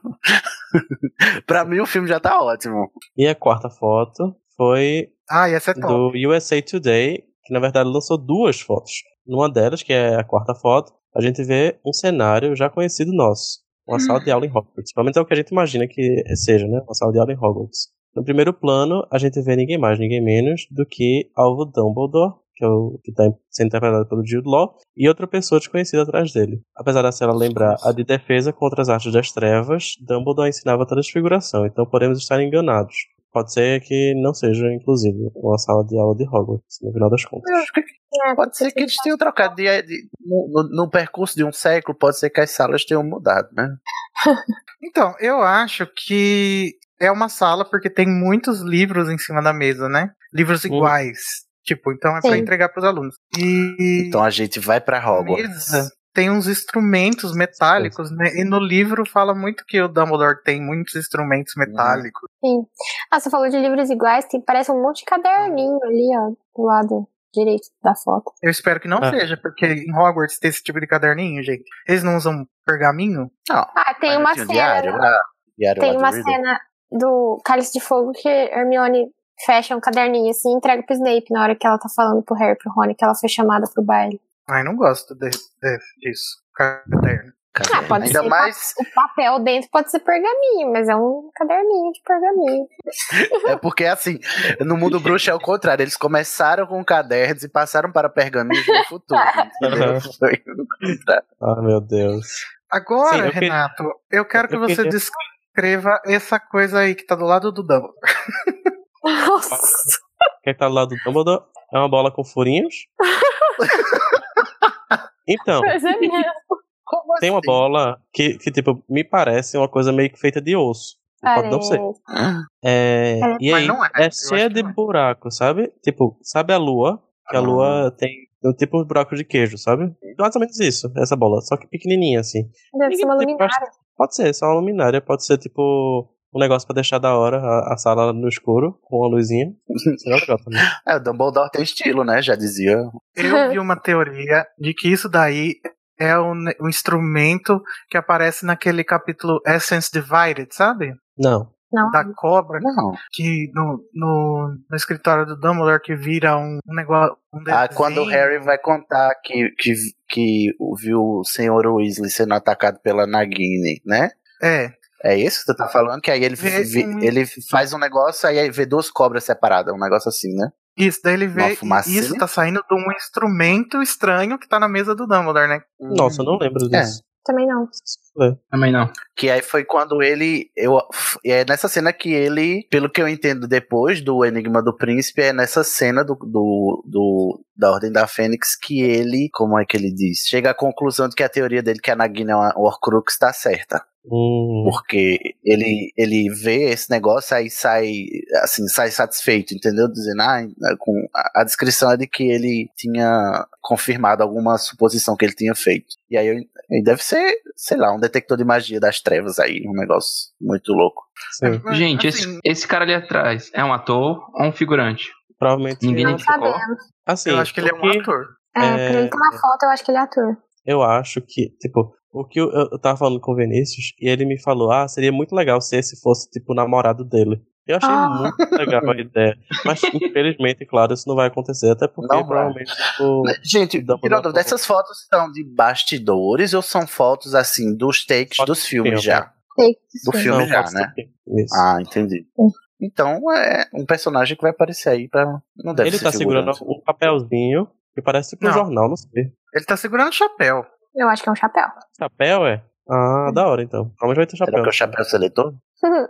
[SPEAKER 2] pra mim, o filme já tá ótimo.
[SPEAKER 5] E a quarta foto foi
[SPEAKER 1] Ah, e essa é top.
[SPEAKER 5] do USA Today, que na verdade lançou duas fotos. Numa delas, que é a quarta foto, a gente vê um cenário já conhecido nosso. Uma sala de aula em Hogwarts. Pelo menos é o que a gente imagina que seja, né? Uma sala de aula em Hogwarts. No primeiro plano, a gente vê ninguém mais, ninguém menos do que Alvo Dumbledore, que é o que está sendo interpretado pelo Jude Law, e outra pessoa desconhecida atrás dele. Apesar da cena lembrar a de defesa contra as artes das trevas, Dumbledore ensinava a transfiguração, então podemos estar enganados. Pode ser que não seja, inclusive, uma sala de aula de Hogwarts, no final das contas.
[SPEAKER 2] Eu acho que
[SPEAKER 3] É,
[SPEAKER 2] pode ser que eles tenham trocado de, de- no, no- no percurso de um século, pode ser que as salas tenham mudado, né?
[SPEAKER 1] Então, eu acho que é uma sala porque tem muitos livros em cima da mesa, né? Livros
[SPEAKER 5] Uhum.
[SPEAKER 1] iguais. Tipo, então é pra
[SPEAKER 3] Sim.
[SPEAKER 1] entregar pros alunos. E
[SPEAKER 2] Então a gente vai pra
[SPEAKER 1] na
[SPEAKER 2] Hogwarts.
[SPEAKER 1] mesa tem uns instrumentos metálicos, né? E no livro fala muito que o Dumbledore tem muitos instrumentos
[SPEAKER 2] Uhum.
[SPEAKER 1] metálicos.
[SPEAKER 3] Sim. Ah, você falou de livros iguais, tem, parece um monte de caderninho ali, ó, do lado. direito da foto.
[SPEAKER 1] Eu espero que não
[SPEAKER 5] Ah.
[SPEAKER 1] seja, porque em Hogwarts tem esse tipo de caderninho, gente. Eles não usam pergaminho?
[SPEAKER 2] Não,
[SPEAKER 3] Ah, tem
[SPEAKER 2] mas
[SPEAKER 3] uma
[SPEAKER 2] tinha
[SPEAKER 3] cena.
[SPEAKER 2] um Diário, lá, diário
[SPEAKER 3] Tem
[SPEAKER 2] lá do
[SPEAKER 3] uma
[SPEAKER 2] Riddle.
[SPEAKER 3] cena do Cálice de Fogo que Hermione fecha um caderninho assim e entrega pro Snape na hora que ela tá falando pro Harry e pro Rony que ela foi chamada pro baile.
[SPEAKER 1] Ai, não gosto de, de- disso. Caderno.
[SPEAKER 3] Ah, pode
[SPEAKER 2] Ainda
[SPEAKER 3] ser
[SPEAKER 2] mais
[SPEAKER 3] O papel dentro pode ser pergaminho, mas é um caderninho de pergaminho.
[SPEAKER 2] é porque assim, no mundo bruxo é o contrário. Eles começaram com cadernos e passaram para pergaminhos no futuro. entendeu? Foi-
[SPEAKER 5] Ah, meu Deus.
[SPEAKER 1] Agora,
[SPEAKER 5] Sim, eu que-
[SPEAKER 1] Renato, eu quero que
[SPEAKER 5] eu
[SPEAKER 1] você
[SPEAKER 5] queria-
[SPEAKER 1] descreva essa coisa aí que tá do lado do Dumbledore.
[SPEAKER 3] Nossa.
[SPEAKER 5] O que é que tá do lado do Dumbledore? É uma bola com furinhos? então,
[SPEAKER 2] Como
[SPEAKER 5] tem uma
[SPEAKER 2] assim?
[SPEAKER 5] bola que, que, tipo, me parece uma coisa meio que feita de osso. Pode não ser. É,
[SPEAKER 3] É,
[SPEAKER 5] e
[SPEAKER 1] mas
[SPEAKER 5] aí,
[SPEAKER 1] não é, eu
[SPEAKER 5] é
[SPEAKER 1] acho
[SPEAKER 5] cheia
[SPEAKER 1] que
[SPEAKER 5] de
[SPEAKER 1] não é.
[SPEAKER 5] buraco, sabe? Tipo, sabe a lua? Que a
[SPEAKER 1] Ah.
[SPEAKER 5] lua tem um tipo de buraco de queijo, sabe? Mais ou menos isso, essa bola. Só que pequenininha, assim.
[SPEAKER 3] Deve ser uma
[SPEAKER 5] Ninguém- tipo,
[SPEAKER 3] luminária.
[SPEAKER 5] acho- Pode ser, só uma luminária. Pode ser, tipo, um negócio pra deixar da hora a, a sala no escuro, com uma luzinha. Seria legal também.
[SPEAKER 2] É, o Dumbledore tem estilo, né? Já dizia.
[SPEAKER 1] Eu vi uma teoria de que isso daí é um, um instrumento que aparece naquele capítulo Essence Divided, sabe?
[SPEAKER 5] Não.
[SPEAKER 3] Não.
[SPEAKER 1] Da cobra,
[SPEAKER 2] Não.
[SPEAKER 1] que no, no, no escritório do Dumbledore que vira um, um negócio. Um
[SPEAKER 2] Ah, quando o
[SPEAKER 1] desenho.
[SPEAKER 2] Harry vai contar que, que, que o- viu o senhor Weasley sendo atacado pela Nagini, né?
[SPEAKER 1] É,
[SPEAKER 2] É isso que tu tá falando? Que aí ele,
[SPEAKER 1] Vê-
[SPEAKER 2] vi-
[SPEAKER 1] um-
[SPEAKER 2] ele faz um negócio, aí aí vê duas cobras separadas, um negócio assim, né?
[SPEAKER 1] isso, daí ele
[SPEAKER 2] Uma
[SPEAKER 1] vê.
[SPEAKER 2] fumacinha.
[SPEAKER 1] e Isso tá saindo de um instrumento estranho que tá na mesa do Dumbledore, né?
[SPEAKER 5] Nossa, eu não lembro
[SPEAKER 2] É.
[SPEAKER 5] disso.
[SPEAKER 3] Também não.
[SPEAKER 4] Também não.
[SPEAKER 2] Que aí foi quando ele. Eu, é nessa cena que ele, pelo que eu entendo depois do Enigma do Príncipe, é nessa cena do, do, do- da Ordem da Fênix que ele, como é que ele diz? Chega à conclusão de que a teoria dele que a Nagini é uma Horcrux tá certa.
[SPEAKER 5] Hum,
[SPEAKER 2] Porque ele, ele vê esse negócio aí sai assim, sai satisfeito, entendeu? Dizendo, ah, com a, a descrição é de que ele tinha confirmado alguma suposição que ele tinha feito. E aí eu- e deve ser, sei lá, um detector de magia das trevas aí, um negócio muito louco.
[SPEAKER 5] sim.
[SPEAKER 1] Mas,
[SPEAKER 4] Gente,
[SPEAKER 1] assim,
[SPEAKER 4] esse, esse cara ali atrás é um ator ou um figurante?
[SPEAKER 5] Provavelmente.
[SPEAKER 4] Ninguém
[SPEAKER 3] Não
[SPEAKER 4] identificou.
[SPEAKER 3] sabemos.
[SPEAKER 5] Assim,
[SPEAKER 1] eu acho que ele é um
[SPEAKER 5] porque-
[SPEAKER 1] ator.
[SPEAKER 3] É,
[SPEAKER 5] É.
[SPEAKER 3] porque ele tá na foto, eu acho que ele é ator.
[SPEAKER 5] eu acho que, tipo, o que eu, eu tava falando com o Vinícius, e ele me falou, ah, seria muito legal se esse fosse, tipo, o namorado dele. Eu achei
[SPEAKER 3] Ah.
[SPEAKER 5] muito legal a ideia. Mas, infelizmente, claro, isso não vai acontecer, até porque
[SPEAKER 2] Não vai.
[SPEAKER 5] provavelmente tipo,
[SPEAKER 2] Né, Gente,
[SPEAKER 5] Dá pra
[SPEAKER 2] tirando
[SPEAKER 5] dar uma-
[SPEAKER 2] dessas fotos são de bastidores ou são fotos assim dos takes
[SPEAKER 5] Fotos
[SPEAKER 2] dos filmes
[SPEAKER 5] filme.
[SPEAKER 2] já?
[SPEAKER 3] Sei que
[SPEAKER 2] Do
[SPEAKER 3] sim.
[SPEAKER 2] filme
[SPEAKER 5] não
[SPEAKER 2] já,
[SPEAKER 5] pode
[SPEAKER 2] né?
[SPEAKER 5] ser. Isso.
[SPEAKER 2] Ah, entendi. Então é um personagem que vai aparecer aí pra. Não deve
[SPEAKER 5] ele
[SPEAKER 2] ser
[SPEAKER 5] tá segurando
[SPEAKER 2] figurante.
[SPEAKER 5] um papelzinho que parece tipo um
[SPEAKER 1] Não.
[SPEAKER 5] jornal, não sei.
[SPEAKER 1] Ele tá segurando o chapéu.
[SPEAKER 3] Eu acho que é um chapéu.
[SPEAKER 5] Chapéu, é?
[SPEAKER 3] Hum.
[SPEAKER 5] Ah, da hora, então. Calma, já vai ter
[SPEAKER 2] Será
[SPEAKER 5] chapéu.
[SPEAKER 2] que é o chapéu seletor?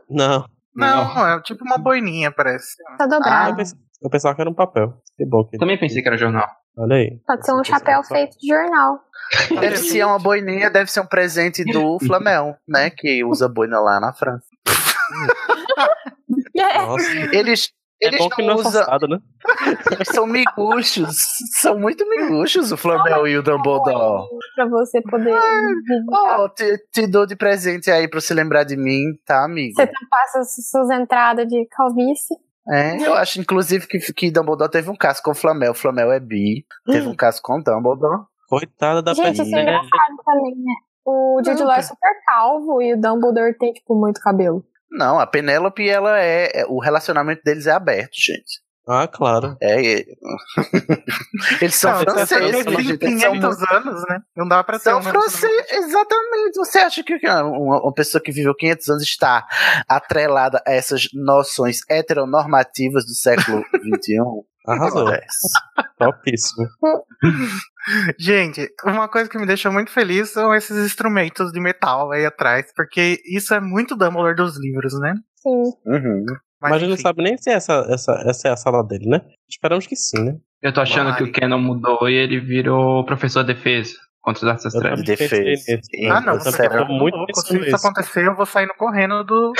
[SPEAKER 5] Não,
[SPEAKER 1] Não, é tipo uma boininha, parece.
[SPEAKER 3] tá
[SPEAKER 5] eu,
[SPEAKER 3] dobrado.
[SPEAKER 5] pens- eu pensava que era um papel. Que bom que...
[SPEAKER 4] Também pensei que era jornal.
[SPEAKER 5] Olha aí. é
[SPEAKER 3] Pode ser um chapéu feito de jornal.
[SPEAKER 2] Deve ser uma boininha, deve ser um presente do Flamel, né? Que usa boina lá na França.
[SPEAKER 5] Nossa,
[SPEAKER 2] Eles,
[SPEAKER 5] é
[SPEAKER 2] eles
[SPEAKER 5] bom que não
[SPEAKER 2] não
[SPEAKER 5] é
[SPEAKER 2] usam.
[SPEAKER 5] forçado, né?
[SPEAKER 2] São miguchos. São muito miguchos o Flamel e o Dumbledore.
[SPEAKER 3] Pra você poder.
[SPEAKER 2] Oh, te, te dou de presente aí pra se lembrar de mim, tá, amigo?
[SPEAKER 3] Você tampar suas, suas entradas de calvície.
[SPEAKER 2] É, eu acho, inclusive, que, que Dumbledore teve um caso com o Flamel. O Flamel é bi. Teve um caso com o Dumbledore.
[SPEAKER 5] Coitada da
[SPEAKER 3] Gente, isso é
[SPEAKER 5] Penélope.
[SPEAKER 3] engraçado também, né? O Jude Law é super calvo e o Dumbledore tem, tipo, muito cabelo.
[SPEAKER 2] Não, a Penélope, ela é. é- O relacionamento deles é aberto, gente.
[SPEAKER 5] Ah, claro.
[SPEAKER 2] É. é- Eles são
[SPEAKER 1] Não,
[SPEAKER 5] tá
[SPEAKER 2] franceses,
[SPEAKER 1] eles têm
[SPEAKER 2] gente. Eles são
[SPEAKER 1] 500 anos, né? Não dá pra ter
[SPEAKER 2] São
[SPEAKER 1] um relacionamento.
[SPEAKER 2] franceses, exatamente. Você acha que ah, uma, uma pessoa que viveu 500 anos está atrelada a essas noções heteronormativas do século um? XXI?
[SPEAKER 5] Arrasou. Topíssimo.
[SPEAKER 1] Gente, uma coisa que me deixa muito feliz são esses instrumentos de metal aí atrás, porque isso é muito Dumbledore dos livros, né?
[SPEAKER 3] Sim.
[SPEAKER 2] Uhum.
[SPEAKER 5] Mas, a gente não
[SPEAKER 1] enfim.
[SPEAKER 5] sabe nem se essa, essa, essa é a sala dele, né? Esperamos que sim, né?
[SPEAKER 4] Eu tô achando que
[SPEAKER 1] Mari.
[SPEAKER 4] o Canon mudou e ele virou professor de defesa contra as artes
[SPEAKER 5] Eu
[SPEAKER 4] trevas.
[SPEAKER 5] também
[SPEAKER 2] Defesa.
[SPEAKER 5] pensei nisso.
[SPEAKER 2] Sim.
[SPEAKER 1] Ah, não,
[SPEAKER 5] Eu
[SPEAKER 1] você
[SPEAKER 5] também
[SPEAKER 1] tá
[SPEAKER 5] tô
[SPEAKER 2] Será?
[SPEAKER 5] muito
[SPEAKER 1] louco. Se
[SPEAKER 5] pensando
[SPEAKER 1] isso
[SPEAKER 5] nisso.
[SPEAKER 1] acontecer, eu vou saindo correndo do.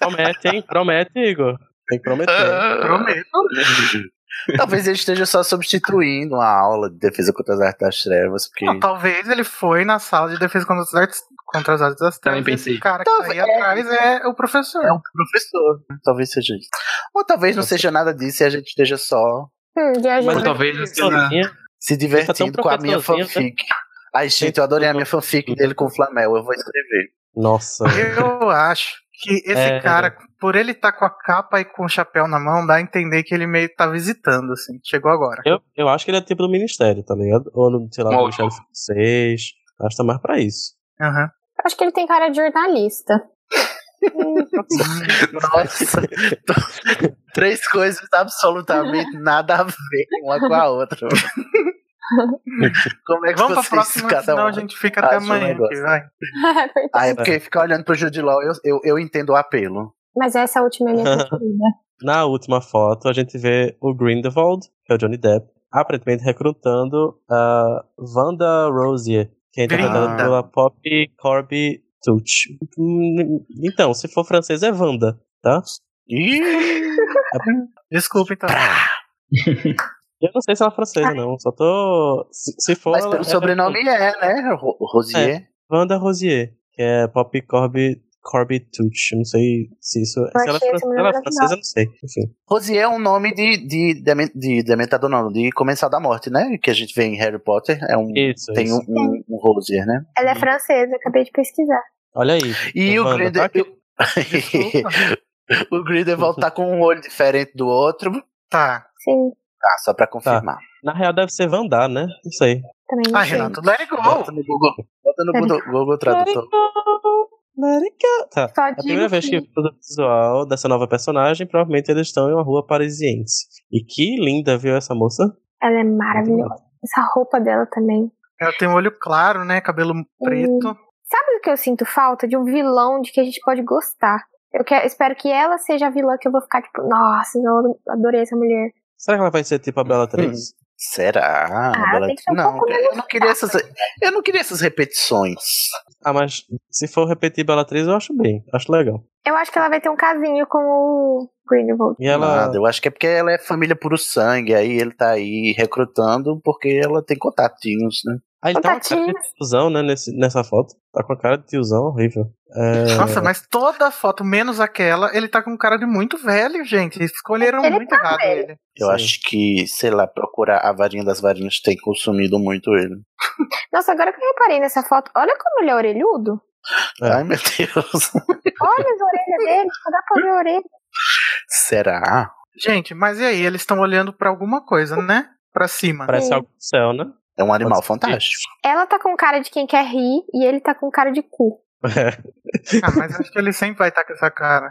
[SPEAKER 5] Promete, hein? Promete, Igor. Tem que prometer.
[SPEAKER 2] Ah,
[SPEAKER 1] Prometo.
[SPEAKER 2] Talvez ele esteja só substituindo a aula de defesa contra as artes das trevas, porque
[SPEAKER 1] Não, talvez ele foi na sala de defesa contra as artes, contra as artes das
[SPEAKER 4] Também
[SPEAKER 1] trevas. e
[SPEAKER 4] pensei.
[SPEAKER 1] O cara que tá aí
[SPEAKER 2] Talvez-
[SPEAKER 1] atrás é o professor. né?
[SPEAKER 2] é um professor. Talvez seja isso. Ou talvez não seja nada disso e a gente esteja só
[SPEAKER 3] Hum, viajando.
[SPEAKER 4] Mas talvez assim, na-
[SPEAKER 5] Sozinha,
[SPEAKER 2] Se
[SPEAKER 1] tá
[SPEAKER 5] tão
[SPEAKER 2] divertindo com a minha
[SPEAKER 5] professorzinho,
[SPEAKER 1] né?
[SPEAKER 2] fanfic. Ai, gente, eu adorei a minha fanfic dele com o Flamel. Eu vou escrever.
[SPEAKER 5] Nossa.
[SPEAKER 1] Eu acho que esse
[SPEAKER 5] É.
[SPEAKER 1] cara, por ele estar com a capa e com o chapéu na mão, dá a entender que ele meio tá visitando, assim. Chegou agora.
[SPEAKER 5] Eu, eu acho que ele é tipo do ministério, tá ligado? Ou, no, sei lá, do
[SPEAKER 4] Bom.
[SPEAKER 5] ministério francês. Acho que tá mais pra isso.
[SPEAKER 1] Aham.
[SPEAKER 3] Acho que ele tem cara de jornalista.
[SPEAKER 2] Nossa, tô- três coisas absolutamente nada a ver uma com a outra. Como é que
[SPEAKER 1] Vamos pra
[SPEAKER 2] vocês,
[SPEAKER 1] próxima,
[SPEAKER 2] cada
[SPEAKER 1] senão
[SPEAKER 2] um-
[SPEAKER 1] a gente fica até
[SPEAKER 2] acha um
[SPEAKER 1] amanhã.
[SPEAKER 2] negócio.
[SPEAKER 1] aqui, vai.
[SPEAKER 2] Ah, é porque ficar olhando pro Jude Law, eu, eu, eu entendo o apelo.
[SPEAKER 3] Mas essa última é minha preferida.
[SPEAKER 5] Na última foto, a gente vê o Grindelwald, que é o Johnny Depp, aparentemente recrutando a Wanda Rosier, que é interpretada
[SPEAKER 1] Grinda.
[SPEAKER 5] pela Pop Corby Tuch. Hum, Então, se for francês, é Wanda, tá? É,
[SPEAKER 2] Ih,
[SPEAKER 1] Desculpa, então.
[SPEAKER 5] Eu não sei se ela é francesa, não. Só tô. Se, se for.
[SPEAKER 2] mas
[SPEAKER 5] ela-
[SPEAKER 2] pelo
[SPEAKER 5] ela
[SPEAKER 2] sobrenome é, né? Ro-
[SPEAKER 5] É.
[SPEAKER 2] Rosier.
[SPEAKER 5] Wanda Rosier, que é Pop Corby, Corby Tuch. Não sei se isso. Se ela é
[SPEAKER 3] achei esse
[SPEAKER 5] fran-
[SPEAKER 3] nome
[SPEAKER 5] ela é
[SPEAKER 3] maravilhoso.
[SPEAKER 5] francesa, eu não sei. Enfim.
[SPEAKER 2] Rosier é um nome de, de, demen- de dementador, não, de comensal da morte, né? Que a gente vê em Harry Potter. É um,
[SPEAKER 5] Isso.
[SPEAKER 2] tem
[SPEAKER 5] isso.
[SPEAKER 2] um, um, um Rosier, né?
[SPEAKER 3] Ela é francesa, acabei de pesquisar.
[SPEAKER 5] Olha aí.
[SPEAKER 2] E o
[SPEAKER 5] Wanda, tá
[SPEAKER 2] Grindel.
[SPEAKER 5] aqui.
[SPEAKER 1] Desculpa.
[SPEAKER 2] o Grindelwald tá com um olho diferente do outro.
[SPEAKER 1] tá.
[SPEAKER 3] Sim,
[SPEAKER 2] Ah, só pra confirmar.
[SPEAKER 5] Na real, deve ser Vandar, né? Não sei.
[SPEAKER 3] também não
[SPEAKER 1] Ah,
[SPEAKER 3] sei.
[SPEAKER 1] Renato, let it
[SPEAKER 2] Bota
[SPEAKER 1] go.
[SPEAKER 2] no Google. Bota no
[SPEAKER 3] É
[SPEAKER 2] Google, Google Tradutor.
[SPEAKER 5] Let it go. Tá.
[SPEAKER 3] Só
[SPEAKER 5] É a primeira
[SPEAKER 3] digo
[SPEAKER 5] vez que todo o visual dessa nova personagem, provavelmente eles estão em uma rua parisiense. E que linda, viu, essa moça?
[SPEAKER 3] ela é maravilhosa. Essa roupa dela também.
[SPEAKER 1] Ela tem um olho claro, né? Cabelo preto.
[SPEAKER 2] Hum.
[SPEAKER 3] Sabe o que eu sinto falta? De um vilão de que a gente pode gostar. Eu quero, espero que ela seja a vilã que eu vou ficar tipo, nossa, eu adorei essa mulher.
[SPEAKER 5] Será que ela vai ser tipo a Bellatrix?
[SPEAKER 2] Será?
[SPEAKER 3] Ah,
[SPEAKER 2] Bela-
[SPEAKER 3] tem que ser um
[SPEAKER 2] não,
[SPEAKER 3] pouco
[SPEAKER 2] eu não queria essas. Eu não queria essas repetições.
[SPEAKER 5] Ah, mas se for repetir Bellatrix, eu acho bem. Acho legal.
[SPEAKER 3] Eu acho que ela vai ter um casinho com o Grindelwald.
[SPEAKER 5] E ela...
[SPEAKER 2] Nada. Eu acho que é porque ela é família puro sangue, aí ele tá aí recrutando porque ela tem contatinhos, né?
[SPEAKER 5] Ah, ele tá uma cara de
[SPEAKER 3] Contatinhos.
[SPEAKER 5] tiozão, né, nesse, nessa foto. Tá com a cara de tiozão horrível. É,
[SPEAKER 1] Nossa, mas toda a foto, menos aquela, ele tá com um cara de muito velho, gente. Eles Escolheram
[SPEAKER 2] tá
[SPEAKER 3] Ele
[SPEAKER 1] muito errado
[SPEAKER 3] velho.
[SPEAKER 1] ele.
[SPEAKER 2] Eu
[SPEAKER 5] Sim.
[SPEAKER 2] acho que, sei lá, procurar a varinha das varinhas tem consumido muito ele.
[SPEAKER 3] Nossa, agora que eu reparei nessa foto, olha como ele é orelhudo.
[SPEAKER 5] É.
[SPEAKER 2] Ai, meu Deus.
[SPEAKER 3] Olha as orelhas dele, só dá pra ver a orelha.
[SPEAKER 2] Será?
[SPEAKER 1] Gente, mas e aí? Eles estão olhando pra alguma coisa, né? Pra cima.
[SPEAKER 5] parece algo do céu, né?
[SPEAKER 2] É um animal
[SPEAKER 5] ser.
[SPEAKER 2] fantástico.
[SPEAKER 3] Ela tá com cara de quem quer rir e ele tá com cara de cu.
[SPEAKER 1] Ah, mas acho que ele sempre vai estar com essa cara.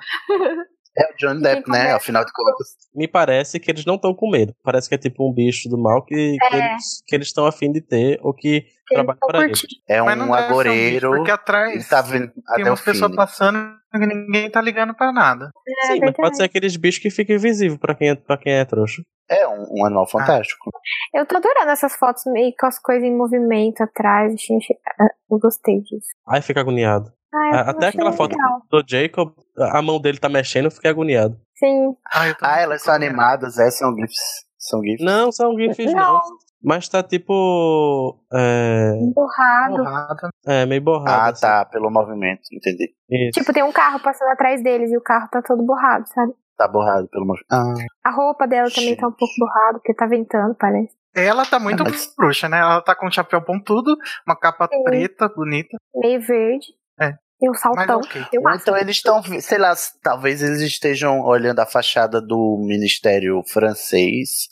[SPEAKER 2] É o John Depp, né?
[SPEAKER 3] conversa-
[SPEAKER 2] Afinal de contas.
[SPEAKER 5] me parece que eles não estão com medo. Parece que é tipo um bicho do mal que, que eles que eles estão afim de ter ou que
[SPEAKER 3] Eles
[SPEAKER 5] trabalha
[SPEAKER 3] tão
[SPEAKER 5] para eles.
[SPEAKER 3] tá curtindo.
[SPEAKER 2] É
[SPEAKER 1] mas não
[SPEAKER 2] um
[SPEAKER 1] deve ser um bicho,
[SPEAKER 2] agoreiro.
[SPEAKER 1] Porque
[SPEAKER 2] Ele
[SPEAKER 1] atrás
[SPEAKER 2] tá vindo
[SPEAKER 1] tem
[SPEAKER 2] até o
[SPEAKER 1] umas
[SPEAKER 2] fim.
[SPEAKER 1] pessoas passando e ninguém tá ligando pra nada.
[SPEAKER 3] É
[SPEAKER 5] Sim, mas
[SPEAKER 3] verdade.
[SPEAKER 5] pode ser aqueles bichos que ficam invisíveis pra quem, é- pra quem é trouxa.
[SPEAKER 2] É um, um animal fantástico.
[SPEAKER 3] Eu tô adorando essas fotos meio com as coisas em movimento atrás. Gente, ah, eu gostei disso.
[SPEAKER 5] Aí fica agoniado.
[SPEAKER 3] Ah, eu
[SPEAKER 5] A- até
[SPEAKER 3] achei
[SPEAKER 5] aquela foto
[SPEAKER 3] legal.
[SPEAKER 5] do Jacob, a mão dele tá mexendo, eu fiquei agoniado.
[SPEAKER 3] Sim.
[SPEAKER 1] Ah, eu tô
[SPEAKER 2] Ah,
[SPEAKER 1] muito
[SPEAKER 2] elas são
[SPEAKER 1] com medo.
[SPEAKER 2] animadas, é, são GIFs. São GIFs.
[SPEAKER 5] Não, são grifes não. Mas tá tipo. É,
[SPEAKER 3] um borrado.
[SPEAKER 1] Porrada.
[SPEAKER 5] é, meio
[SPEAKER 2] Ah,
[SPEAKER 5] borrado.
[SPEAKER 2] tá, pelo movimento, entendi.
[SPEAKER 5] assim. Isso.
[SPEAKER 3] Tipo, tem um carro passando atrás deles e o carro tá todo borrado, sabe?
[SPEAKER 2] Tá borrado pelo movimento. Ah,
[SPEAKER 3] A roupa dela também tá um pouco borrada, porque tá ventando, parece.
[SPEAKER 1] Ela tá muito
[SPEAKER 2] Ah, mas-
[SPEAKER 1] bruxa, né? Ela tá com um chapéu pontudo, uma capa
[SPEAKER 3] Sim.
[SPEAKER 1] preta, bonita.
[SPEAKER 3] Meio verde.
[SPEAKER 1] É.
[SPEAKER 3] E um
[SPEAKER 1] Mas
[SPEAKER 3] saltão.
[SPEAKER 1] ok.
[SPEAKER 3] Eu
[SPEAKER 2] ou
[SPEAKER 3] acho.
[SPEAKER 2] então eles estão, sei lá, talvez eles estejam olhando a fachada do Ministério Francês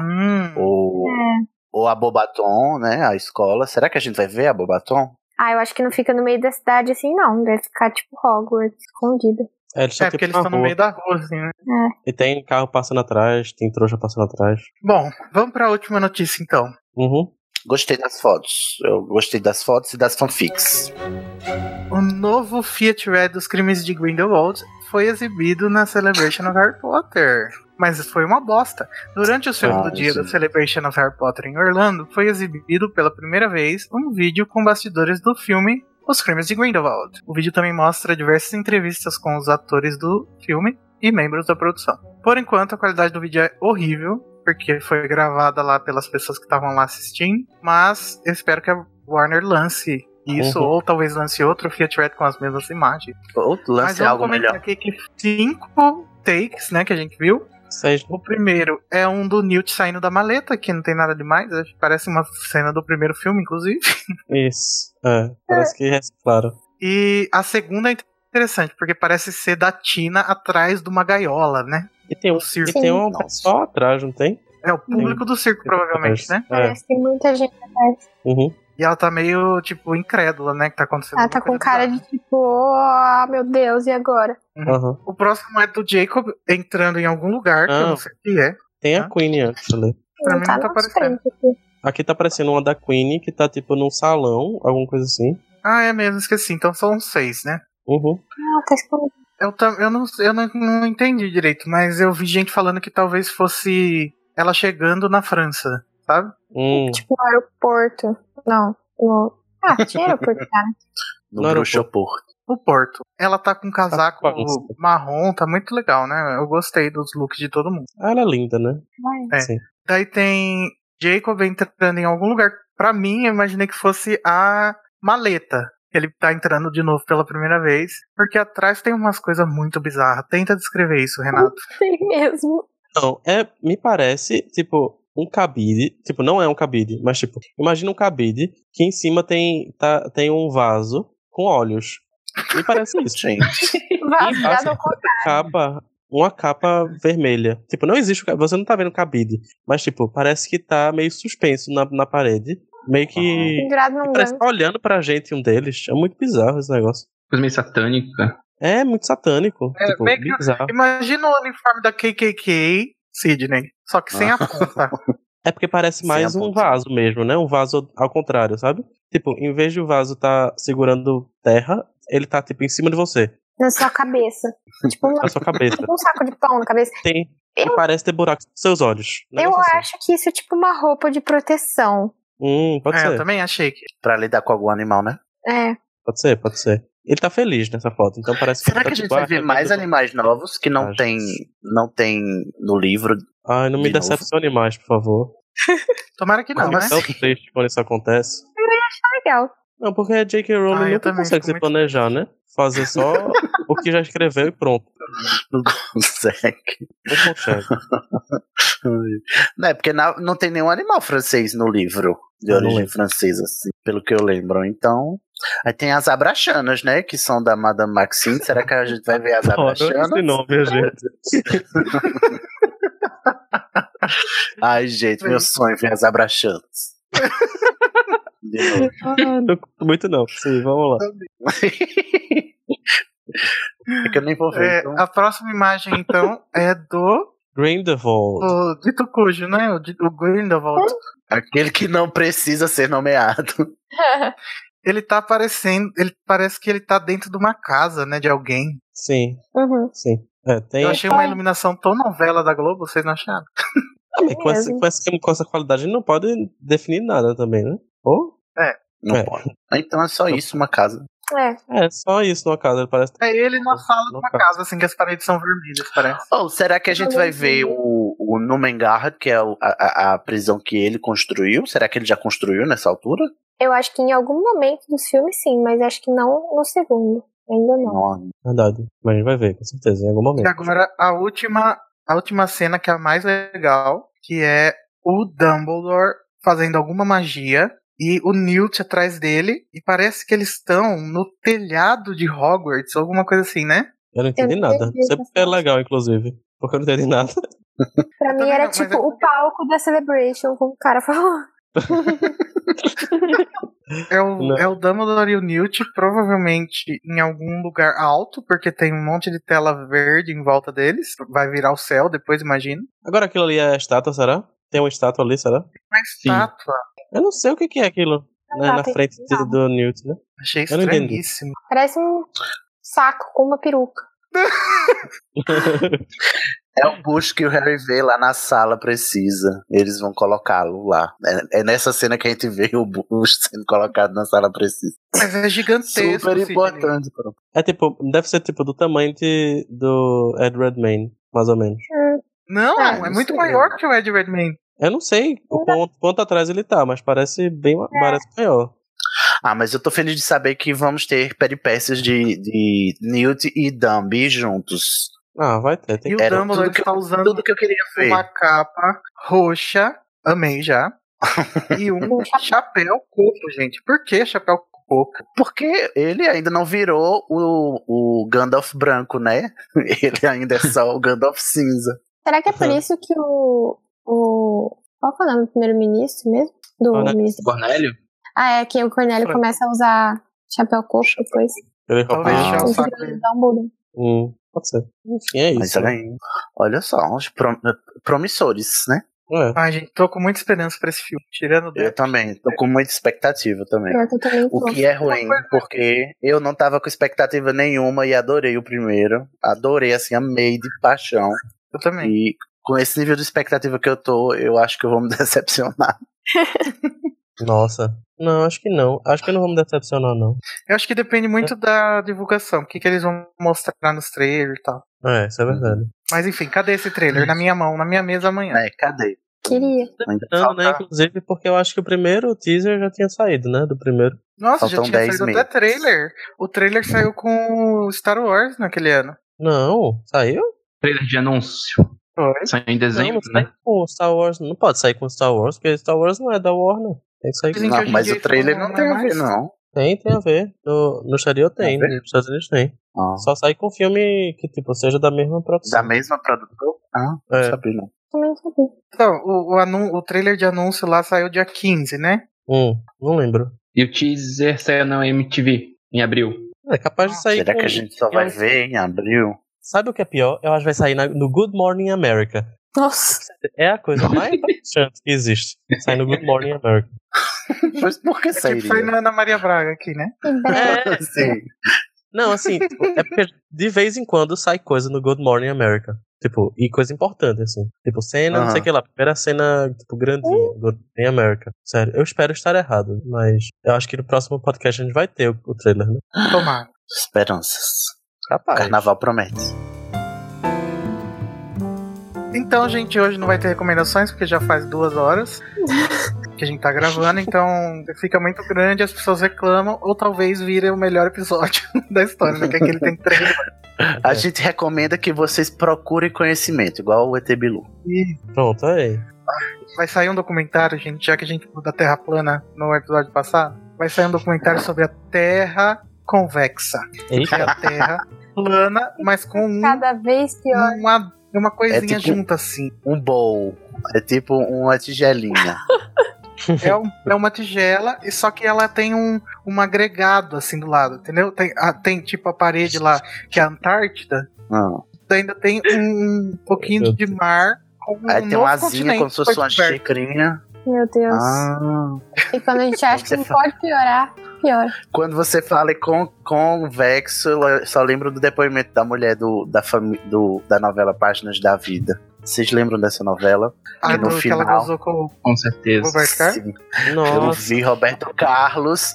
[SPEAKER 1] Hum,
[SPEAKER 2] ou,
[SPEAKER 3] É.
[SPEAKER 2] ou a Bobaton, né? A escola. Será que a gente vai ver a Bobaton?
[SPEAKER 3] Ah, eu acho que não fica no meio da cidade assim, não. Deve ficar tipo Hogwarts, escondida.
[SPEAKER 5] É, eles
[SPEAKER 1] é
[SPEAKER 5] tão, tipo,
[SPEAKER 1] porque eles
[SPEAKER 5] na
[SPEAKER 1] estão no
[SPEAKER 5] rua.
[SPEAKER 1] meio da rua, assim, né?
[SPEAKER 5] E tem carro passando atrás, tem trouxa passando atrás.
[SPEAKER 1] Bom, vamos pra última notícia então.
[SPEAKER 5] Uhum.
[SPEAKER 2] Gostei das fotos. Eu gostei das fotos e das fanfics.
[SPEAKER 1] O novo Fiat Red dos crimes de Grindelwald foi exibido na Celebration of Harry Potter. Mas foi uma bosta. Durante o segundo
[SPEAKER 2] Ah,
[SPEAKER 1] dia da
[SPEAKER 2] sim.
[SPEAKER 1] Celebration of Harry Potter em Orlando, foi exibido pela primeira vez um vídeo com bastidores do filme Os Crimes de Grindelwald. O vídeo também mostra diversas entrevistas com os atores do filme e membros da produção. Por enquanto, a qualidade do vídeo é horrível, porque foi gravada lá pelas pessoas que estavam lá assistindo, mas eu espero que a Warner lance isso,
[SPEAKER 5] Uhum.
[SPEAKER 1] ou talvez lance outro Fiat Red com as mesmas imagens.
[SPEAKER 2] Ou
[SPEAKER 1] Mas
[SPEAKER 2] lance é
[SPEAKER 1] vamos
[SPEAKER 2] algo
[SPEAKER 1] comentar
[SPEAKER 2] melhor.
[SPEAKER 1] aqui que cinco takes, né, que a gente viu,
[SPEAKER 5] Seis.
[SPEAKER 1] O primeiro é um do Newt saindo da maleta, que não tem nada demais. acho que Parece uma cena do primeiro filme, inclusive.
[SPEAKER 5] Isso. É, parece que reciclaram.
[SPEAKER 1] E a segunda é interessante, porque parece ser da Tina atrás de uma gaiola, né?
[SPEAKER 5] E tem um,
[SPEAKER 1] O circo.
[SPEAKER 5] e tem uma só atrás, não tem?
[SPEAKER 1] É o público do circo, provavelmente, né?
[SPEAKER 5] É.
[SPEAKER 3] Parece que tem muita gente atrás.
[SPEAKER 5] Uhum.
[SPEAKER 1] E ela tá meio, tipo, incrédula, né? Que tá acontecendo.
[SPEAKER 3] Ela tá
[SPEAKER 1] alguma
[SPEAKER 3] com
[SPEAKER 1] coisa
[SPEAKER 3] cara de tipo, oh, meu Deus, e agora?
[SPEAKER 5] Aham.
[SPEAKER 1] O próximo é do Jacob entrando em algum lugar, que
[SPEAKER 5] Ah.
[SPEAKER 1] eu não sei o que é.
[SPEAKER 5] Tem a
[SPEAKER 1] Hã?
[SPEAKER 5] Queen antes ali.
[SPEAKER 1] Pra
[SPEAKER 3] Não
[SPEAKER 1] mim
[SPEAKER 3] tá
[SPEAKER 1] não tá
[SPEAKER 3] na
[SPEAKER 1] aparecendo.
[SPEAKER 3] frente aqui.
[SPEAKER 5] Aqui tá parecendo uma da Queen que tá tipo num salão, alguma coisa assim.
[SPEAKER 1] Ah, é mesmo, esqueci. Então são seis, né?
[SPEAKER 5] Uhum.
[SPEAKER 3] Não, tá escondido.
[SPEAKER 1] Eu, tam- eu, não, eu não, não entendi direito, mas eu vi gente falando que talvez fosse ela chegando na França, sabe?
[SPEAKER 5] Hum.
[SPEAKER 3] Tipo, no aeroporto. Não. no- Ah, tinha aeroporto, cara.
[SPEAKER 2] No
[SPEAKER 5] Não era o
[SPEAKER 2] Bruxoporto.
[SPEAKER 1] O Porto. Ela tá com um casaco
[SPEAKER 5] Tá com bagunça.
[SPEAKER 1] marrom, tá muito legal, né? Eu gostei dos looks de todo mundo.
[SPEAKER 5] Ah, ela é linda, né?
[SPEAKER 3] Vai.
[SPEAKER 1] É.
[SPEAKER 5] Sim.
[SPEAKER 1] Daí tem Jacob entrando em algum lugar. Pra mim, eu imaginei que fosse a maleta. Ele tá entrando de novo pela primeira vez. Porque atrás tem umas coisas muito bizarras. Tenta descrever isso, Renato.
[SPEAKER 3] Tem mesmo.
[SPEAKER 5] Não, é, me parece, tipo, um cabide. Tipo, não é um cabide, mas tipo, imagina um cabide que em cima tem, tá, tem um vaso com olhos. Me parece isso.
[SPEAKER 2] Gente,
[SPEAKER 3] Vazado ao contrário.
[SPEAKER 5] capa, uma capa vermelha. Tipo, não existe, o ca- você não tá vendo o cabide, mas tipo, parece que tá meio suspenso na, na parede, meio que
[SPEAKER 3] pendurado num
[SPEAKER 5] parece que
[SPEAKER 3] gancho.
[SPEAKER 5] tá olhando pra gente um deles. É muito bizarro esse negócio.
[SPEAKER 4] Coisa meio satânica.
[SPEAKER 5] É muito satânico,
[SPEAKER 1] É,
[SPEAKER 5] tipo,
[SPEAKER 1] meio que-
[SPEAKER 5] bizarro.
[SPEAKER 1] Imagina o uniforme da KKK, Sidney. Só que sem a ponta.
[SPEAKER 5] É porque parece
[SPEAKER 2] Sem
[SPEAKER 5] mais
[SPEAKER 2] a
[SPEAKER 5] um
[SPEAKER 2] ponta.
[SPEAKER 5] vaso mesmo, né? Um vaso ao contrário, sabe? Tipo, em vez de o vaso tá segurando terra, ele tá tipo em cima de você,
[SPEAKER 3] Na sua cabeça. tipo, um,
[SPEAKER 5] na sua cabeça.
[SPEAKER 3] tipo um saco de pão na cabeça.
[SPEAKER 5] Tem
[SPEAKER 3] Eu-
[SPEAKER 5] e parece ter buracos nos seus olhos. Um
[SPEAKER 3] Eu
[SPEAKER 5] negócio assim.
[SPEAKER 3] acho que isso é tipo uma roupa de proteção.
[SPEAKER 5] Hum, pode
[SPEAKER 1] É,
[SPEAKER 5] ser.
[SPEAKER 1] eu também achei que.
[SPEAKER 2] pra lidar com algum animal, né?
[SPEAKER 3] É.
[SPEAKER 5] Pode ser, pode ser. Ele tá feliz nessa foto, então parece
[SPEAKER 2] Será
[SPEAKER 5] ele tá
[SPEAKER 2] que a gente
[SPEAKER 5] tipo,
[SPEAKER 2] vai
[SPEAKER 5] ah,
[SPEAKER 2] ver
[SPEAKER 5] tá
[SPEAKER 2] mais
[SPEAKER 5] tudo-
[SPEAKER 2] animais novos que não
[SPEAKER 5] Acho
[SPEAKER 2] tem,
[SPEAKER 5] que
[SPEAKER 2] não tem no livro?
[SPEAKER 5] Ai, não me
[SPEAKER 2] de novo?
[SPEAKER 5] decepcione mais, por favor.
[SPEAKER 1] Tomara que não,
[SPEAKER 5] Fico
[SPEAKER 1] né?
[SPEAKER 2] Mas-
[SPEAKER 5] tão triste quando isso acontece.
[SPEAKER 3] Legal.
[SPEAKER 5] Não, porque a J.K.
[SPEAKER 1] Ah, eu
[SPEAKER 5] Rowling nunca
[SPEAKER 1] também
[SPEAKER 5] consegue
[SPEAKER 1] fico
[SPEAKER 5] se
[SPEAKER 1] muito-
[SPEAKER 5] planejar, né? Fazer só o que já escreveu e pronto.
[SPEAKER 2] Não consegue.
[SPEAKER 5] Não consegue.
[SPEAKER 2] Não é porque na- não tem nenhum animal francês no livro, de
[SPEAKER 5] Eu não
[SPEAKER 2] origem
[SPEAKER 5] lembro.
[SPEAKER 2] francesa, assim, pelo que eu lembro. Então. Aí tem as abraxanas, né? Que são da Madame Maxine. Será que a gente vai ver as
[SPEAKER 5] Adoro esse
[SPEAKER 2] abraxanas?
[SPEAKER 5] nome, gente.
[SPEAKER 2] Ai, gente, meu sonho é ver as abraxanas. De novo.
[SPEAKER 5] Ah, não curto muito não. Sim, vamos lá.
[SPEAKER 2] É que eu nem vou ver.
[SPEAKER 1] É,
[SPEAKER 2] então.
[SPEAKER 1] a próxima imagem, então, é do,
[SPEAKER 5] Grindelwald.
[SPEAKER 1] do Dito Cujo, né? O, Di- o Grindelwald.
[SPEAKER 2] Aquele que não precisa ser nomeado.
[SPEAKER 1] Ele tá aparecendo. Ele parece que ele tá dentro de uma casa, né? De alguém.
[SPEAKER 5] Sim,
[SPEAKER 3] Uhum.
[SPEAKER 5] sim. É, tem...
[SPEAKER 1] Eu achei uma iluminação tão novela da Globo, vocês não acharam?
[SPEAKER 5] também, É com, essa,
[SPEAKER 3] mesmo.
[SPEAKER 5] com, essa, com essa qualidade não pode definir nada também, né? Ou?
[SPEAKER 2] Não
[SPEAKER 5] É.
[SPEAKER 2] pode. Então é só isso, uma casa.
[SPEAKER 3] É.
[SPEAKER 5] É, só isso no caso, ele parece...
[SPEAKER 1] É ele na sala de uma
[SPEAKER 5] Nunca.
[SPEAKER 1] casa, assim, que as paredes são vermelhas, parece.
[SPEAKER 2] Ou será que a gente vai ver o, o Numengard, que é o- a, a- a prisão que ele construiu? Será que ele já construiu nessa altura?
[SPEAKER 3] Eu acho que em algum momento dos filmes, sim, mas acho que não no segundo. Ainda não.
[SPEAKER 2] Não.
[SPEAKER 5] é Verdade. Mas a gente vai ver, com certeza, em algum
[SPEAKER 1] E
[SPEAKER 5] momento.
[SPEAKER 1] agora a última, a última cena que é a mais legal, que é o Dumbledore fazendo alguma magia e o Newt atrás dele e parece que eles estão no telhado de Hogwarts, alguma coisa assim, né?
[SPEAKER 5] Eu não entendi
[SPEAKER 3] não
[SPEAKER 5] nada.
[SPEAKER 3] entendi
[SPEAKER 5] Sempre
[SPEAKER 3] essa
[SPEAKER 5] é
[SPEAKER 3] parte.
[SPEAKER 5] legal, inclusive. Porque eu não entendi nada.
[SPEAKER 3] Pra
[SPEAKER 1] Eu
[SPEAKER 3] mim
[SPEAKER 1] também
[SPEAKER 3] era
[SPEAKER 1] não, mas
[SPEAKER 3] tipo
[SPEAKER 1] é
[SPEAKER 3] o
[SPEAKER 1] porque-
[SPEAKER 3] palco da Celebration, como o cara falou.
[SPEAKER 1] É o,
[SPEAKER 5] Não.
[SPEAKER 1] é o Dumbledore e o Newt, provavelmente em algum lugar alto, porque tem um monte de tela verde em volta deles. Vai virar o céu depois, imagina.
[SPEAKER 5] Agora aquilo ali é estátua, será? Tem uma estátua ali, será?
[SPEAKER 1] Uma estátua.
[SPEAKER 5] Eu não sei o que que é aquilo. né,
[SPEAKER 3] Ah,
[SPEAKER 5] na
[SPEAKER 3] tem-
[SPEAKER 5] frente do, do Newt, né?
[SPEAKER 1] Achei
[SPEAKER 5] Eu não entendi.
[SPEAKER 1] estranhíssimo.
[SPEAKER 3] Parece um saco com uma peruca.
[SPEAKER 2] É o bucho que o Harry vê lá na sala, precisa. Eles vão colocá-lo lá. É, é nessa cena que a gente vê o bucho sendo colocado na sala, precisa.
[SPEAKER 1] Mas é gigantesco.
[SPEAKER 2] Super
[SPEAKER 1] Sidney.
[SPEAKER 2] importante. pô.
[SPEAKER 5] É tipo, deve ser tipo do tamanho de, do Ed Redmayne, mais ou menos.
[SPEAKER 1] Não,
[SPEAKER 3] Ah,
[SPEAKER 1] é
[SPEAKER 2] não
[SPEAKER 1] muito
[SPEAKER 2] sei.
[SPEAKER 1] maior que o Ed Redmayne.
[SPEAKER 5] Eu não sei o quanto, quanto atrás ele tá, mas parece bem
[SPEAKER 2] É.
[SPEAKER 5] ma- parece maior.
[SPEAKER 2] Ah, mas eu tô feliz de saber que vamos ter peripécias de, de Newt e Dumby juntos.
[SPEAKER 5] Ah, vai ter. Tem
[SPEAKER 1] E o
[SPEAKER 5] que...
[SPEAKER 2] Era
[SPEAKER 1] Dumbledore
[SPEAKER 2] tudo que tá
[SPEAKER 1] está usando
[SPEAKER 2] Tudo que eu queria ver.
[SPEAKER 1] uma capa roxa, amei já, e um chapéu coco, gente. Por que chapéu coco?
[SPEAKER 2] Porque ele ainda não virou o, o Gandalf branco, né? Ele ainda é só o Gandalf cinza.
[SPEAKER 3] Será que é por
[SPEAKER 5] Uhum.
[SPEAKER 3] isso que o. o qual que é o nome do primeiro-ministro mesmo? Do
[SPEAKER 5] Cornélio.
[SPEAKER 3] ministro.
[SPEAKER 4] Cornélio?
[SPEAKER 3] Ah, é que o Cornélio
[SPEAKER 5] Fran-
[SPEAKER 3] começa a usar chapéu coco depois.
[SPEAKER 5] Ele roupa.
[SPEAKER 1] Talvez
[SPEAKER 2] Ah,
[SPEAKER 1] já o
[SPEAKER 3] Os
[SPEAKER 1] saco
[SPEAKER 3] grandes Dumbledore.
[SPEAKER 5] é. Hum, pode ser. Enfim, é
[SPEAKER 2] Mas
[SPEAKER 5] isso. né?
[SPEAKER 2] também, olha só, uns prom- promissores, né?
[SPEAKER 5] É.
[SPEAKER 1] Ai, gente, tô com muita esperança pra esse filme. Tirando o
[SPEAKER 2] Eu
[SPEAKER 1] Depp.
[SPEAKER 2] também, tô com muita expectativa também.
[SPEAKER 3] Pior que eu também
[SPEAKER 2] É. O
[SPEAKER 3] tô.
[SPEAKER 2] que é ruim, porque eu não tava com expectativa nenhuma e adorei o primeiro. Adorei, assim, amei de paixão.
[SPEAKER 1] Eu também.
[SPEAKER 2] E com esse nível de expectativa que eu tô, eu acho que eu vou me decepcionar.
[SPEAKER 5] Nossa. Não, acho que não. Acho que eu não vou me decepcionar, não.
[SPEAKER 1] Eu acho que depende muito da divulgação. O que, que eles vão mostrar nos trailers e tal.
[SPEAKER 5] É, isso é
[SPEAKER 2] Uhum.
[SPEAKER 5] verdade.
[SPEAKER 1] Mas enfim, cadê esse trailer? Na minha mão, na minha mesa amanhã.
[SPEAKER 2] É, cadê?
[SPEAKER 3] Queria.
[SPEAKER 2] Ainda
[SPEAKER 5] Não, né?
[SPEAKER 2] falta-
[SPEAKER 5] Inclusive, porque eu acho que o primeiro teaser já tinha saído, né? Do primeiro.
[SPEAKER 1] Nossa, já
[SPEAKER 2] Faltam
[SPEAKER 1] tinha
[SPEAKER 2] 10
[SPEAKER 1] saído até
[SPEAKER 2] minutos.
[SPEAKER 1] trailer. O trailer saiu com o Star Wars naquele ano.
[SPEAKER 5] Não, saiu?
[SPEAKER 4] Trailer de anúncio.
[SPEAKER 1] Foi.
[SPEAKER 4] Saiu em
[SPEAKER 5] não,
[SPEAKER 4] dezembro,
[SPEAKER 5] não sai
[SPEAKER 4] né?
[SPEAKER 5] com Star Wars. Não pode sair com Star Wars, porque Star Wars não é da Warner. Tem que sair
[SPEAKER 1] Dizem que
[SPEAKER 5] com.
[SPEAKER 2] Não,
[SPEAKER 1] hoje em
[SPEAKER 2] mas
[SPEAKER 1] dia
[SPEAKER 2] o trailer
[SPEAKER 1] não
[SPEAKER 2] não tem a ver,
[SPEAKER 1] mais.
[SPEAKER 2] não.
[SPEAKER 5] Tem, tem a ver. No, no exterior tem,
[SPEAKER 2] Tem a
[SPEAKER 5] nos Estados Unidos tem.
[SPEAKER 2] Ah.
[SPEAKER 5] Só sai com filme que, tipo, seja da mesma
[SPEAKER 2] Da
[SPEAKER 5] produção.
[SPEAKER 2] mesma produtora? Ah, não
[SPEAKER 5] É.
[SPEAKER 2] sabia não.
[SPEAKER 3] Também sabia.
[SPEAKER 1] Então, o, o, anun- o trailer de anúncio lá saiu dia 15, né?
[SPEAKER 5] Hum, não lembro.
[SPEAKER 4] E o teaser saiu na MTV em abril.
[SPEAKER 5] É capaz de sair
[SPEAKER 2] Ah, Será
[SPEAKER 5] com...
[SPEAKER 2] que a gente só vai
[SPEAKER 5] Eu-
[SPEAKER 2] ver em abril?
[SPEAKER 5] Sabe o que é pior? Eu acho que vai sair na- no Good Morning America.
[SPEAKER 3] Nossa.
[SPEAKER 5] É a coisa mais chance que existe. Sai no Good Morning America.
[SPEAKER 2] Mas por que
[SPEAKER 1] É tipo,
[SPEAKER 2] sairia?
[SPEAKER 1] sai na Ana Maria Braga aqui, né?
[SPEAKER 3] Que ideia.
[SPEAKER 5] É,
[SPEAKER 2] Sim.
[SPEAKER 5] não, assim, tipo, é porque de vez em quando sai coisa no Good Morning America. Tipo, e coisa importante, assim. Tipo, cena, não sei o
[SPEAKER 2] Aham. Uh.
[SPEAKER 5] que lá. Primeira cena, tipo, grandinha, Good Morning America. Sério, eu espero estar errado, mas eu acho que no próximo podcast a gente vai ter o, o trailer, né?
[SPEAKER 1] Tomara.
[SPEAKER 2] Esperanças.
[SPEAKER 5] Capaz.
[SPEAKER 2] Carnaval promete.
[SPEAKER 1] Então, gente, hoje não vai ter recomendações, porque já faz duas horas que a gente tá gravando, então fica muito grande, as pessoas reclamam, ou talvez vire o melhor episódio da história, né? Que aquele tem três.
[SPEAKER 2] A gente recomenda que vocês procurem conhecimento, igual o ET Bilu.
[SPEAKER 1] E
[SPEAKER 5] É, Pronto, aí.
[SPEAKER 1] vai sair um documentário, gente, já que a gente falou da Terra plana no episódio passado, vai sair um documentário sobre a Terra convexa. Que é
[SPEAKER 5] Eita,
[SPEAKER 1] a Terra plana, mas com um-
[SPEAKER 3] Cada vez pior.
[SPEAKER 1] uma, uma coisinha
[SPEAKER 2] É tipo-
[SPEAKER 1] junta, assim.
[SPEAKER 2] Um bowl. É tipo uma tigelinha.
[SPEAKER 1] É, um- é uma tigela, e só que ela tem um, um agregado assim do lado, entendeu? Tem, a- tem, tipo a parede lá, que é a Antártida,
[SPEAKER 2] Não.
[SPEAKER 1] ainda tem um pouquinho
[SPEAKER 5] Meu
[SPEAKER 1] de mar. com Um
[SPEAKER 2] Aí tem
[SPEAKER 1] novo
[SPEAKER 2] uma asinha
[SPEAKER 1] continente
[SPEAKER 2] como se fosse uma
[SPEAKER 1] descoberto.
[SPEAKER 2] xicrinha.
[SPEAKER 3] Meu Deus.
[SPEAKER 2] Ah.
[SPEAKER 3] E quando a gente acha que
[SPEAKER 2] Você
[SPEAKER 3] não
[SPEAKER 2] fala.
[SPEAKER 3] pode piorar, piora.
[SPEAKER 2] Quando você fala em con convexo, eu só lembro do depoimento da mulher do, da, fami- do, da novela Páginas da Vida. Vocês lembram dessa novela?
[SPEAKER 1] Ah,
[SPEAKER 2] E no
[SPEAKER 1] do- que ela
[SPEAKER 2] final-
[SPEAKER 1] casou com o
[SPEAKER 4] Com certeza.
[SPEAKER 1] Roberto Carlos.
[SPEAKER 2] Sim. Eu
[SPEAKER 5] nossa.
[SPEAKER 2] vi Roberto Carlos,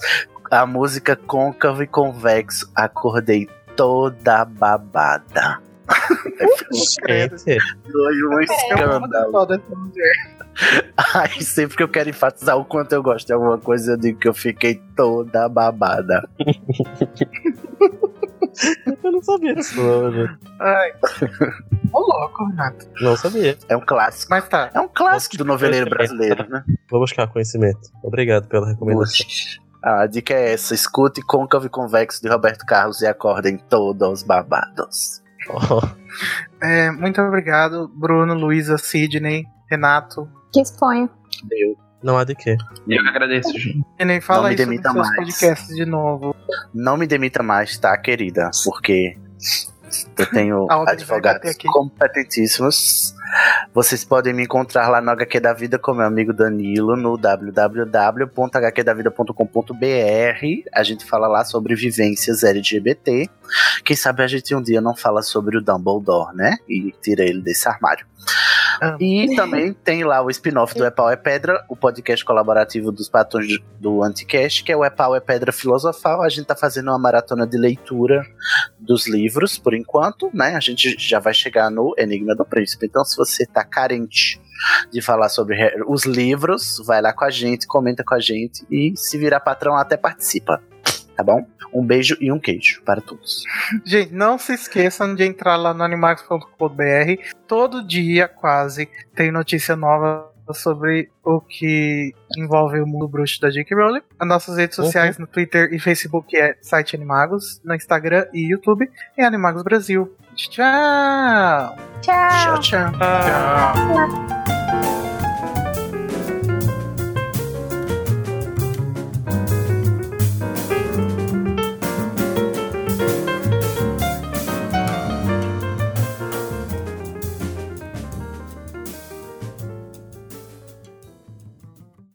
[SPEAKER 2] a música côncavo e convexo. Acordei toda babada.
[SPEAKER 5] Gente,
[SPEAKER 2] Foi um
[SPEAKER 1] É
[SPEAKER 2] escândalo.
[SPEAKER 1] assim.
[SPEAKER 2] Ai, sempre que eu quero enfatizar o quanto eu gosto de alguma coisa, eu digo que eu fiquei toda babada.
[SPEAKER 5] eu não sabia disso. não, meu Deus.
[SPEAKER 1] Ai, ô louco, Renato.
[SPEAKER 5] Não sabia.
[SPEAKER 2] É um clássico.
[SPEAKER 1] Mas tá,
[SPEAKER 2] É um clássico do noveleiro
[SPEAKER 5] Nossa,
[SPEAKER 2] brasileiro, né?
[SPEAKER 5] Vou buscar conhecimento. Obrigado pela recomendação.
[SPEAKER 2] Puxa. Ah, A dica é essa: escute Côncavo e Convexo de Roberto Carlos e acordem todos babados.
[SPEAKER 5] Ó,
[SPEAKER 1] é, muito obrigado, Bruno, Luísa, Sidney, Renato.
[SPEAKER 3] Que exponha.
[SPEAKER 2] Eu
[SPEAKER 5] não há de quê.
[SPEAKER 4] Eu que agradeço, gente.
[SPEAKER 1] Sidney, fala
[SPEAKER 2] me
[SPEAKER 1] isso nos
[SPEAKER 2] demita
[SPEAKER 1] seus
[SPEAKER 2] mais.
[SPEAKER 1] podcasts de novo.
[SPEAKER 2] não me demita mais, tá, querida? Porque eu tenho
[SPEAKER 1] A Alves vai bater
[SPEAKER 2] advogados
[SPEAKER 1] aqui.
[SPEAKER 2] competentíssimos. Vocês podem me encontrar lá no HQ da Vida com meu amigo Danilo no www.hqdavida.com.br. A gente fala lá sobre vivências LGBT. Quem sabe a gente um dia não fala sobre o Dumbledore, né? E tira ele desse armário.
[SPEAKER 1] Amo.
[SPEAKER 2] E também tem lá o spin-off do Epau é Pedra, o podcast colaborativo dos patrões do Anticast, que é o Epau é Pedra Filosofal. A gente tá fazendo uma maratona de leitura dos livros, por enquanto, né? A gente já vai chegar no Enigma do Príncipe. Então, se você tá carente de falar sobre re- os livros, vai lá com a gente, comenta com a gente e se virar patrão até participa. tá bom? Um beijo e um queijo para todos.
[SPEAKER 1] Gente, não se esqueçam de entrar lá no animax.com.br. Todo dia, quase, tem notícia nova sobre o que envolve o mundo bruxo da J.K. Rowling. As nossas redes
[SPEAKER 2] Uhum.
[SPEAKER 1] sociais no Twitter e Facebook é site Animagos, no Instagram e YouTube é Animagos Brasil. Tchau!
[SPEAKER 3] Tchau!
[SPEAKER 2] Tchau, tchau.
[SPEAKER 1] Tchau!
[SPEAKER 2] tchau.